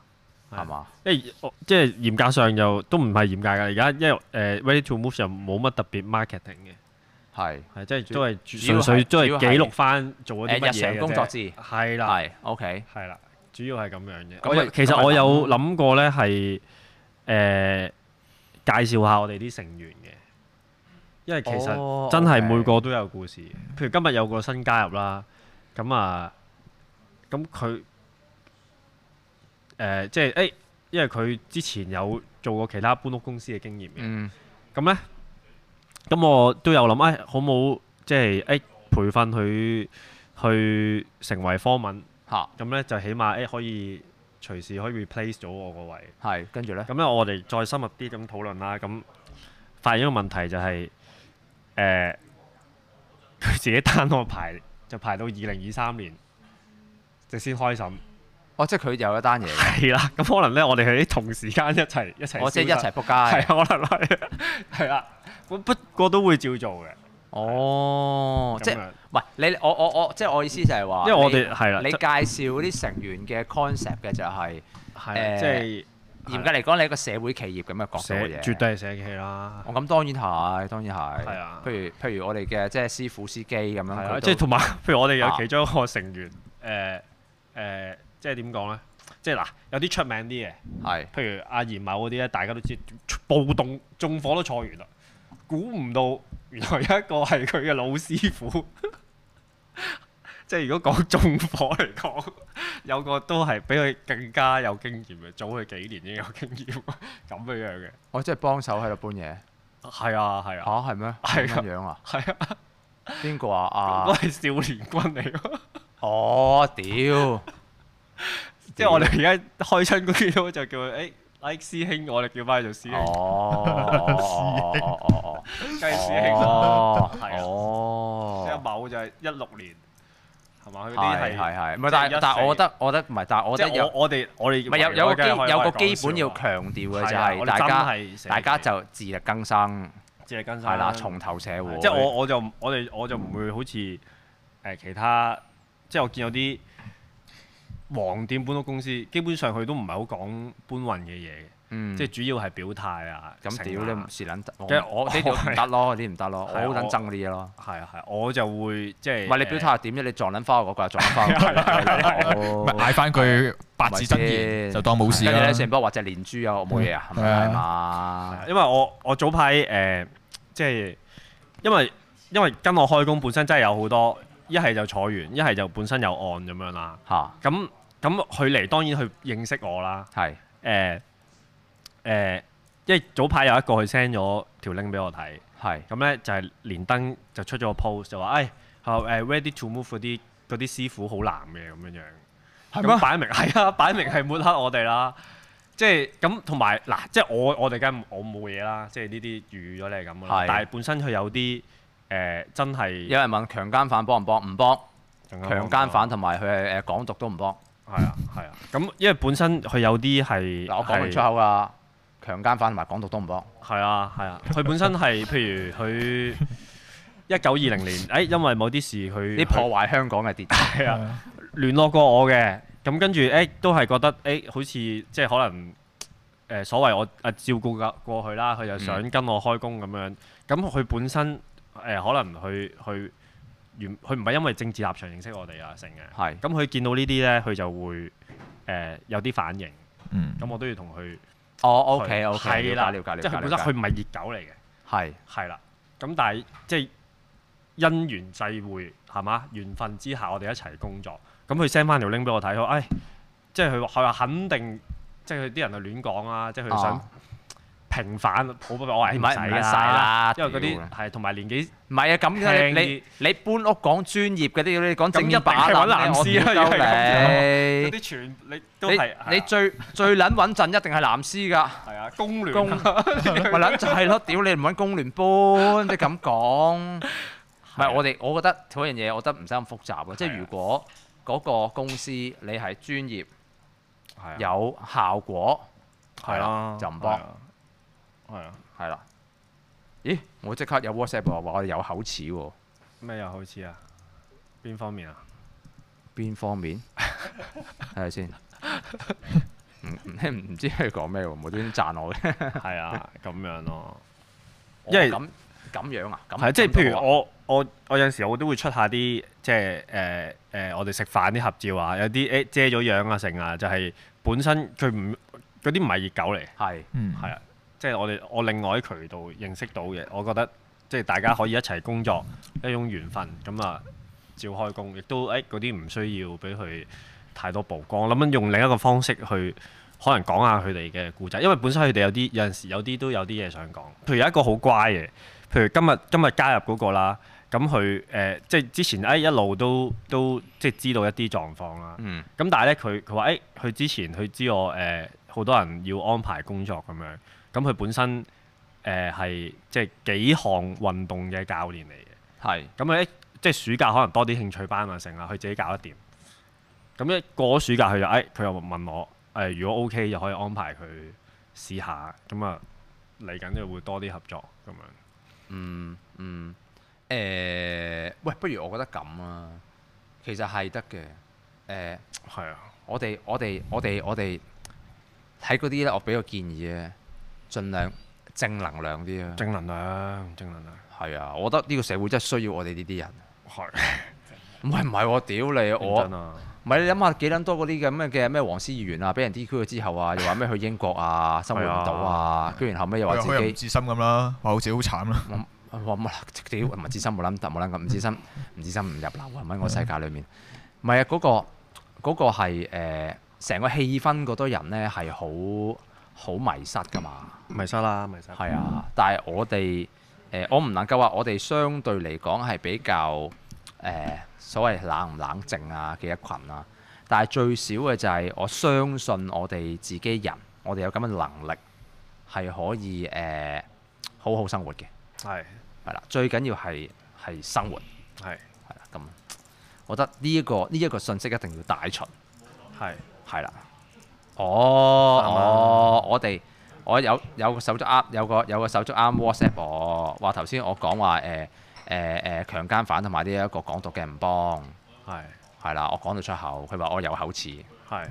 A: 係嘛？
B: 因為我即係嚴格上又都唔係嚴格㗎，而家因為誒、呃 Ready to Move 又冇乜特別 marketing 嘅，
A: 係
B: 係即係
A: 主
B: 都係
A: 主要
B: 純
A: 係
B: 粹都
A: 主要係
B: 係記錄翻做咗啲乜嘢
A: 誒日常
B: 嘅
A: 工作誌
B: 啫係啦，
A: 係 OK，
B: 係啦，主要係咁樣嘅。
A: 咁
B: 我
A: 咪
B: 有
A: 咁
B: 其實
A: 咪
B: 我
A: 咁
B: 有諗過咧係誒介紹下我哋啲成員嘅，因為其
A: 哦
B: 實真係
A: OK
B: 每個都有故事嘅。譬如今日有個新加入啦，咁啊，咁佢誒即係誒，因為佢之前有做過其他搬屋公司嘅經驗嘅。
A: 嗯
B: 咁咧，咁我都有諗，誒、哎、好冇即係誒、哎培訓佢去成為科文，
A: 嚇
B: 咁咧就起碼誒、哎可以隨時可以 replace 到我個位。
A: 係，跟住咧
B: 咁咧我哋再深入啲咁討論啦。咁發現一個問題就係、誒，佢、 自己單個排就排到二零二三年。就先開審，
A: 哦，即係佢有一單嘢嘅，
B: 係啦。咁可能咧，我哋係啲同時間一齊一齊消失，
A: 我哦即係一齊撲街。
B: 係可能係 係啦。不不過都會照做嘅。
A: 哦，即
B: 咁
A: 係
B: 樣
A: 唔係你我我我即係我意思就係話，
B: 因為我
A: 你
B: 哋係啦，
A: 你
B: 即
A: 介紹啲成員嘅 concept 嘅就係、
B: 係
A: 誒
B: 啦即係
A: 嚴格嚟講，你係一個社會企業咁嘅角度
B: 社
A: 嘅嘢，
B: 絕對係社企啦，
A: 我咁當然係，當然係。
B: 係啊
A: 哦譬如譬如我哋嘅即係師傅司機咁樣，
B: 係
A: 佢
B: 啦，
A: 即
B: 即係同埋 譬如我哋有
A: 啊
B: 其中一個成員誒誒，即係點講咧？即係嗱，有啲出名啲嘅，
A: 係
B: 譬如阿嚴某嗰啲咧，大家都知暴動縱火都錯完啦，估唔到原來有一個係佢嘅老師傅。 即係如果講縱火嚟講，有個都係比佢更加有經驗嘅，早佢幾年已經有經驗咁樣樣嘅。
A: 我即係幫手喺度搬嘢
B: 係啊，係
A: 嚇
B: 啊，
A: 係咩？
B: 係啊
A: 咁樣啊？
B: 係啊。
A: 邊個啊？
B: 嗰個
A: 啊
B: 係少年軍嚟咯，
A: 哦屌！
B: 即係我哋而家開親嗰啲就叫佢誒、哎 like 師兄，我哋叫翻佢做師
A: 哦
B: 兄，
A: 哦哦哦哦哦
B: 雞師兄啦。
A: 哦
B: 係啊即係
A: 哦。
B: 某就係一六年，係嘛？佢啲
A: 係
B: 係
A: 係係，唔係
B: 即係
A: 但係
B: 一
A: 但係我
B: 四
A: 覺得我覺得唔係，但係我
B: 即
A: 覺得
B: 係
A: 有
B: 我我哋我哋
A: 唔係有有個基有個
B: 個
A: 基本要強調嘅就
B: 啊係啊
A: 係
B: 我
A: 大
B: 哋真
A: 家
B: 係社
A: 大家
B: 企
A: 就自力更生，
B: 自力更生
A: 係啦，重投社會。
B: 即係我我就唔我哋我就唔會好似誒、呃其他，即係我見有啲黃店搬屋公司，基本上佢都唔係好講搬運嘅嘢嘅，
A: 嗯，
B: 即係主要係表態啊。
A: 咁
B: 成
A: 屌
B: 啊
A: 你唔是撚得，
B: 即係
A: 我 我呢啲唔得咯，呢啲唔得咯，我
B: 係
A: 好
B: 啊
A: 撚
B: 我
A: 憎呢啲嘢咯。
B: 係啊係啊，我就會即係
A: 唔係你表態又點啫？你撞撚花我嗰個，撞撚花
B: 啊
A: 我
D: 咪
A: 嗰個。
D: 嗌翻句八字真言，就當冇事啊
A: 跟住
D: 啦
A: 咧，。成波或者連珠啊，我冇嘢啊，係
D: 係啊
A: 咪係
B: 呃
A: 嘛？
B: 因為我我早排誒、呃即係因為因為跟我開工本身真係有好多，一係就坐完，一係就本身有案咁樣啦。
A: 嚇，
B: 咁咁佢嚟當然去認識我啦。
A: 係
B: 誒、誒、因為早排有一個佢 send 咗條 link 俾我睇，
A: 係
B: 咁咧就係連登就出咗個 post 就話誒哎誒 ready to move 嗰啲嗰啲師傅好難嘅咁樣樣。咁？擺明係啊， 擺明係抹黑我哋啦。即係咁，同埋嗱，即係我我哋梗係我冇嘢啦，即係呢啲預咗你係咁噶啦
A: 係。
B: 但係本身佢有啲誒、呃真係
A: 有人問強奸犯幫唔幫？唔幫。強奸犯
B: 係
A: 同埋佢係誒港獨都唔幫。
B: 啊係啊。咁因為本身佢有啲係
A: 嗱，我講
B: 係
A: 明出口啦，強奸犯同埋港獨都唔幫。
B: 係啊，係啊，佢本身係譬如 佢一九哎二零年，誒、因為某啲事佢
A: 啲破壞香港嘅秩序。
B: 係啊聯絡過我嘅，咁跟住誒都係覺得誒、好似即係可能誒、所謂我啊照顧過過去啦，佢就
A: 嗯
B: 想跟我開工咁樣。咁佢本身誒、可能佢佢原佢唔係因為政治立場認識我哋啊成嘅。
A: 係
B: 咁佢見到呢啲咧，佢就會誒、有啲反應。
D: 嗯，
B: 咁我都要同佢
A: 哦，OK OK，
B: 係啦，
A: 了解了
B: 即係
A: 解
B: 佢本
A: 了
B: 身
A: 解
B: 佢，唔係熱狗嚟嘅。
A: 係
B: 係啦，咁但係即係因緣際會係嘛，緣分之下我哋一齊工作，咁佢 send 翻條 link 俾我睇，佢話：，唉，即係佢話佢話肯定，即係佢啲人就亂講啦，即係佢想
A: 啊
B: 平反普普，我話唉哎
A: 唔
B: 唔
A: 係唔
B: 使
A: 使啦
B: 因為嗰
A: 屌
B: 啲係同埋年紀
A: 唔係啊？咁
B: 聽
A: 你你
B: 啲
A: 你搬屋講專業嗰啲，你講
B: 咁一
A: 正
B: 定係
A: 把
B: 揾
A: 啦，
B: 藍
A: 我
B: 絲啦
A: 屌
B: 如果係嗰
A: 鳩你。
B: 啲全你都係
A: 你你最最撚穩陣一定係藍絲 㗎，
B: 係啊公聯
A: 公咪撚就係咯，屌你唔揾工聯搬，即係咁講。唔係我哋，我覺得嗰樣嘢，我覺得唔使咁複雜咯。即係如果嗰個公司你係專業
B: 係啊
A: 有效果，
B: 係啦，
A: 就唔幫
B: 係啊係啊
A: 係啦。咦？我即刻有 WhatsApp 喎話我哋有口齒喎，
B: 咩又好似啊邊 方面啊？
A: 邊方面？睇下先。唔唔 唔知佢講咩喎，無端端讚我嘅。
B: 係啊，咁樣咯。
A: 因
B: 因為
A: 咁咁樣啊，咁
B: 係即係譬如
A: 咁
B: 我我我有陣時我都會出下啲即係誒誒，我哋食飯啲合照啊，有啲誒遮咗樣啊成啊，就係本身佢唔嗰啲唔係熱狗嚟，
A: 就話係
D: 嗯，
B: 係啊，即係我哋我另外啲渠道認識到嘅，我覺得即係大家可以一齊工作一種緣分咁啊，照開工，亦都誒嗰啲唔需要俾佢太多曝光，諗緊用另一個方式去。可能講下佢哋嘅故仔，因為本身佢哋有啲有陣時有啲都有啲嘢想講。譬如有一個好乖嘅，譬如今日今日加入嗰個啦，咁佢誒即係之前誒、哎一路都都即係知道一啲狀況啦。
A: 嗯
B: 咁但係咧，佢佢話誒，佢之前佢知我誒好、多人要安排工作咁樣，咁佢本身誒係、即係幾項運動嘅教練嚟嘅，
A: 係
B: 咁佢誒即係暑假可能多啲興趣班啊成啊，佢自己搞得掂。咁一過咗暑假，佢就誒，哎佢、又問我誒、如果 OK 就可以安排佢試下，咁啊嚟緊就會多啲合作咁樣。
A: 嗯嗯誒、喂，不如我覺得咁啊，其實係得嘅誒。
B: 係啊，
A: 我哋我哋我哋我哋睇嗰啲咧，我俾個建議咧，盡量正能量啲啊。
B: 正能量，正能量，
A: 係啊，我覺得呢個社會真係需要我哋呢啲人。
B: 係
A: 唔係唔係我屌你
B: 認真
A: 我，
B: 啊，
A: 唔係你諗下幾撚多嗰啲咁嘅嘅咩黃絲議員啊，俾人 DQ 咗之後啊，又話咩去英國啊，生活唔到啊，跟住後尾又話
D: 佢
A: 自
D: 又唔
A: 己。
D: 自心咁啦，話好似好慘啦，
A: 我我乜啦屌唔係資深冇撚得冇撚咁，唔資深唔資深唔入流啊！喺我世界裏面，唔係啊嗰個嗰、個係呃成、個氣氛嗰堆人咧係好好迷失噶嘛，
B: 迷失啦，迷失。
A: 係啊！但係我哋誒、呃我唔能夠話我哋相對嚟講係比較誒、呃所謂冷唔冷靜啊嘅一群啊，但係最少嘅就係我相信我哋自己人，我哋有咁嘅能力係可以誒、呃好好生活嘅。
B: 係
A: 係啦，最緊要係係生活
B: 係
A: 係啦咁。我覺得呢、一個呢一、個信息一定要帶出
B: 係。
A: 係啦。哦
B: 啱啊
A: 哦，我哋我有有個手足啱，有個有個手足啱 WhatsApp 我話頭先我講話誒誒誒強姦犯同埋呢一個港獨嘅唔幫
B: 係
A: 係啦，我講到出口，佢話我有口齒。
B: 係，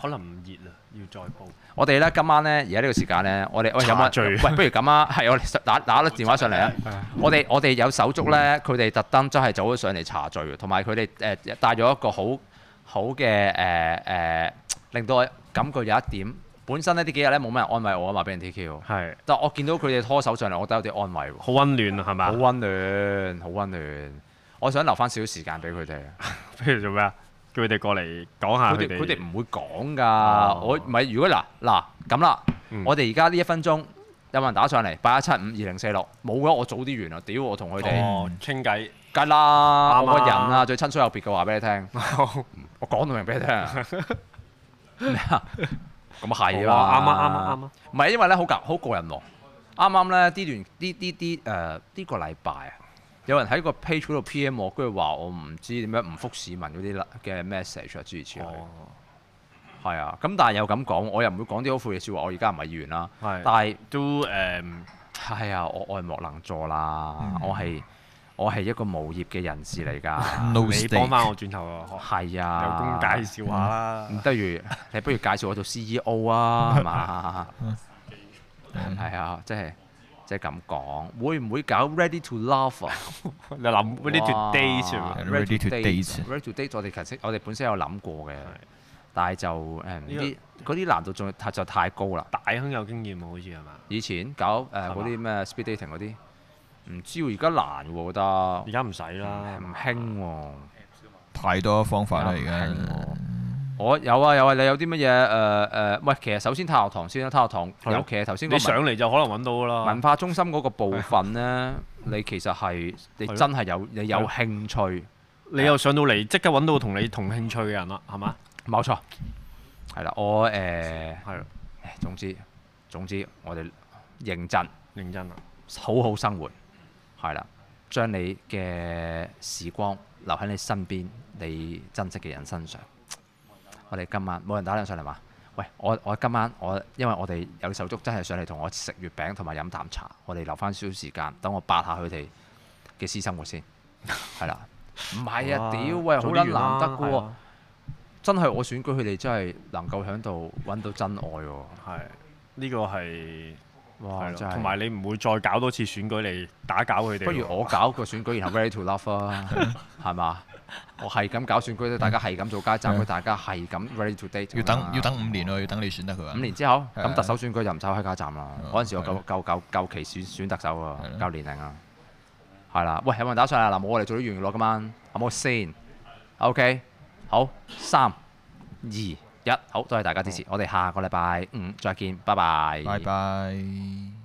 B: 可能唔熱啊，要再煲。
A: 我哋咧今晚咧，而家呢個時間咧，我哋喂有
B: 茶
A: 冇
B: 聚
A: 喂？不如咁啊， 係我哋打打咗電話上嚟啊！我哋我哋有手足咧，佢哋特登真係走咗上嚟茶聚，同埋佢哋誒帶咗一個好好嘅誒誒，令到我感覺有一點，本身呢呢幾日咧冇乜人安慰我啊嘛，俾人 TQ，
B: 係，
A: 但我見到佢哋拖手上嚟，我覺得有啲安慰喎，
B: 好温暖啊，係
A: 好
B: 嘛？
A: 温暖，好温暖。我想留翻少少時間俾佢哋。
B: 譬如做咩啊？叫佢哋過嚟講下
A: 佢
B: 佢
A: 哋
B: 哋。
A: 佢哋唔會講㗎。
B: 哦
A: 我唔係如果嗱嗱咁啦，
B: 嗯
A: 我哋而家呢一分鐘有冇人打上嚟？八一七五二零四六冇嘅，我早啲完啊！屌我同佢哋
B: 哦傾偈，
A: 梗係啦，
B: 啱
A: 我
B: 啊
A: 個人啊最親疏有別嘅話俾你 聽，我講到明俾你聽 啊。咩啊？咁啊係
B: 好
A: 啊，
B: 啊啱啊啱啊啱啊！
A: 唔係因為咧好夾好個人喎，啱啱咧呢段呢呢啲誒呢個禮拜啊。有人喺個 page 嗰度 PM 我，跟住話我唔知點樣唔覆市民嗰啲嘅 message 啊，諸如此類。
B: 哦，
A: 係啊，咁但係又咁講，我又唔會講啲好負嘅説話。我而家唔係議員啦，但
B: 係
A: 係
B: 都誒，嗯
A: 係啊，我愛莫能助啦。我係我係一個無業嘅人士嚟㗎。
D: No
B: 你幫
D: stake
B: 翻我轉頭啊，
A: 係
B: 學有功
A: 啊，
B: 介紹下啦。
A: 唔得如你不如介紹我做 CEO 啊，係 嘛？係啊，即係即係咁講，會唔會搞 Ready to Love 啊？
B: 你諗呢
A: 哇
B: 段 date 啊係咪
D: Ready to
B: 啊
D: date
A: Ready to date，我哋其實我哋本身有諗過嘅，但係就誒啲嗰啲難度仲太就太高啦。
B: 大亨有經驗喎，啊好似係嘛？
A: 以前搞誒
B: 嘛
A: 嗰啲咩 speed dating 嗰啲，唔知喎，而家難喎，我覺得
B: 而家唔使啦，啊
A: 唔興喎。
D: 太多方法啦，而
A: 唔興
D: 家
A: 喎我有啊有啊，你有啲乜嘢誒誒？喂，其實首先太學堂先啦，太學堂
B: 係咯
A: 有其實頭先
B: 你
A: 嗰
B: 啊
A: 個文
B: 上嚟就可能揾到㗎啦
A: 文。化中心嗰個部分 咧，你其實係你
B: 係咯
A: 真係有你有興趣，
B: 你又上到嚟，即刻揾到同你同興趣嘅人啦，係嘛？
A: 冇錯。係啦，我誒
B: 係啊
A: 總之總之，我哋認真。
B: 認真啊！
A: 好好生活，係啦，將你嘅時光留喺你身邊，你珍惜嘅人身上。我哋今晚冇人打電話上嚟嘛？喂，我我今晚我因為我哋有手足真係上嚟同我食月餅同埋飲啖茶，我哋留翻少少時間，等我八下佢哋嘅私生活先，係啦。唔係啊，屌喂，好撚難得嘅喎！真係我選舉佢哋真係能夠喺度揾到真愛喎！
B: 係呢個係
A: 哇，
B: 係
A: 真
B: 咯，
A: 係
B: 同埋你唔會再搞多次選舉嚟打攪佢哋喎。
A: 不如我搞個選舉，然後 ready to love 啊，係嘛？我係咁搞選舉，大家係咁做街站，大家係咁 ready to date。啊
D: 要等要等五年咯，要等你選得佢啊
A: 五。年之後，
D: 係啊
A: 咁特首選舉就唔使開街站啦。
D: 嗯
A: 嗰陣時我夠夠夠夠期選選特首啊，夠年齡啊，係啦。喂，有冇人打上嚟？嗱，冇我哋做咗預錄今晚，好冇先？OK，好，三二一，好，多謝大家支持，我哋下個禮拜五再見，拜拜。
D: 拜拜。